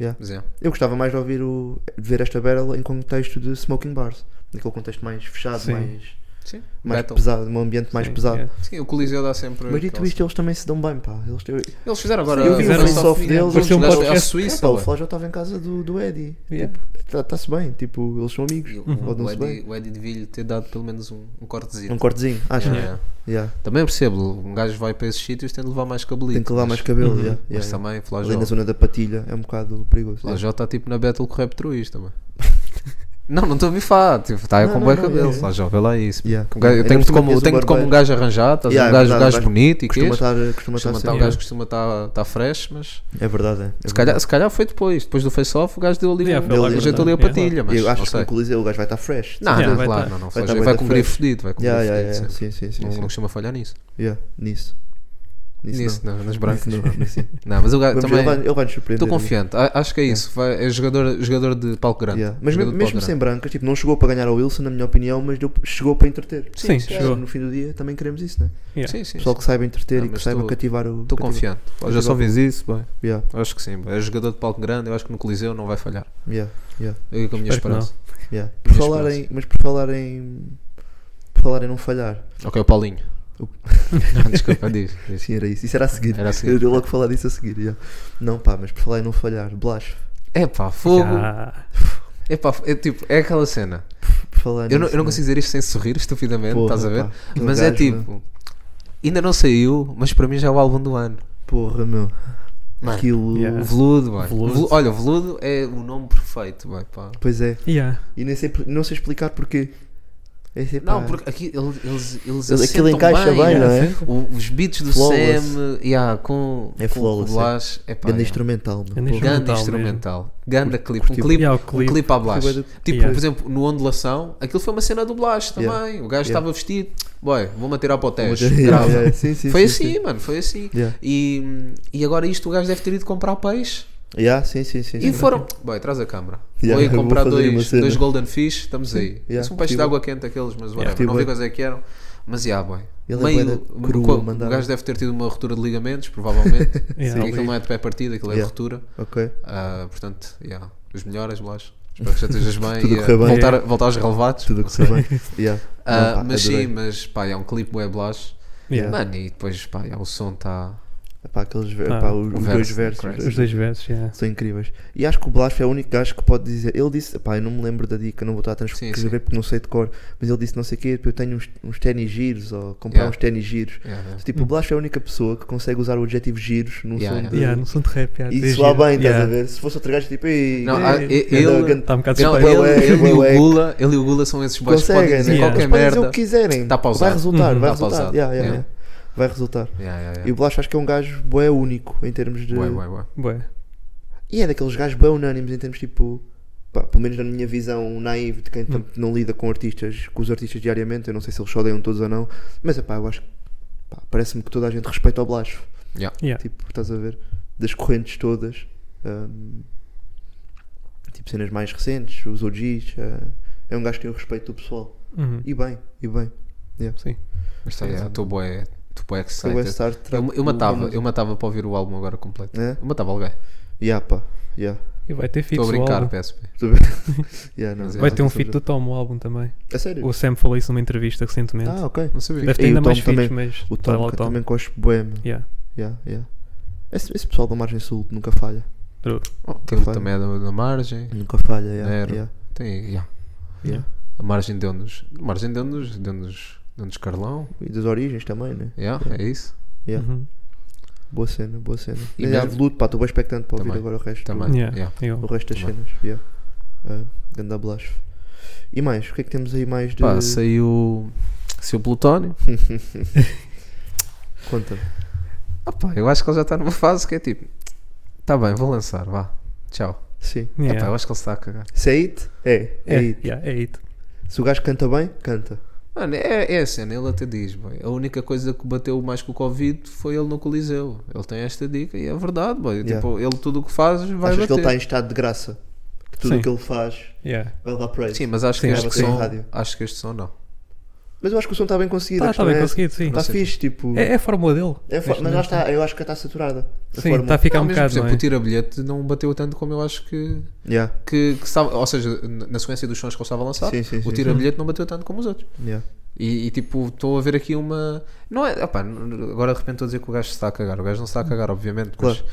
Speaker 6: Yeah.
Speaker 8: Mas é.
Speaker 6: Eu gostava mais de ouvir o, de ver esta battle em contexto de smoking bars, naquele contexto mais fechado,
Speaker 7: Sim.
Speaker 6: mais,
Speaker 8: Sim.
Speaker 6: mais
Speaker 8: Battle.
Speaker 6: pesado, num ambiente mais
Speaker 7: Sim,
Speaker 6: pesado.
Speaker 7: yeah.
Speaker 8: Sim, o Coliseu dá sempre.
Speaker 6: Mas dito
Speaker 8: aqueles-
Speaker 6: isto, eles também se dão bem, pá. Eles, eu,
Speaker 8: Eles fizeram agora.
Speaker 6: eu vi o
Speaker 8: fizeram
Speaker 6: face-off
Speaker 8: soft-
Speaker 6: deles,
Speaker 8: Eles
Speaker 7: parecia um
Speaker 8: jogaram à
Speaker 7: podcast.
Speaker 6: é,
Speaker 8: Suíça.
Speaker 6: pá, o
Speaker 8: ué.
Speaker 6: Flá já estava em casa do, do Eddie.
Speaker 7: Yeah.
Speaker 6: Está-se bem, tipo, eles são amigos.
Speaker 8: E o-
Speaker 6: Ou
Speaker 8: O
Speaker 6: se bem.
Speaker 8: Eddie- o Eddie devia-lhe ter dado pelo menos um um cortezinho.
Speaker 6: Um cortezinho, acha?
Speaker 8: Yeah.
Speaker 6: Yeah.
Speaker 8: Também percebo, um gajo vai para esses sítios tem de levar mais cabelito.
Speaker 6: Tem que levar
Speaker 8: mas-
Speaker 6: mais cabelo, yeah,
Speaker 8: Mas
Speaker 6: yeah.
Speaker 8: também,
Speaker 6: Ali na
Speaker 8: Flajó.
Speaker 6: zona da patilha é um bocado perigoso.
Speaker 8: Flajó está tipo na Battle com Reptruís também. não, não estou a bifar, tipo, está aí
Speaker 6: Não,
Speaker 8: com
Speaker 6: não,
Speaker 8: bué
Speaker 6: não,
Speaker 8: cabelo.
Speaker 6: é, é.
Speaker 8: Flajó, vê lá isso.
Speaker 6: Yeah.
Speaker 8: Um gajo- Eu
Speaker 6: Ainda
Speaker 8: tenho-te
Speaker 6: por cima
Speaker 8: como,
Speaker 6: tens o
Speaker 8: tenho como um
Speaker 6: barbeiro.
Speaker 8: gajo arranjado, estás
Speaker 6: Yeah,
Speaker 8: um
Speaker 6: é
Speaker 8: gajo, um
Speaker 6: verdade,
Speaker 8: gajo
Speaker 6: o gajo
Speaker 8: bonito e
Speaker 6: Costuma
Speaker 8: queixo.
Speaker 6: estar, costuma estar
Speaker 8: Costuma estar,
Speaker 6: sempre.
Speaker 8: o gajo costuma estar estar fresh, mas
Speaker 6: É verdade, é. é
Speaker 8: se calhar,
Speaker 6: verdade.
Speaker 8: se calhar foi depois. Depois do face-off, o gajo deu ali,
Speaker 7: Yeah,
Speaker 8: um-
Speaker 7: foi
Speaker 6: lá
Speaker 8: deu gente
Speaker 7: cortar.
Speaker 8: ali a
Speaker 7: Yeah.
Speaker 8: patilha. Mas
Speaker 6: eu acho
Speaker 8: não
Speaker 6: que
Speaker 8: sei.
Speaker 6: no Coliseu o gajo vai estar fresh.
Speaker 8: Não,
Speaker 7: Yeah,
Speaker 8: não,
Speaker 7: vai
Speaker 8: claro,
Speaker 7: estar.
Speaker 8: não, não.
Speaker 6: Vai
Speaker 8: Vai,
Speaker 6: estar
Speaker 8: vai,
Speaker 6: bué da
Speaker 8: com o grifo
Speaker 6: fresh.
Speaker 8: fedido, vai com o
Speaker 6: Yeah,
Speaker 8: grifo
Speaker 6: yeah, yeah,
Speaker 8: fedido, sempre.
Speaker 6: Sim, sim, sim.
Speaker 8: Não-
Speaker 6: sim.
Speaker 8: Não costuma falhar nisso.
Speaker 6: Yeah, nisso.
Speaker 8: Nisso,
Speaker 6: não.
Speaker 8: não, nas brancas.
Speaker 6: Nisso não, nisso não.
Speaker 8: Não, mas o gajo
Speaker 6: Vamos ver, ele, vai,
Speaker 8: também.
Speaker 6: ele vai nos surpreender.
Speaker 8: Estou confiante, A- acho que é isso. Vai- é jogador, jogador de palco grande.
Speaker 6: Yeah. Mas
Speaker 8: Jogador
Speaker 6: mesmo,
Speaker 8: de
Speaker 6: mesmo
Speaker 8: palco
Speaker 6: sem brancas, tipo, não chegou para ganhar ao Wilson, na minha opinião, mas deu- chegou para entreter.
Speaker 7: Sim,
Speaker 8: sim,
Speaker 7: chegou.
Speaker 6: No fim do dia também queremos isso, né?
Speaker 8: grande.
Speaker 7: Yeah.
Speaker 8: Sim, sim.
Speaker 6: Pessoal que saiba entreter
Speaker 8: Ah,
Speaker 6: e que
Speaker 8: mas
Speaker 6: saiba
Speaker 8: tô-
Speaker 6: cativar o.
Speaker 8: Estou
Speaker 6: cativar-
Speaker 8: confiante.
Speaker 6: Cativar
Speaker 8: Já só
Speaker 6: o-
Speaker 8: vês isso, bem.
Speaker 6: Yeah,
Speaker 8: Acho que sim. É jogador de palco grande, eu acho que no Coliseu não vai falhar.
Speaker 6: yeah, yeah,
Speaker 8: Eu com a minha
Speaker 7: Espero que não.
Speaker 8: esperança.
Speaker 6: yeah. Por
Speaker 8: Minha
Speaker 6: falar em,
Speaker 8: esperança.
Speaker 6: mas por falar em. Por falar em não falhar.
Speaker 8: Ok, o Paulinho.
Speaker 6: O-
Speaker 8: Desculpa, diz. diz.
Speaker 6: Sim, era isso. Isso era a seguir.
Speaker 8: Era assim. a seguir.
Speaker 6: Eu ia logo falar disso a seguir. yeah. Não, pá, mas por falar em não falhar, Blas,
Speaker 8: É pá, fogo.
Speaker 7: Ah,
Speaker 8: É pá, é tipo, é aquela cena.
Speaker 6: por falar
Speaker 8: Eu não,
Speaker 6: nisso,
Speaker 8: eu não
Speaker 6: né?
Speaker 8: consigo dizer isto sem sorrir, estupidamente,
Speaker 6: Porra,
Speaker 8: estás a ver?
Speaker 6: pá, aquele
Speaker 8: Mas é
Speaker 6: gajo, né?
Speaker 8: tipo, ainda não saiu, mas para mim já é o álbum do ano.
Speaker 6: Porra, meu.
Speaker 8: Mano,
Speaker 6: Aquilo.
Speaker 7: yeah.
Speaker 8: O Veludo, mano.
Speaker 7: Veludo.
Speaker 8: Velu- Olha, Veludo é o nome perfeito, bem, pá.
Speaker 6: Pois é.
Speaker 7: yeah.
Speaker 6: E nem sei, não sei explicar porquê. É assim, pá,
Speaker 8: Não, porque aqui, ele- eles, eles né?
Speaker 6: Ele- aquilo
Speaker 8: acertam
Speaker 6: encaixa bem, não é?
Speaker 8: O- os beats do
Speaker 6: Flawless.
Speaker 8: Sam, yeah, com,
Speaker 6: É
Speaker 8: com o
Speaker 6: flawless,
Speaker 8: Blas, é pá,
Speaker 6: Ganda
Speaker 8: yeah.
Speaker 6: instrumental, meu.
Speaker 7: Ganda
Speaker 6: Porra.
Speaker 8: Ganda
Speaker 7: Instrumental
Speaker 8: instrumental. Ganda clipe. Um
Speaker 6: Curti bué.
Speaker 8: clipe,
Speaker 7: Yeah, o
Speaker 8: um
Speaker 7: clipe.
Speaker 8: clipe à Blas.
Speaker 6: Curti bué
Speaker 8: Tipo,
Speaker 6: do-
Speaker 7: Yeah.
Speaker 8: por exemplo, no Ondulação, aquilo foi uma cena do Blas também.
Speaker 6: Yeah.
Speaker 8: O gajo
Speaker 6: Yeah.
Speaker 8: estava vestido, boy, vou-me atirar para o
Speaker 6: Yeah,
Speaker 8: teste.
Speaker 6: yeah,
Speaker 8: grava.
Speaker 6: yeah, é Sim, sim,
Speaker 8: Foi
Speaker 6: sim,
Speaker 8: assim,
Speaker 6: sim.
Speaker 8: mano, foi assim.
Speaker 6: Yeah.
Speaker 8: E, e agora isto o gajo deve ter ido comprar peixe.
Speaker 6: Yeah, sim, sim, sim,
Speaker 8: assim. E
Speaker 6: sim.
Speaker 8: foram. Boy, traz a câmara.
Speaker 6: Yeah,
Speaker 8: vou ir
Speaker 6: vou
Speaker 8: comprar
Speaker 6: fazer uma
Speaker 8: dois,
Speaker 6: cena.
Speaker 8: dois Golden Fish, estamos aí.
Speaker 6: yeah, tipo-
Speaker 8: Isso é um peixe
Speaker 6: curti
Speaker 8: de água quente aqueles, mas whatever.
Speaker 6: Curti
Speaker 8: Não vi
Speaker 6: bué.
Speaker 8: quais é que eram. Mas yeah, boy.
Speaker 6: Ele é bué
Speaker 8: Meio,
Speaker 6: da crua,
Speaker 8: o, o
Speaker 6: mandava.
Speaker 8: gajo deve ter tido uma ruptura de ligamentos, provavelmente. Porque
Speaker 7: Yeah.
Speaker 8: aquilo não é de pé partido, aquilo é
Speaker 6: Yeah.
Speaker 8: ruptura.
Speaker 6: Ok.
Speaker 8: Ah, portanto, yeah, os melhores, Blas. Espero que já estejas bem
Speaker 6: Tudo
Speaker 8: e
Speaker 6: correu
Speaker 8: ah,
Speaker 6: bem.
Speaker 8: voltar, voltar aos relevados.
Speaker 6: Tudo o que sei bem. Yeah.
Speaker 8: Ah,
Speaker 6: Não, pá,
Speaker 8: mas
Speaker 6: adorei.
Speaker 8: sim, mas pá, é um clipe bué Blas.
Speaker 7: Yeah.
Speaker 8: Mano, e depois pá, é, o som está.
Speaker 6: Epá, aqueles ver-
Speaker 7: Ah,
Speaker 6: pá, os,
Speaker 8: o
Speaker 6: os dois
Speaker 8: verso,
Speaker 6: versos
Speaker 8: correct.
Speaker 7: Os dois versos, yeah.
Speaker 6: são incríveis. E acho que o Blas é o único gajo que pode dizer. Ele disse, pá, eu não me lembro da dica, não vou estar a
Speaker 8: Sim,
Speaker 6: transcrever
Speaker 8: sim.
Speaker 6: porque não sei de cor, mas ele disse não sei o quê, eu tenho uns, uns ténis giros, ou comprar
Speaker 8: Yeah.
Speaker 6: uns ténis giros. Tipo, o Blas é a única pessoa que consegue usar o adjetivo giros num
Speaker 8: Yeah,
Speaker 6: som
Speaker 8: yeah.
Speaker 6: de.
Speaker 7: Yeah, no som de rap, yeah,
Speaker 6: E
Speaker 7: diz
Speaker 6: se lá
Speaker 7: giro.
Speaker 6: bem, estás
Speaker 7: Yeah.
Speaker 6: a ver? Se fosse outro gajo, tipo, ei,
Speaker 8: Não,
Speaker 6: ei,
Speaker 8: ah, e-
Speaker 6: ganda-
Speaker 8: ele-
Speaker 6: ganda-
Speaker 7: Está um bocado
Speaker 8: Não, ele,
Speaker 7: suspeito.
Speaker 6: Bué,
Speaker 8: ele e
Speaker 6: bué.
Speaker 8: o Gula, ele e o Gula são esses boys que
Speaker 6: Conseguem,
Speaker 8: podem dizer
Speaker 6: né?
Speaker 7: Yeah.
Speaker 8: qualquer
Speaker 6: Eles podem dizer
Speaker 8: merda.
Speaker 6: o que quiserem.
Speaker 8: Tá
Speaker 6: Vai
Speaker 8: pausado.
Speaker 6: resultar,
Speaker 7: Uhum.
Speaker 6: vai
Speaker 8: Tá
Speaker 6: resultar.
Speaker 8: pausado.
Speaker 6: Yeah, yeah,
Speaker 8: Yeah.
Speaker 6: yeah. Vai resultar.
Speaker 8: Yeah, yeah,
Speaker 6: E o
Speaker 8: yeah.
Speaker 6: Blas acho que é um gajo bué único em termos de.
Speaker 8: Ué, ué, ué.
Speaker 7: Bué.
Speaker 6: E é daqueles gajos bem unânimes em termos tipo. pá, pelo menos na minha visão naive de quem tam- não lida com artistas, com os artistas diariamente, eu não sei se eles só odeiam todos ou não, mas epá, eu acho que pá, parece-me que toda a gente respeita o Blas.
Speaker 8: Yeah.
Speaker 7: Yeah.
Speaker 6: Tipo, estás a ver? Das correntes todas. hum, tipo cenas mais recentes, os OGs. ah, é um gajo que tem o respeito do pessoal.
Speaker 7: Uhum.
Speaker 6: E bem, e bem. Yeah.
Speaker 7: Sim.
Speaker 8: Mas tá, yeah, tô bué- tô bué
Speaker 6: Eu vou
Speaker 8: excited.
Speaker 6: estar
Speaker 7: É um-
Speaker 8: Eu, eu matava, eu matava para ouvir o álbum agora completo.
Speaker 6: É?
Speaker 8: Eu matava alguém.
Speaker 6: Yeah, pá. Yeah.
Speaker 7: E vai ter feat
Speaker 8: Estou a
Speaker 7: do
Speaker 8: brincar,
Speaker 7: álbum.
Speaker 8: PSP.
Speaker 6: Yeah, não,
Speaker 8: Vai
Speaker 7: Vai
Speaker 6: não,
Speaker 7: ter um
Speaker 6: não
Speaker 7: feat do
Speaker 6: sabes.
Speaker 7: Tom, o álbum também.
Speaker 6: A sério?
Speaker 7: O Sam falou isso numa entrevista recentemente.
Speaker 6: Ah, ok.
Speaker 8: Não sabia.
Speaker 7: Deve ter
Speaker 6: E
Speaker 7: ainda
Speaker 6: o
Speaker 7: mais
Speaker 6: Tom
Speaker 7: feats,
Speaker 6: também.
Speaker 7: mas.
Speaker 6: O
Speaker 7: tá lá
Speaker 6: Tom, que eu também gosto boema.
Speaker 7: Yeah.
Speaker 6: Yeah, yeah. Esse, esse pessoal da Margem Sul nunca falha.
Speaker 7: True.
Speaker 8: Tem o
Speaker 6: Fun.
Speaker 8: também é da, da margem.
Speaker 6: Nunca falha, yeah,
Speaker 8: Nero.
Speaker 6: yeah,
Speaker 8: Tem, yeah.
Speaker 6: yeah.
Speaker 8: A margem deu-nos. A margem deu-nos. Deu-nos. Deu-nos Carlão.
Speaker 6: E das origens também, né?
Speaker 8: Yeah, é isso.
Speaker 6: Yeah.
Speaker 7: Uhum.
Speaker 6: Boa cena, boa cena.
Speaker 8: E
Speaker 6: E há
Speaker 8: mesmo-
Speaker 6: veludo, pá, estou bem expectante para ouvir
Speaker 8: Também,
Speaker 6: agora o resto,
Speaker 8: Também.
Speaker 7: Yeah.
Speaker 8: Yeah.
Speaker 7: Eu.
Speaker 6: o resto das
Speaker 8: Também.
Speaker 6: cenas. Yeah. Ah, ganda Blasfo. E mais, o que é que temos aí mais de.
Speaker 8: Pá, saiu. Saiu o Plutónio.
Speaker 6: Conta.
Speaker 8: Ah, pá, eu acho que ele já está numa fase que é tipo. Tá bem, vou lançar, vá. Tchau.
Speaker 6: Sim.
Speaker 8: É, pá, eu
Speaker 7: Yeah.
Speaker 8: acho que ele se está a cagar.
Speaker 6: Se é it, é. É,
Speaker 7: É,
Speaker 6: it.
Speaker 7: yeah, é it.
Speaker 6: Se o gajo canta bem, canta.
Speaker 8: Mano, é, é a cena, ele até diz, boy, a única coisa que bateu mais com o Covid foi ele no Coliseu. Ele tem esta dica e é verdade, boy.
Speaker 6: Yeah.
Speaker 8: Tipo, ele tudo o que faz vai
Speaker 6: Achas que ele
Speaker 8: bater.
Speaker 6: tá está em estado de graça? Que tudo
Speaker 7: Sim.
Speaker 6: o que ele faz
Speaker 7: Yeah.
Speaker 6: vai levar para
Speaker 8: Sim, mas acho
Speaker 7: Sim,
Speaker 8: que este
Speaker 6: vai é bater em
Speaker 8: som,
Speaker 6: rádio.
Speaker 8: acho que este som não.
Speaker 6: Mas eu acho que o som está bem conseguido.
Speaker 7: Tá,
Speaker 6: a
Speaker 7: tá
Speaker 6: questão
Speaker 7: bem
Speaker 6: é essa.
Speaker 7: conseguido, sim.
Speaker 6: Está fixe, tipo.
Speaker 7: É, é a fórmula dele.
Speaker 6: é fo- mas lá está, eu acho que está saturada. a
Speaker 7: Sim,
Speaker 6: fórmula.
Speaker 7: está a ficar
Speaker 8: Não,
Speaker 7: um
Speaker 8: mesmo,
Speaker 7: bocado,
Speaker 8: por exemplo,
Speaker 7: não é?
Speaker 8: o tira-bilhete não bateu tanto como eu acho que.
Speaker 6: Yeah,
Speaker 8: que, que estava- ou seja, na na sequência dos sons que ele estava a lançar,
Speaker 6: Sim, sim,
Speaker 8: o
Speaker 6: sim.
Speaker 8: tira-bilhete não bateu tanto como os outros.
Speaker 6: yeah.
Speaker 8: E, e, tipo, estou a ver aqui uma. Não é. opá, n- agora de repente estou a dizer que o gajo se está a cagar. O gajo não se está a cagar, obviamente. Mas,
Speaker 6: Claro.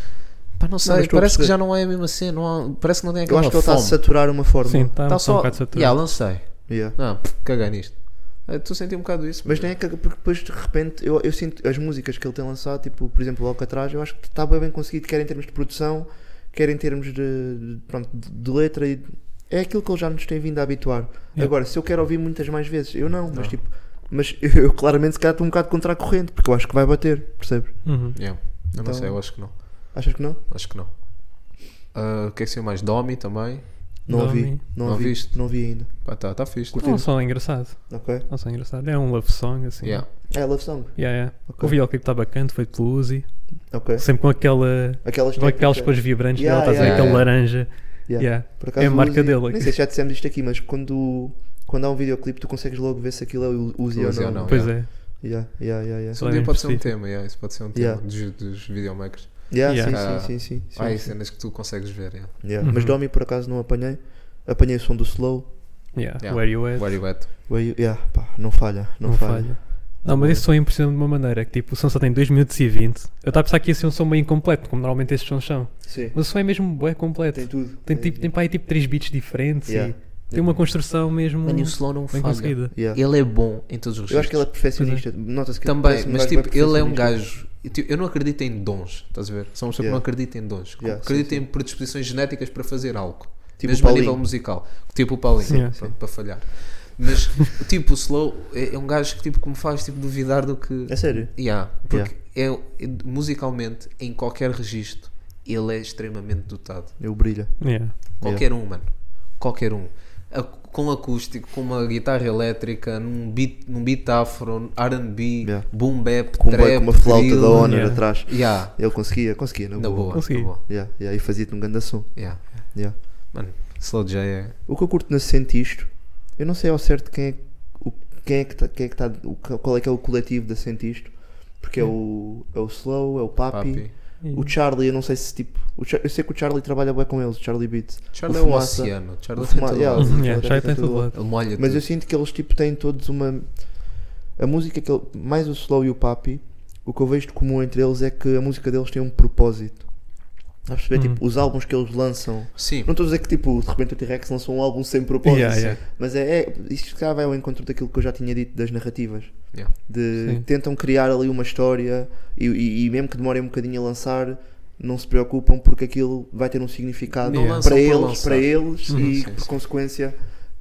Speaker 8: pá, não sei,
Speaker 6: mas estou a
Speaker 8: parece que
Speaker 6: perceber.
Speaker 8: já não é a mesma cena. não há- parece que não tem
Speaker 6: Eu
Speaker 8: aquela
Speaker 6: acho que ele está a
Speaker 8: fome.
Speaker 6: saturar uma fórmula.
Speaker 7: Sim, está
Speaker 8: Está
Speaker 7: um
Speaker 8: Tá só.
Speaker 7: bocado saturado.
Speaker 8: Já, lancei.
Speaker 6: Yeah.
Speaker 8: Não, pff, caguei nisto. Eh, Estou a sentir um bocado isso.
Speaker 6: Mas nem é que porque depois de repente eu, eu sinto as músicas que ele tem lançado, tipo, por exemplo, o Alcatraz, eu acho que está bem, bem conseguido, quer em termos de produção, quer em termos de, de- pronto, de, de letra e é aquilo que ele já nos tem vindo a habituar.
Speaker 7: Yeah. Ah.
Speaker 6: Agora, se eu quero ouvir muitas mais vezes, eu não, mas tipo, mas eu claramente se calhar estou um bocado contra a corrente, porque eu acho que vai bater, percebes?
Speaker 7: Uhum.
Speaker 8: Yeah. Eu não
Speaker 6: Então-
Speaker 8: sei, eu acho que não.
Speaker 6: Achas que não?
Speaker 8: Acho que não. Ah, o que é que saiu mais? Domi também.
Speaker 6: Não,
Speaker 7: Não
Speaker 6: ouvi,
Speaker 7: ouvi.
Speaker 6: não,
Speaker 8: Não
Speaker 6: ouvi,
Speaker 8: ouviste?
Speaker 6: não ouvi ainda.
Speaker 8: Pá, tá, tá fixe.
Speaker 7: É um som engraçado.
Speaker 6: Ok.
Speaker 7: É um som engraçado. É um love song, assim.
Speaker 8: Yeah.
Speaker 6: É Love Song.
Speaker 7: Yeah, yeah.
Speaker 6: Ok.
Speaker 7: O videoclipe está bacana, foi pelo Uzi.
Speaker 6: Ok.
Speaker 7: Sempre com aquela.
Speaker 6: Aquelas
Speaker 7: Com é aquelas
Speaker 6: técnicas.
Speaker 7: cores vibrantes
Speaker 6: Yeah,
Speaker 7: dela, estás a ver?
Speaker 8: yeah,
Speaker 7: Aquele
Speaker 8: yeah.
Speaker 7: laranja.
Speaker 6: Yeah.
Speaker 7: Yeah.
Speaker 6: Por
Speaker 7: É a
Speaker 6: o
Speaker 7: marca
Speaker 6: Uzi-
Speaker 7: dele.
Speaker 6: Nem sei se já dissemos isto aqui, mas quando, quando há um videoclipe tu consegues logo ver se aquilo é o Uzi,
Speaker 8: Uzi
Speaker 6: ou
Speaker 8: ou
Speaker 6: não.
Speaker 8: não.
Speaker 7: Pois é.
Speaker 6: Yeah, yeah, yeah, yeah.
Speaker 8: Isso um dia
Speaker 7: Bem
Speaker 8: pode ser um
Speaker 7: específico.
Speaker 8: tema, yeah, isso pode ser um tema
Speaker 6: Yeah.
Speaker 8: dos, dos videomakers.
Speaker 6: Yeah,
Speaker 7: Yeah.
Speaker 6: Sim, sim, sim, sim, sim,
Speaker 8: Há Ah, aí
Speaker 6: sim.
Speaker 8: cenas que tu consegues ver. Yeah.
Speaker 6: Yeah. Mas
Speaker 7: Uhum.
Speaker 6: Domi por acaso não apanhei. Apanhei o som do Slow.
Speaker 7: Yeah.
Speaker 8: Yeah.
Speaker 7: Where you at?
Speaker 8: Where you at?
Speaker 6: Veio- Yeah, pá, não falha, não, falha.
Speaker 7: Não, mas esse som impressiona de uma maneira que tipo, o som só tem 2 minutos e 20. Eu estava a pensar que ia ser um som meio incompleto, como normalmente estes sons são.
Speaker 6: Sim.
Speaker 7: Mas o som é mesmo bué completo.
Speaker 6: Tem
Speaker 7: Tem,
Speaker 6: tudo.
Speaker 7: tipo, tem para aí tipo 3 beats diferentes
Speaker 6: Yeah.
Speaker 7: e tem uma construção mesmo
Speaker 8: Mano, e o slow não
Speaker 7: bem
Speaker 8: falha.
Speaker 7: conseguida.
Speaker 6: Yeah.
Speaker 8: Ele é bom em todos os
Speaker 6: Eu
Speaker 8: registros.
Speaker 6: acho que ele é perfeccionista. Nota-se que
Speaker 8: Também,
Speaker 6: parece um
Speaker 8: mas
Speaker 6: gajo bem
Speaker 8: tipo, ele é um
Speaker 6: perfeccionista.
Speaker 8: gajo. eu, tipo, Eu não acredito em dons, estás a ver? São pessoas que
Speaker 6: Yeah.
Speaker 8: não acreditam em dons.
Speaker 6: Yeah,
Speaker 8: acredito
Speaker 6: sim,
Speaker 8: em predisposições genéticas para fazer algo.
Speaker 6: Tipo
Speaker 8: mesmo
Speaker 6: o
Speaker 8: a
Speaker 6: Paulinho.
Speaker 8: nível musical. Tipo o Paulinho,
Speaker 7: Sim,
Speaker 8: pronto, para falhar. Mas tipo, o Slow é, é um gajo que, tipo, que me faz tipo, duvidar do que.
Speaker 6: É sério?
Speaker 8: Yeah, porque É, é- musicalmente, em qualquer registro, ele é extremamente dotado.
Speaker 6: Eu brilha.
Speaker 7: Yeah.
Speaker 8: Qualquer um, mano. Qualquer um. A- com acústico, com uma guitarra elétrica, num beat, num beat afro, RB,
Speaker 6: Yeah.
Speaker 8: boom bap,
Speaker 6: Com um
Speaker 8: trap,
Speaker 6: bem- com uma flauta
Speaker 8: drill.
Speaker 6: da Honor
Speaker 7: yeah.
Speaker 6: atrás.
Speaker 8: Yeah.
Speaker 6: Ele conseguia, conseguia, na,
Speaker 8: Na boa,
Speaker 7: Consegui.
Speaker 8: na boa.
Speaker 6: Yeah, yeah, e fazia-te um grande som.
Speaker 8: Yeah.
Speaker 6: Yeah.
Speaker 8: Mano, Slow J é.
Speaker 6: O que eu curto nesse Sentisto, eu não sei ao certo quem é, o, quem é que está, quem é que tá, o, qual é que é o coletivo da Sentisto, porque é o, é o Slow, é o Papi,
Speaker 8: Papi.
Speaker 6: o Charlie, eu não sei se tipo, o Cha- eu sei que o Charlie trabalha bem com eles, o Charlie Beats,
Speaker 8: Charlie é o
Speaker 6: Fumaça.
Speaker 8: oceano. Charlie
Speaker 6: O
Speaker 8: tem
Speaker 6: Fuma-
Speaker 8: todo
Speaker 6: yeah,
Speaker 8: lado.
Speaker 6: o
Speaker 7: Yeah, já
Speaker 6: Charlie tem
Speaker 7: tem todo
Speaker 6: todo
Speaker 7: lado.
Speaker 8: Ele molha
Speaker 6: mas eu
Speaker 8: tudo.
Speaker 6: sinto que eles tipo têm todos uma, a música que ele, mais o Slow e o Papi, o que eu vejo de comum entre eles é que a música deles tem um propósito, Estás a perceber,
Speaker 7: Uhum.
Speaker 6: tipo, os álbuns que eles lançam
Speaker 8: Sim,
Speaker 6: não estou a dizer que tipo, de repente o T-Rex lançou um álbum sem propósito,
Speaker 7: Yeah, yeah.
Speaker 6: mas é, é isto se calhar vai ao encontro daquilo que eu já tinha dito das narrativas.
Speaker 8: Yeah.
Speaker 6: De
Speaker 7: Sim.
Speaker 6: tentam criar ali uma história e, e- e mesmo que demorem um bocadinho a lançar, não se preocupam porque aquilo vai ter um significado
Speaker 8: Não lançam
Speaker 6: para,
Speaker 8: por
Speaker 6: eles,
Speaker 8: lançar.
Speaker 6: para eles e
Speaker 8: sim,
Speaker 6: por
Speaker 8: sim.
Speaker 6: consequência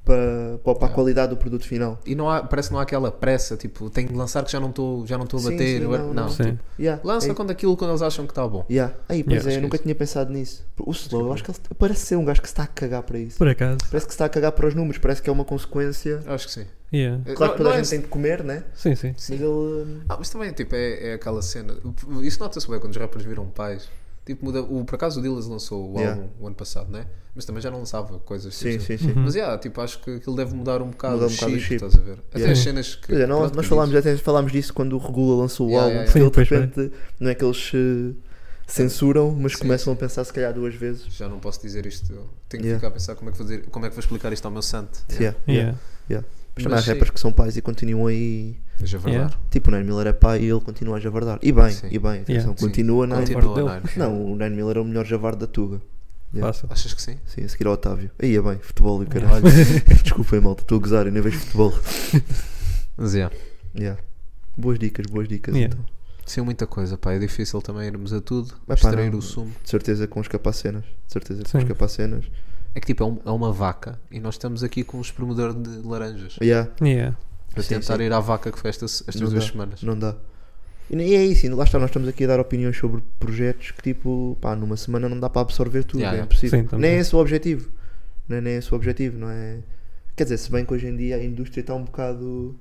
Speaker 6: para, para, a qualidade do produto final.
Speaker 8: e não há, parece que não há aquela pressa, tipo, tenho de lançar que já não estou já não estou a
Speaker 6: Sim,
Speaker 8: bater.
Speaker 6: sim,
Speaker 8: eu-
Speaker 6: não,
Speaker 8: não,
Speaker 6: não.
Speaker 7: Sim.
Speaker 6: Yeah,
Speaker 8: Lança
Speaker 6: é-
Speaker 8: quando aquilo quando eles acham que está bom.
Speaker 6: yeah. Aí, pois
Speaker 7: Yeah.
Speaker 6: é, eu nunca tinha pensado nisso. O Slow, eu acho que ele parece ser um gajo que se está a cagar para isso.
Speaker 7: Por acaso.
Speaker 6: Parece que se está a cagar para os números, parece que é uma consequência.
Speaker 8: Acho que sim.
Speaker 7: Yeah.
Speaker 6: Claro que
Speaker 8: Não-
Speaker 6: toda
Speaker 8: não
Speaker 6: a
Speaker 8: é-
Speaker 6: gente tem de comer, né?
Speaker 7: Sim, sim.
Speaker 6: Mas ele. hum,
Speaker 8: Ah, mas também, tipo, é, é aquela cena. Isso nota-se bem quando os rappers viram pais. Tipo, muda, o, por acaso o Dillas lançou o
Speaker 6: Yeah.
Speaker 8: álbum o ano passado, né? Mas também já não lançava coisas
Speaker 6: Sim,
Speaker 8: tipo.
Speaker 6: sim, sim.
Speaker 8: Mas, yeah, tipo, acho que aquilo deve mudar um bocado,
Speaker 6: Muda
Speaker 8: o,
Speaker 6: um bocado o
Speaker 8: chip,
Speaker 6: chip.
Speaker 8: estás a ver? Até
Speaker 7: Yeah.
Speaker 8: as cenas que.
Speaker 6: Pois é, nós,
Speaker 8: pronto,
Speaker 6: nós
Speaker 8: que
Speaker 6: falámos,
Speaker 8: dizes.
Speaker 6: até falámos disso quando o Regula lançou o
Speaker 8: Yeah,
Speaker 6: álbum,
Speaker 8: yeah,
Speaker 6: porque
Speaker 7: yeah.
Speaker 6: ele
Speaker 7: Sim,
Speaker 6: de repente não é que eles se censuram, mas
Speaker 8: Sim.
Speaker 6: começam a pensar se calhar duas vezes.
Speaker 8: Já não posso dizer isto. Tenho que
Speaker 6: Yeah.
Speaker 8: ficar a pensar como é que, fazer, como é que vou explicar isto ao meu santo.
Speaker 6: Yeah, yeah.
Speaker 7: Yeah.
Speaker 6: Mas também há
Speaker 8: Mas sim.
Speaker 6: rappers que são pais e continuam aí.
Speaker 8: Deixa verdade.
Speaker 6: Tipo, o Nine Miller é pai e ele continua a javardar. E bem,
Speaker 8: Sim.
Speaker 6: e bem, atenção,
Speaker 7: Yeah.
Speaker 8: Sim.
Speaker 6: continua Nine.
Speaker 7: Continua.
Speaker 8: Continua,
Speaker 7: Concordo
Speaker 8: Nine.
Speaker 6: Não, o Nine Miller é o melhor javardo da Tuga. Yeah.
Speaker 7: Fácil.
Speaker 8: Achas que sim?
Speaker 6: Sim, a seguir ao Otávio. Aí é bem, futebol e o caralho. Desculpem, malta, estou a gozar, eu nem vejo futebol.
Speaker 8: Mas, yeah.
Speaker 6: Yeah. Boas dicas, boas dicas
Speaker 7: Yeah.
Speaker 6: então.
Speaker 8: Sim, muita coisa, pá. É difícil também irmos a tudo,
Speaker 6: pá,
Speaker 8: extrair
Speaker 6: não.
Speaker 8: o sumo.
Speaker 6: De certeza com os capacenas. De certeza com
Speaker 7: Sim.
Speaker 6: os capacenas.
Speaker 8: É que, tipo, é, um- é uma vaca e nós estamos aqui com um espremedor de laranjas.
Speaker 6: Yeah.
Speaker 7: Yeah.
Speaker 8: a
Speaker 6: Sim,
Speaker 8: tentar
Speaker 6: sim.
Speaker 8: ir à vaca que foi esta- estas
Speaker 6: Não
Speaker 8: duas
Speaker 6: dá.
Speaker 8: semanas.
Speaker 6: Não dá. E nem é isso, ainda lá está, nós estamos aqui a dar opiniões sobre projetos que tipo, pá, numa semana não dá para absorver tudo,
Speaker 8: Yeah,
Speaker 6: é
Speaker 8: yeah.
Speaker 6: impossível.
Speaker 7: Sim, também.
Speaker 6: nem é esse o objetivo. Nem, nem é esse o objetivo, não é? Quer dizer, se bem que hoje em dia a indústria está um bocado.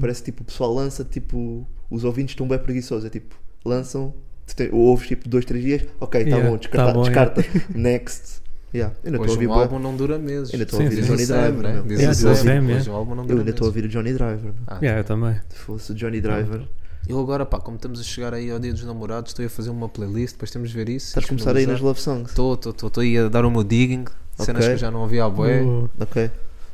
Speaker 6: Parece tipo, o pessoal lança, tipo, os ouvintes estão bem preguiçosos, é tipo, lançam, tu te- ouves tipo dois, três dias, ok, está
Speaker 7: Yeah,
Speaker 6: bom,
Speaker 7: tá
Speaker 6: descarta,
Speaker 7: bom,
Speaker 6: descarta next. Yeah. Eu ainda estou a
Speaker 8: Hoje
Speaker 6: ouvir
Speaker 8: um
Speaker 6: bué-
Speaker 8: álbum não dura meses.
Speaker 6: Ainda estou a
Speaker 7: Sim,
Speaker 6: ouvir
Speaker 7: sim.
Speaker 6: Johnny
Speaker 8: Dizem sempre,
Speaker 6: Driver.
Speaker 8: né?
Speaker 6: meu.
Speaker 8: Dizem
Speaker 6: Eu ainda
Speaker 7: Yeah,
Speaker 6: estou a
Speaker 8: sempre,
Speaker 6: ouvir-
Speaker 7: mesmo.
Speaker 8: Hoje um álbum não
Speaker 6: Eu
Speaker 8: dura
Speaker 6: ainda estou a
Speaker 8: meses.
Speaker 6: ouvir o Johnny Driver. meu.
Speaker 8: Ah,
Speaker 7: Yeah, eu também.
Speaker 6: Se fosse o Johnny Driver.
Speaker 8: Eu agora, pá, como estamos a chegar aí ao dia dos namorados, estou a fazer uma playlist, depois temos de ver isso.
Speaker 6: Estás a começar aí nas Love Songs.
Speaker 8: Estou, estou, estou aí a dar o meu digging, cenas
Speaker 6: Ok.
Speaker 8: que eu já não ouvi à boé.
Speaker 7: O-
Speaker 6: Ok.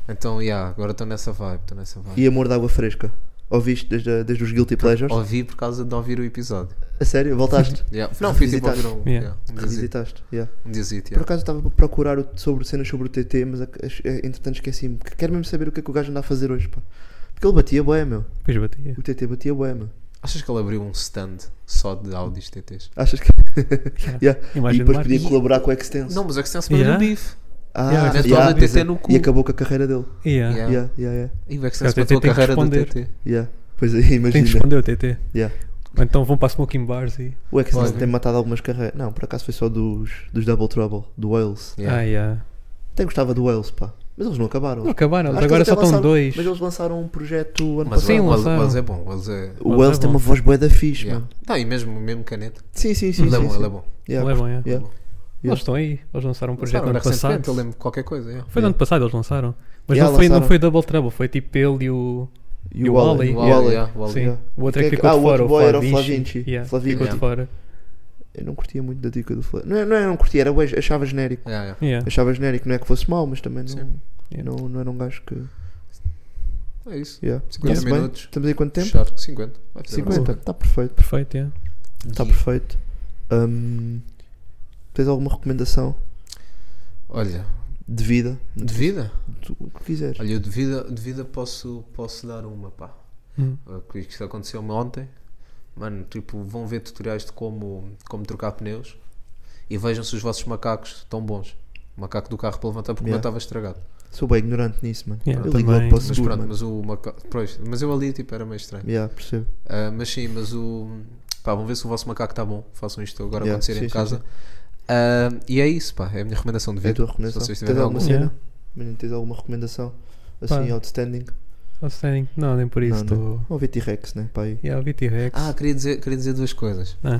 Speaker 8: Então, yeah, agora estou nessa vibe, estou nessa vibe.
Speaker 6: E Amor de Água Fresca. Ouviste desde, desde os Guilty Pleasures?
Speaker 8: Ouvi por causa de ouvir o episódio.
Speaker 6: A sério? Voltaste?
Speaker 8: Yeah. Não, fui tipo
Speaker 6: Revisitaste.
Speaker 8: ouvir um,
Speaker 7: Yeah.
Speaker 8: yeah, um dizito.
Speaker 6: Revisitaste? Yeah.
Speaker 8: Um dizito,
Speaker 6: Por
Speaker 8: yeah.
Speaker 6: acaso estava a procurar o- sobre, cenas sobre o TT, mas ac- ach- eh, entretanto esqueci-me. Que- Quero mesmo saber o que é que o gajo anda a fazer hoje, pá. Porque ele batia bué, meu.
Speaker 7: Depois batia.
Speaker 6: O TT batia bué, meu.
Speaker 8: Achas que ele abriu um stand só de áudios TTs?
Speaker 6: Achas que... yeah. E
Speaker 7: Imagem de
Speaker 6: depois
Speaker 7: marca.
Speaker 6: podia colaborar com o Extenso.
Speaker 8: Não, mas é que se tem
Speaker 7: Yeah.
Speaker 8: no bife.
Speaker 6: Ah,
Speaker 7: Yeah,
Speaker 8: Metes
Speaker 6: yeah,
Speaker 8: o áudio
Speaker 6: pois
Speaker 8: TT
Speaker 6: é.
Speaker 8: no cu.
Speaker 6: E acabou com a carreira dele.
Speaker 7: Yeah.
Speaker 8: Yeah.
Speaker 6: Yeah, yeah, yeah.
Speaker 8: E vai que se
Speaker 7: Cara,
Speaker 8: para a
Speaker 7: TT
Speaker 8: tua
Speaker 7: tem que
Speaker 8: carreira do
Speaker 7: responder.
Speaker 8: TT.
Speaker 6: yeah. Pois é,
Speaker 7: Tem que
Speaker 6: imagina.
Speaker 7: responder o TT.
Speaker 6: Yeah.
Speaker 7: Ou então vão para Smoking Bars e.
Speaker 6: O Extenso
Speaker 8: Olha.
Speaker 6: tem matado algumas carreiras. Não, por acaso foi só dos, dos Double Trouble, do Wales.
Speaker 8: Yeah.
Speaker 7: Ah, yeah.
Speaker 6: Até gostava do Wales, pá. Mas eles não acabaram.
Speaker 7: Não acabaram,
Speaker 6: Acho que
Speaker 7: agora
Speaker 6: eles
Speaker 7: só
Speaker 6: até
Speaker 7: estão
Speaker 6: lançaram-
Speaker 7: dois.
Speaker 6: Mas eles lançaram um projeto ano
Speaker 8: Mas
Speaker 6: passado.
Speaker 7: Sim,
Speaker 8: o Wells
Speaker 7: lançaram.
Speaker 8: Wells é bom, o Wells é.
Speaker 6: O
Speaker 7: Mas
Speaker 6: Wells
Speaker 7: é
Speaker 6: tem
Speaker 7: bom.
Speaker 6: uma voz bué da fixe,
Speaker 8: Yeah.
Speaker 6: mano.
Speaker 8: Não, e mesmo, mesmo caneta.
Speaker 6: Sim, sim, sim.
Speaker 8: Ele é
Speaker 6: sim,
Speaker 8: bom,
Speaker 6: sim.
Speaker 8: ele é bom.
Speaker 6: Yeah.
Speaker 7: Levam, yeah.
Speaker 6: Yeah.
Speaker 7: Eles estão aí. Eles lançaram um projeto
Speaker 8: Lançaram
Speaker 7: ano
Speaker 8: recentemente,
Speaker 7: passado.
Speaker 8: Eu lembro de qualquer coisa. yeah.
Speaker 7: Foi no ano passado, eles lançaram. Mas
Speaker 6: Yeah,
Speaker 7: não, foi, não
Speaker 6: lançaram.
Speaker 7: foi Double Trouble, foi tipo ele e o.
Speaker 6: E o Wally.
Speaker 7: Wally.
Speaker 8: O
Speaker 7: O
Speaker 8: Wally,
Speaker 6: Wally.
Speaker 8: yeah, o Wally.
Speaker 7: Sim.
Speaker 6: Yeah.
Speaker 7: O outro
Speaker 6: Quem
Speaker 7: é que
Speaker 6: é que-
Speaker 7: ficou
Speaker 6: ah,
Speaker 7: de
Speaker 6: o
Speaker 7: fora,
Speaker 6: outro boy era o
Speaker 7: Flavinci.
Speaker 6: Flavinci.
Speaker 7: Yeah,
Speaker 6: Flavinci.
Speaker 7: Ficou de
Speaker 8: Yeah.
Speaker 7: fora.
Speaker 6: Eu não curtia muito da dica do Flash. Não, é- não, é- não curtia, era bué, achava genérico.
Speaker 8: Yeah, yeah.
Speaker 7: Yeah.
Speaker 6: Achava genérico, não é que fosse mau, mas também não,
Speaker 7: Yeah.
Speaker 6: não, não era um gajo que.
Speaker 8: É isso.
Speaker 6: Yeah.
Speaker 8: 50
Speaker 6: Está-se bem.
Speaker 8: minutos.
Speaker 6: Estamos aí quanto tempo?
Speaker 8: Fechar. 50. Vai fazer
Speaker 6: 50,
Speaker 8: mais.
Speaker 6: está perfeito.
Speaker 7: Perfeito, yeah.
Speaker 6: Está
Speaker 8: E-
Speaker 6: perfeito. Hum, tens alguma recomendação
Speaker 8: Olha,
Speaker 6: de vida?
Speaker 8: de vida?
Speaker 6: Tu- O que quiseres.
Speaker 8: Olha, eu de vida, de vida posso, posso dar uma, pá.
Speaker 7: Hum.
Speaker 8: Uh, que Isto aconteceu-me ontem. Mano, tipo, vão ver tutoriais de como, como trocar pneus e vejam se os vossos macacos estão bons. O macaco do carro para levantar porque o meu
Speaker 6: Yeah.
Speaker 8: estava estragado.
Speaker 6: Sou bem ignorante nisso, mano.
Speaker 7: Yeah,
Speaker 6: eu ligo logo
Speaker 7: também.
Speaker 6: para o
Speaker 7: Mas
Speaker 8: Mas
Speaker 6: seguro,
Speaker 8: pronto,
Speaker 6: mano.
Speaker 8: mas o macaco. Pois, mas eu ali, tipo, era meio estranho.
Speaker 6: Yeah, percebo.
Speaker 8: Ah, mas sim, mas o. Pá, vão ver se o vosso macaco está bom. Façam isto agora
Speaker 6: Yeah,
Speaker 8: acontecer em
Speaker 6: sim, sim,
Speaker 8: casa.
Speaker 6: sim.
Speaker 8: Ah, e é isso, pá. É a minha recomendação de
Speaker 6: É
Speaker 8: vida.
Speaker 6: a tua recomendação.
Speaker 8: Se vocês
Speaker 6: Tens
Speaker 8: tiverem
Speaker 6: alguma
Speaker 8: alguma.
Speaker 6: cena?
Speaker 7: Yeah.
Speaker 6: Menino, tens alguma recomendação? Assim,
Speaker 7: Pá.
Speaker 6: outstanding?
Speaker 7: Outstanding. Não, nem por isso.
Speaker 6: Não, né?
Speaker 7: Estou.
Speaker 6: Vamos ver T-Rex, né? Pá, aí.
Speaker 7: Yeah, o VT-Rex.
Speaker 8: Ah, queria dizer, queria dizer duas coisas.
Speaker 7: Ah.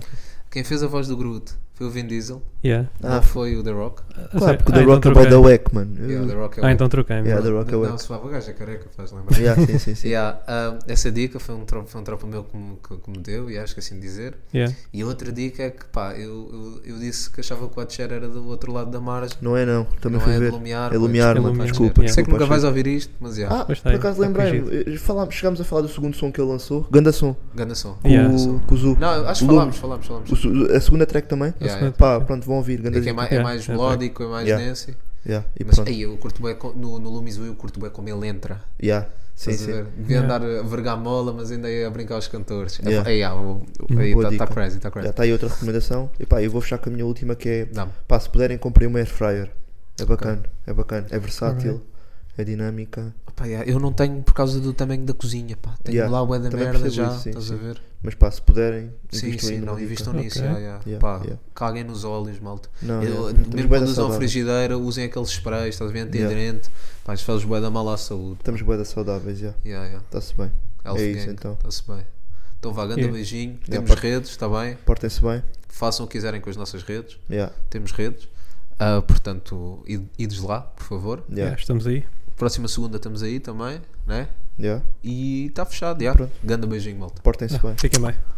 Speaker 8: Quem fez a voz do Groot foi o Vin Diesel,
Speaker 7: Yeah.
Speaker 8: não
Speaker 6: Ah,
Speaker 8: foi o The Rock.
Speaker 6: Claro, porque
Speaker 7: Ah,
Speaker 6: o The
Speaker 7: então
Speaker 6: Rock é bué da
Speaker 7: troquei.
Speaker 6: wack, mano. Eu-
Speaker 8: Yeah, The Rock é o
Speaker 7: Ah, então troquei.
Speaker 6: Yeah,
Speaker 7: mano.
Speaker 6: The Rock é
Speaker 8: Não,
Speaker 6: wack.
Speaker 8: se o gajo é careca, faz lembrar.
Speaker 6: Yeah, sim, sim, sim.
Speaker 8: Yeah, ah, essa dica foi um tropa, foi um tropa meu que me, que, que me deu, e acho que assim de dizer.
Speaker 7: Yeah.
Speaker 8: E a outra dica é que, pá, eu, eu, eu disse que achava que o Atcher era do outro lado da margem.
Speaker 6: Não é não, também
Speaker 8: não
Speaker 6: fui
Speaker 8: é
Speaker 6: ver.
Speaker 8: de Lumiar.
Speaker 6: É Lumiar,
Speaker 7: é
Speaker 6: mano,
Speaker 7: Lumiar.
Speaker 6: desculpa.
Speaker 7: Yeah.
Speaker 8: Sei que
Speaker 6: desculpa,
Speaker 8: nunca vais
Speaker 6: achei-
Speaker 8: ouvir isto, mas já.
Speaker 6: Ah,
Speaker 7: Pois
Speaker 6: por
Speaker 7: tem,
Speaker 6: acaso
Speaker 7: tá
Speaker 6: lembrei-me, eh, falámos- chegámos a falar do segundo som que ele lançou, Ganda Som,
Speaker 8: Ganda som.
Speaker 6: com
Speaker 7: Yeah.
Speaker 6: o com o Zu.
Speaker 8: Não, acho que
Speaker 6: O Lu-
Speaker 8: falámos, falámos, falámos.
Speaker 6: O Zu- A segunda track também?
Speaker 8: Yeah,
Speaker 7: segunda-
Speaker 8: yeah.
Speaker 6: Pá, pronto, vão ouvir, Ganda
Speaker 8: É que é mais, é
Speaker 7: Yeah,
Speaker 8: mais
Speaker 7: yeah,
Speaker 8: melódico, é mais
Speaker 6: Yeah.
Speaker 8: denso.
Speaker 6: Yeah, e
Speaker 8: Mas é
Speaker 6: pronto.
Speaker 8: aí, eu curto bem no, no Lumizu, eu curto bem como ele entra.
Speaker 6: Yeah, sim,
Speaker 8: Estás a
Speaker 6: sim.
Speaker 8: ver? Devia andar a vergar a mola, mas ainda ia a brincar aos cantores. É,
Speaker 6: Yeah.
Speaker 8: aí, ah, o- o- aí
Speaker 6: Boa
Speaker 8: está tá
Speaker 6: dica.
Speaker 8: crazy, está crazy.
Speaker 6: Já está aí outra recomendação. E pá, eu vou fechar com a minha última que é,
Speaker 8: Dá-me.
Speaker 6: pá, se puderem comprei uma air fryer. É bacana, é bacana, é versátil, é dinâmica.
Speaker 8: Pá, yeah, eu não tenho por causa do tamanho da cozinha, pá. Tenho
Speaker 6: Yeah.
Speaker 8: lá o bué da
Speaker 6: Também
Speaker 8: merda
Speaker 6: percebo
Speaker 8: já,
Speaker 6: isso, sim,
Speaker 8: estás a
Speaker 6: sim.
Speaker 8: ver?
Speaker 6: Mas pá, se puderem,
Speaker 8: Sim,
Speaker 6: invistam aí
Speaker 8: sim,
Speaker 6: numa
Speaker 8: não,
Speaker 6: dica.
Speaker 8: investam nisso,
Speaker 7: Ok.
Speaker 8: yeah, yeah.
Speaker 6: Yeah,
Speaker 8: pá,
Speaker 6: yeah.
Speaker 8: caguem nos óleos, malta.
Speaker 6: Não,
Speaker 8: Eu-
Speaker 6: yeah, estamos
Speaker 8: mesmo
Speaker 6: bué da
Speaker 8: quando usam
Speaker 6: saudáveis.
Speaker 8: frigideira, usem aqueles sprays, estás a ver,
Speaker 6: Yeah.
Speaker 8: antiaderente, pá, isso faz bué da mal à saúde.
Speaker 6: Estamos bué da saudáveis, já.
Speaker 8: Yeah, yeah.
Speaker 6: Está-se bem.
Speaker 8: Elf
Speaker 6: é isso
Speaker 8: Gang,
Speaker 6: então.
Speaker 8: Está-se bem. Então vá, grande
Speaker 7: Yeah.
Speaker 8: beijinho,
Speaker 6: Yeah,
Speaker 8: temos
Speaker 6: pá.
Speaker 8: redes, está bem?
Speaker 6: Portem-se bem.
Speaker 8: Façam o que quiserem com as nossas redes,
Speaker 6: Yeah,
Speaker 8: temos redes. Ah, portanto, id- ides lá, por favor.
Speaker 7: Yeah,
Speaker 6: yeah,
Speaker 7: Estamos aí.
Speaker 8: Próxima segunda estamos aí também, né?
Speaker 6: yeah.
Speaker 8: E está fechado, já.
Speaker 6: Pronto.
Speaker 8: Grande beijinho, malta.
Speaker 6: Portem-se bem.
Speaker 7: Fiquem bem.